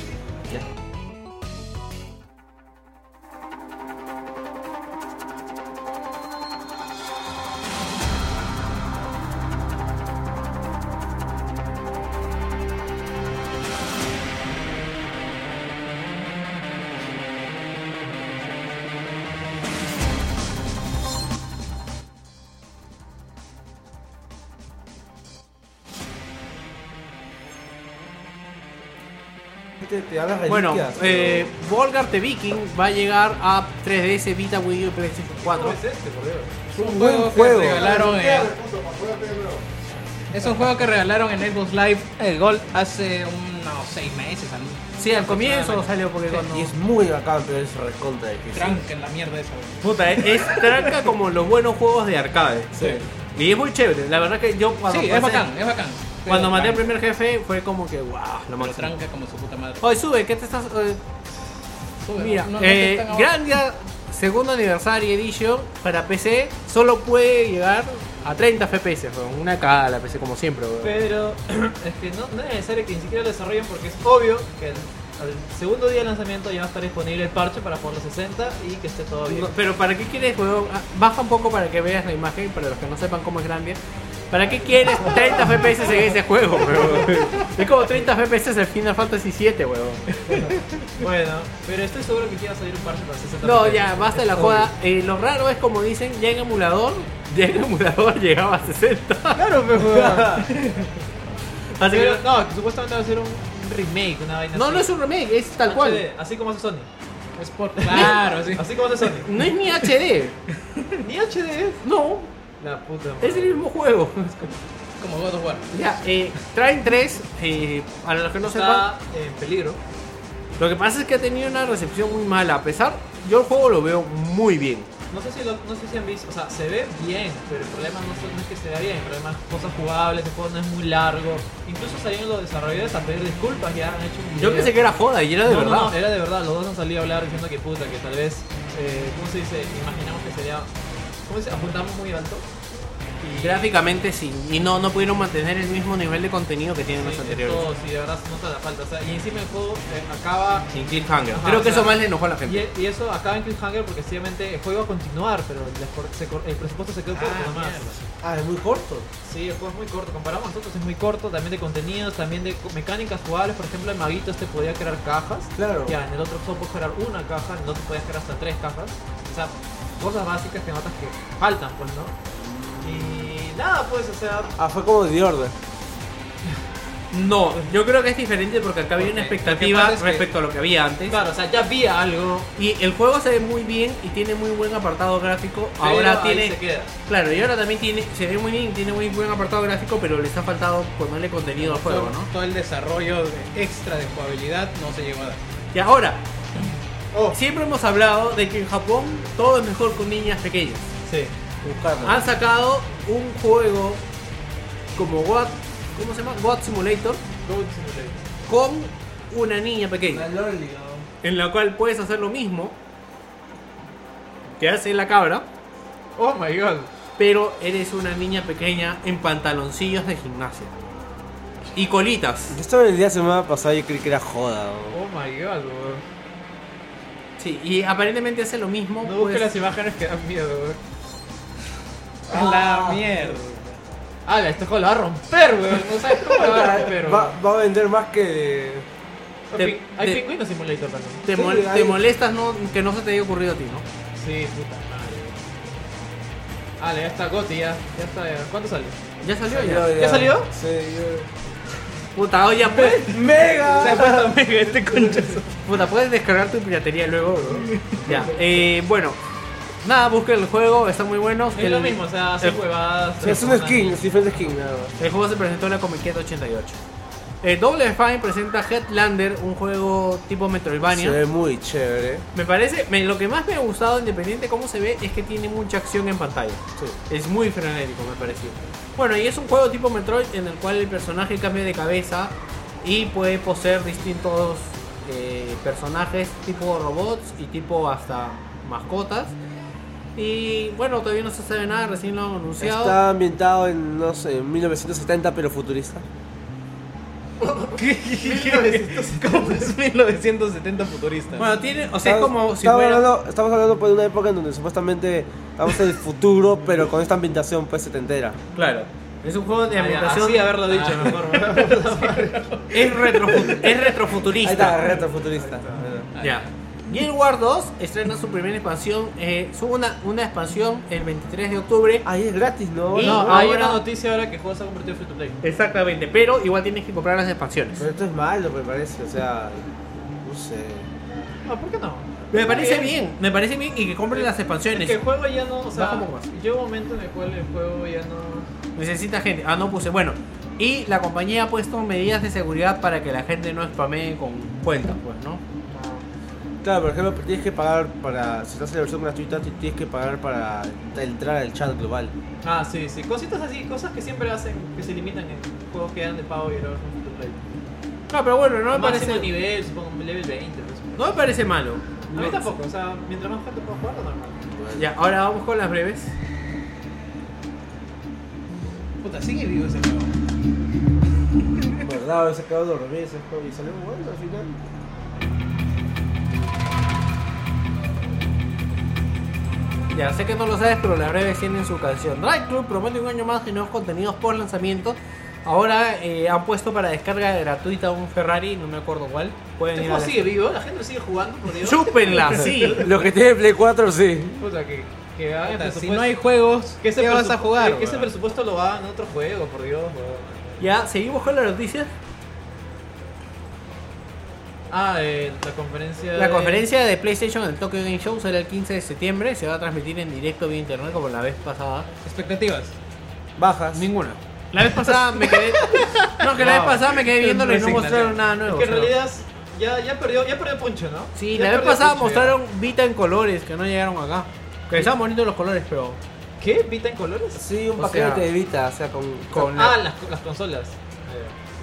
Te, te dan las Bueno, reliquias, pero- eh, Volgar the Viking va a llegar a 3DS, Vita, Wii U y PlayStation 4. Es este, por Dios. es un juego buen que juego. regalaron, eh, es un juego que regalaron en Xbox Live eh, Gold hace unos 6 meses. ¿no? Sí, al comienzo salió porque cuando... Y es muy bacán, pero es recontra difícil. Tranca en la mierda esa. güey. Puta, es, es tranca como los buenos juegos de arcade. Y es muy chévere, la verdad que yo cuando Sí, pasé- es bacán, es bacán. Ah, pues, Cuando Pero maté al tranca, primer jefe fue como que, wow, lo pero máximo. tranca como su puta madre. Oye, sube, ¿qué te estás...? eh, Sube, Mira, no- no te eh, están ahora- Grandia segundo aniversario edition para PC solo puede llegar a 30 FPS, weón. una cagada la PC como siempre, eh. weón. Pero es que no, no es necesario que ni siquiera lo desarrollen porque es obvio que el- al segundo día de lanzamiento ya va a estar disponible el parche para jugar los 60 y que esté todo bien. No, pero para qué quieres, weón? Ah, Baja un poco para que veas la imagen, para los que no sepan cómo es Grandia. ¿Para qué quieres 30 FPS en ese juego, weón? Es como 30 FPS en Final Fantasy 7, weón. Bueno, pero estoy seguro que quiera salir un parche para 60. No, porque- ya, basta de la joda. Eh, lo raro es como dicen, ya en emulador, ya en emulador llegaba a 60. Claro, Así que Pero, no, que supuestamente va a ser un un remake, una vaina No, así. no es un remake, es tal cual. HD, así como hace Sony. Es por... Claro, sí. Así como hace Sony. No es ni HD. Ni HD es. No, La puta madre. es el mismo juego. Como God of War. Ya, eh, traen tres. eh, para los que no sepan, Está en eh, peligro. lo que pasa es que ha tenido una recepción muy mala. A pesar, yo el juego lo veo muy bien. No sé, si lo- no sé si han visto, o sea, se ve bien, pero el problema no, es- no es que se vea bien, el problema es cosas jugables, el juego no es muy largo. Incluso salieron los desarrolladores a pedir disculpas, ya han hecho un video. Yo pensé que era joda y era de No, no, verdad. no, era de verdad, los dos han salido a hablar diciendo que puta, que tal vez, eh, ¿cómo se dice? Imaginamos que sería, ¿cómo se dice? Apuntamos muy alto. Y Gráficamente sí. Y no, no pudieron mantener el mismo nivel de contenido que tienen los Sí, anteriores. todo, sí, de verdad se nota la falta, o sea, y encima el juego eh, acaba Sin cliffhanger. Ajá, Creo que o sea, eso más le enojó a la Y, gente. y eso acaba en Cliffhanger porque sencillamente el juego va a continuar, pero el, cor- se cor- el presupuesto se quedó corto nomás. Ah, es muy corto. Sí, el juego es muy corto, comparamos nosotros, es muy corto, también de contenidos, también de co- mecánicas jugables, por ejemplo, en Maguitos te podía crear cajas, Claro. ya, en el otro solo puedes crear una caja, en el otro podías crear hasta tres cajas, o sea, cosas básicas que notas que faltan, pues, ¿no? Y nada, pues, o sea, Ah, fue como The Order. No, yo creo que es diferente porque acá había una Porque lo que expectativa pasa es que- respecto a lo que había antes. claro, o sea, ya había algo, Y el juego se ve muy bien y tiene muy buen apartado gráfico. pero Ahora ahí tiene. se queda. Claro, y ahora también tiene, se ve muy bien, tiene muy buen apartado gráfico, pero le está faltado ponerle contenido al juego, todo, ¿no? todo el desarrollo de- extra de jugabilidad no se llegó a dar. Oh. Y ahora, siempre hemos hablado de que en Japón todo es mejor con niñas pequeñas. Sí. Buscarlo. Han sacado un juego como What, ¿cómo se llama? What Simulator Goat Simulator. con una niña pequeña, en la cual puedes hacer lo mismo que hace la cabra, Oh my god. pero eres una niña pequeña en pantaloncillos de gimnasia y colitas. Yo estaba el día de semana pasada y creí que era joda. bro. Oh my god, weón. Sí, y aparentemente hace lo mismo. No pues, busques las imágenes que dan miedo, weón. La mierda. Ah, este juego lo va a romper, weón. No sabes cómo lo va a romper, Va, weón. va a vender más que. Hay te- pin- Hay te- pingüinos simulator también. te, Sí, mol- te hay- molestas no, que no se te haya ocurrido a ti, ¿no? Sí, puta madre. Ale, ya está Goti, ya. Ya está, ya. ¿Cuánto salió? Ya salió Yo ya. ¿Ya salió? Sí, yo- Puta, oye, pues. ¡Mega! este conchazo. Puta, puedes descargar tu piratería luego, bro. Ya, eh, bueno. Nada, busquen el juego, está muy bueno. Es lo mismo, o sea, hacen el- huevadas. Sí, es un personas. skin, es diferente skin, nada más. El juego se presentó en la Comic Con 88. Eh, Double Fine presenta Headlander, un juego tipo Metroidvania. Se ve muy chévere. Me parece, me- lo que más me ha gustado, independiente de cómo se ve, es que tiene mucha acción en pantalla. Es muy frenético, me pareció. Bueno, y es un juego tipo Metroid en el cual el personaje cambia de cabeza y puede poseer distintos eh, personajes, tipo robots y tipo hasta mascotas. Y bueno, todavía no se sabe nada, recién lo han anunciado. Está ambientado en, no sé, 1970, pero futurista. 1970. ¿Cómo es 1970 futurista? Bueno, tiene, o sea, es Estamos- como si estamos, fuera... hablando, estamos hablando pues, de una época en donde supuestamente estamos en el futuro, pero con esta ambientación pues setentera. Claro. Es un juego de Ah, ya, ambientación. Ah. Así haberlo dicho mejor. es, retrofu- es Ahí retrofuturista. está, reto futurista. Ya. Guild Wars 2 estrena su primera expansión, eh, su una, una expansión el 23 de octubre. Ahí es gratis, ¿no? Y- No, No, hay ahora- una noticia ahora que juego se ha convertido en free to play. Exactamente, pero igual tienes que comprar las expansiones. Pero esto es malo, me parece, o sea, no sé. Ah, No, ¿por qué no? Me parece bien, me parece bien y que compren las expansiones. Eh, Es que el juego ya no, o sea, Baja un poco más. llega un momento en el cual el juego ya no... Necesita gente. Ah, no puse. Bueno, y la compañía ha puesto medidas de seguridad para que la gente no spamee con cuentas, pues, ¿no? Claro, por ejemplo, tienes que pagar para, si estás en la versión gratuita, ti- tienes que pagar para entrar al chat global. Ah, sí, sí. Cositas así, cosas que siempre hacen, que se limitan en juegos que eran de pago y ahora son free to play. Claro, pero bueno, no me Máximo parece, nivel, supongo, level 20. pues. no me parece malo. A mí tampoco, o sea, mientras más gente pueda jugar, normal. Ya, ahora vamos con las breves. Puta, sigue vivo ese juego. ¿Verdad? Se acabó de dormir ese juego y salió bueno al final. Ya sé que no lo sabes, pero las breves tienen su canción. Drive Club promete un año más de nuevos contenidos por lanzamiento. Ahora eh, han puesto para descarga gratuita un Ferrari, no me acuerdo cuál. Pueden Este ir a juego la- sigue vivo, la gente lo sigue jugando, por Dios. ¡Chúpenla! Sí. Los que tienen Play 4, sí. Puta, que, que hagan Puta, si presupuesto. no hay juegos, Que ¿qué, ese vas a presupu- jugar? que- Que ese weón? presupuesto lo hagan en otro juego, por Dios, weón. Ya, seguimos con las noticias. Ah, eh, la conferencia. La de- conferencia de PlayStation del Tokyo Game Show será el 15 de septiembre. Se va a transmitir en directo vía internet como la vez pasada. Expectativas. Bajas. Ninguna. La vez pasada me quedé. No, que la vez Wow. pasada me quedé viéndolo y no Resignación. mostraron nada nuevo. Ah, Que en creo. realidad ya, ya perdió, ya perdió Poncho, ¿no? Sí, Ya la vez perdió pasada Poncho, mostraron Vita en colores que no llegaron acá. Que estaban bonitos los colores, pero. ya. ¿Qué? ¿Vita en colores? Sí, un O paquete sea- de Vita, o sea, con... Con ah, la- las, las consolas.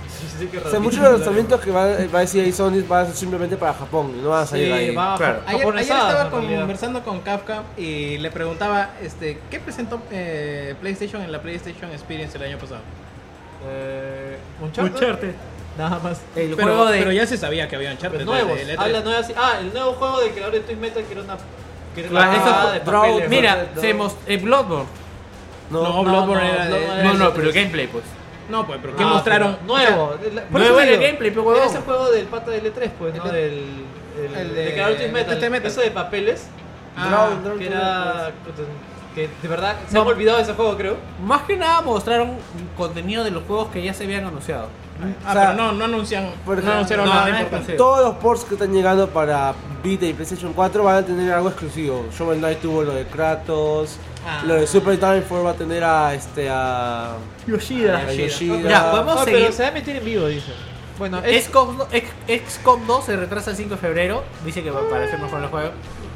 Sí, sí, qué O raro. sea, muchos de los lanzamientos que va, va a decir ahí Sony van a ser simplemente para Japón, y no van a salir ahí. Sí, va Claro. claro. Ayer, ayer estaba conversando con Kafka y le preguntaba este, ¿qué presentó eh, PlayStation en la PlayStation Experience el año pasado? Eh, un Uncharted. Nada más. El pero, juego de. Pues pero ya se sabía que había un Pero Uncharted. nuevos. desde el E3. Habla nuevas. Ah, el nuevo juego del creador de Twin Metal que era una. Que era La- una esos- cagada Ah, de Draw- papeles, Mira, Bloodborne. se mos- eh, Bloodborne. No, No, no, Bloodborne no, era de- Bloodborne No, era no, de- pero el gameplay, pues. No, pues, pero No, ¿qué mostraron? Ah, pero Nuevo. La- por Nuevo eso era el digo, gameplay, pero Era pues, huevón. ese juego del pata del E3, pues, ¿no? El- Del. El, el de de- creador Twin Metal. Twin Metal. Eso de papeles. Ah, Draw- Draw- que Draw- era. puta, Que de verdad se han olvidado de ese juego, creo. Más que nada mostraron contenido de los juegos que ya se habían anunciado. ah, o sea, pero no, no anunciaron, por no ejemplo- anunciaron No, nada nada importante. sí. Todos los ports que están llegando para Vita y PlayStation 4 van a tener algo exclusivo. Shovel Knight tuvo lo de Kratos, Ah. lo de Super Time 4 va a tener a este a, Yoshida. a Yoshida. Ya, podemos- Ah, seguir. pero se va a meter en vivo, dice. Bueno, es. XCOM, do- X- XCOM 2 se retrasa el 5 de febrero. Dice que va a aparecer mejor el juego.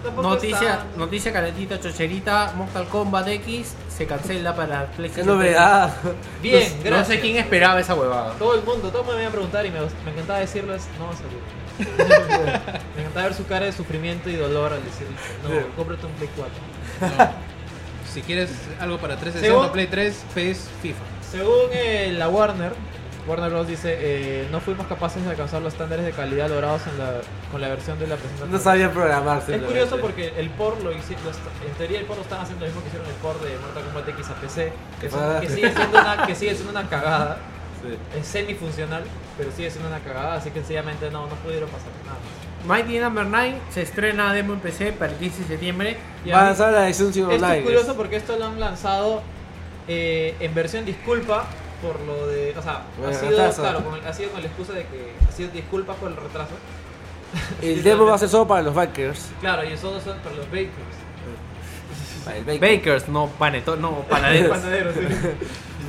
tampoco Noticia, está- noticia calentita, chocherita. Mortal Kombat X se cancela para PlayStation. Qué novedad. Bien, No- No gracias. sé quién esperaba esa huevada. Todo el mundo, todo el mundo me iba a preguntar y me, me encantaba decirlo, es, no va a salir. me encantaba ver su cara de sufrimiento y dolor al decir, no, cómprate un Play 4. Si quieres algo para 360, Según- Play 3, PES, FIFA. Según eh, la Warner, Warner Bros. dice, eh, no fuimos capaces de alcanzar los estándares de calidad logrados en la- con la versión de la presentación. No sabían programarse. es curioso porque el por lo hicieron, en teoría el por lo están haciendo lo mismo que hicieron el por de Mortal Kombat X a PC, que, es un- Ah. que sigue, siendo una, que sigue siendo una cagada, es semifuncional, pero sigue siendo una cagada, así que sencillamente no, no pudieron pasar nada. Mighty Number 9 se estrena demo en PC para el 15 de septiembre. Y Van a ahí- lanzar la edición sin Esto online. es curioso porque esto lo han lanzado eh, en versión disculpa por lo de. O sea, Por ha el sido, retraso. claro, con, ha sido con la excusa de que ha sido disculpa por el retraso. El demo va a ser solo para los backers. Claro, y eso no son para los bakers. Para el baker. Bakers, no paneto, no panaderos. Panaderos, sí.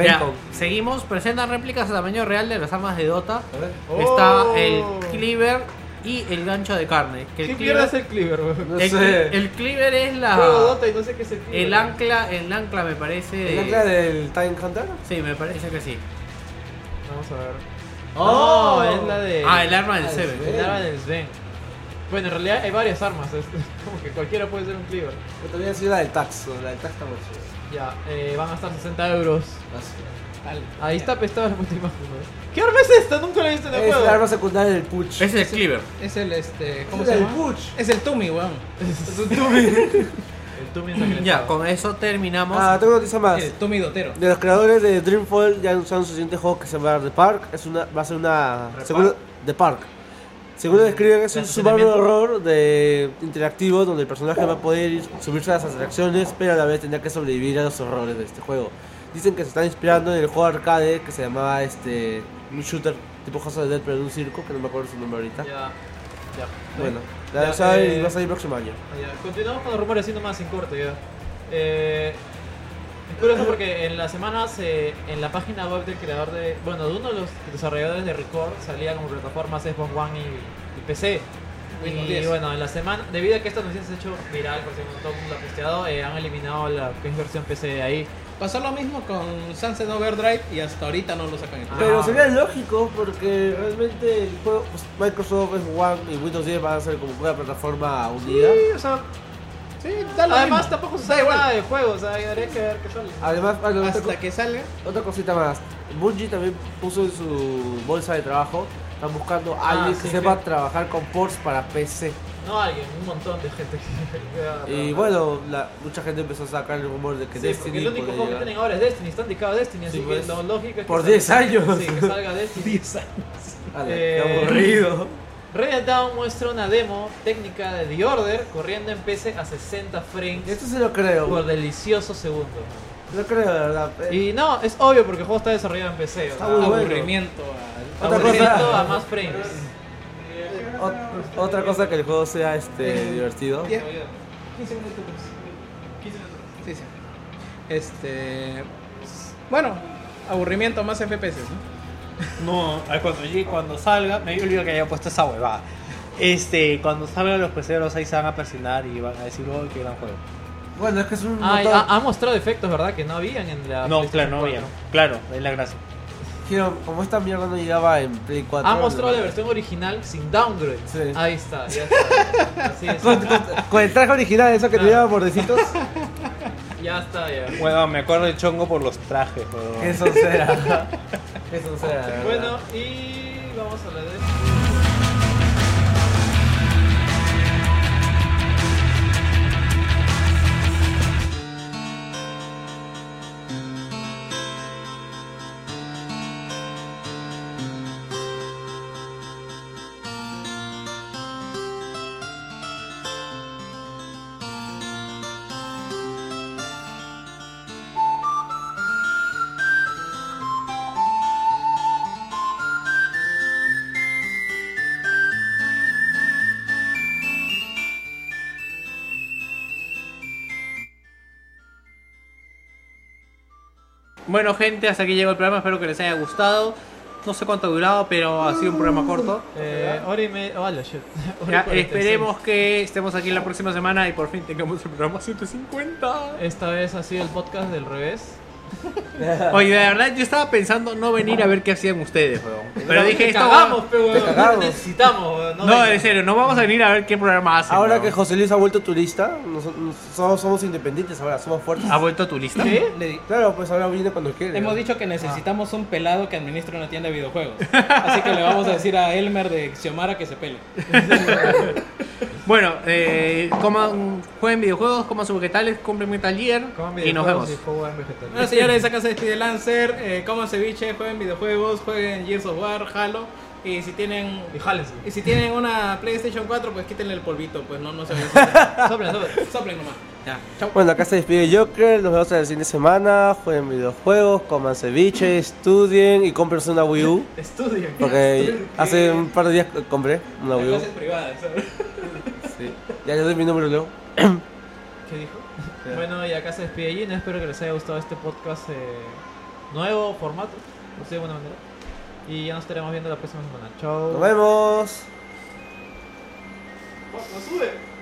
Ya, Bacon. seguimos, presentan réplicas a tamaño real de las armas de Dota. Oh. Está el cleaver y el gancho de carne. Que ¿Qué el, pierdas el cleaver, cleaver, weón? No el, sé. el cleaver es Juego la Dota y no sé qué es el cleaver. el ancla, el ancla me parece. de- ¿El ancla del Time Hunter? Sí, me parece que sí. Vamos a ver. Oh. Oh, es la de. Ah, el arma del Ah, Seven. sí. El arma del Sven. Bueno, en realidad hay varias armas. Es como que cualquiera puede ser un cleaver. Yo también sido la del tax, o la del tax está muy chida. Ya, eh, van a estar 60 euros. Así. Ahí está apestada la puta imagen, weón. ¿Qué arma es esta? Nunca la he visto en el Es juego. la arma secundaria del Puch. Ese es el cleaver. Es el este. ¿Cómo Es se el llama? Puch. Es el Tumi, weón. El Tumi ensangrentado. Ya, con eso terminamos. Ah, tengo una noticia más. El Tumi Dotero. De los creadores de Dreamfall ya anunciaron su siguiente juego que se llama The Park. Es una, va a ser una. Seguro, The Park. Según lo describen, es un survival horror de interactivo donde el personaje va a poder ir- subirse a las atracciones, pero a la vez tendrá que sobrevivir a los horrores de este juego. Dicen que se están inspirando en el juego arcade que se llamaba este. Un shooter tipo House of the Dead, pero en un circo, que no me acuerdo su nombre ahorita. Ya. Ya. Bueno, Ya, ya, lo saben eh, y va a salir el próximo año. Ah, ya. Continuamos con los rumores así nomás sin corte ya. Eh, es curioso porque en las semanas eh, en la página web del creador de. Bueno, de uno de los desarrolladores de Record salía como plataformas Xbox One y, y PC. Windows y 10. bueno, en la semana, debido a que esta noticia se ha hecho viral, porque todo el mundo ha posteado, eh, han eliminado la que es versión PC de ahí. Pasó lo mismo con Sunset Overdrive y hasta ahorita no lo sacan en Pero Ah. sería lógico porque realmente el juego, pues, Microsoft Xbox One y Windows 10 van a ser como una plataforma unida. Sí, o sea, Sí, da lo además mismo. tampoco se sabe nada de juego, o sea, habría que ver qué sale. Además, bueno, otra, co- Hasta que salga. otra cosita más. Bungie también puso en su bolsa de trabajo. Están buscando a Ah, alguien que sí, sepa sí. trabajar con ports para PC. No alguien, un montón de gente que. que va a trabajar. Y bueno, la- mucha gente empezó a sacar el rumor de Sí, que porque Destiny el único podía juego que llegar. tienen ahora es Destiny, están dedicados a Destiny, así Sí, que pues. lo lógico es Por que 10 salga- años. Sí, que salga Destiny. Ala, Eh, qué aburrido. Red Dead Dawn muestra una demo técnica de The Order corriendo en PC a 60 frames Esto se lo creo. por delicioso segundo. Lo creo, de verdad. Eh, Y no, es obvio porque el juego está desarrollado en PC. o sea, Está muy bueno. Aburrimiento. al- Otra aburrimiento cosa. a más frames. ot- otra cosa que el juego sea este divertido. Ya. 15 minutos. Sí, sí. Este. Bueno, aburrimiento más FPS, ¿no? No, a ver, cuando, llegue- cuando salga, me olvidó que había puesto esa huevada. Este, cuando salgan los peceros ahí se van a persignar y van a decir, oh, qué gran juego. Bueno, es que es un Ah, y montón. ha, ha mostrado efectos, ¿verdad? Que no habían en Ah, la. No, claro, PlayStation no 4. había. Claro, es la gracia. Quiero, como esta mierda no llegaba en Play 4. Ha mostrado la ¿no? versión original sin downgrade. Sí. Ahí está, ya está. Así es. Con, con- con el traje original, eso que Claro. tenía bordecitos. Ya está, ya. Bueno, me acuerdo del chongo por los trajes, huevón. Eso será. Eso será. Bueno, y vamos a la de. Bueno, gente, hasta aquí llegó el programa. Espero que les haya gustado. No sé cuánto ha durado, pero ha sido un programa corto. Eh, hora y media. Oh, la shit. Hora y Ya, 46. esperemos que estemos aquí la próxima semana y por fin tengamos el programa 150. Esta vez ha sido el podcast del revés. Oye, de verdad, yo estaba pensando no venir a ver qué hacían ustedes, huevón. Pero dije, esto Cagamos, pero cagamos. necesitamos. weón, No, vengas. en serio, no vamos a venir a ver qué programa hacen. Ahora que huevón. José Luis ha vuelto turista, nos- nos- somos, somos independientes ahora, somos fuertes. Ah. ¿Ha vuelto tu lista? ¿Qué? Le di- Ah. Claro, pues ahora viene cuando quiere. Hemos dicho que necesitamos un pelado que administre una tienda de videojuegos. Así que le vamos a decir a Elmer de Xiomara que se pele. Bueno, eh, coman, jueguen videojuegos, coman sus vegetales, compren Metal Gear Coman y nos videojuegos vemos. y jueguen vegetales. Bueno, señores, acá se despide Lancer. Eh, coman ceviche, jueguen videojuegos, jueguen Gears of War, Halo. Y si tienen. Y jálense. Y si tienen una PlayStation 4, pues quítenle el polvito, pues no, no se ve. Soplen, soplen. Soplen nomás. Ya. Chau. Bueno, acá se despide Joker, nos vemos en el fin de semana, jueguen videojuegos, coman ceviche, estudien y cómprense una Wii U. Estudien. Porque hace un par de días compré una Wii U. Clases privadas. ¿sabes? Sí. Ya le doy mi número luego. ¿Qué dijo? Bueno, y acá se despide Gina. Espero que les haya gustado este podcast eh, nuevo formato, no sé de buena manera. Y ya nos estaremos viendo la próxima semana. Chao. Nos vemos. No sube.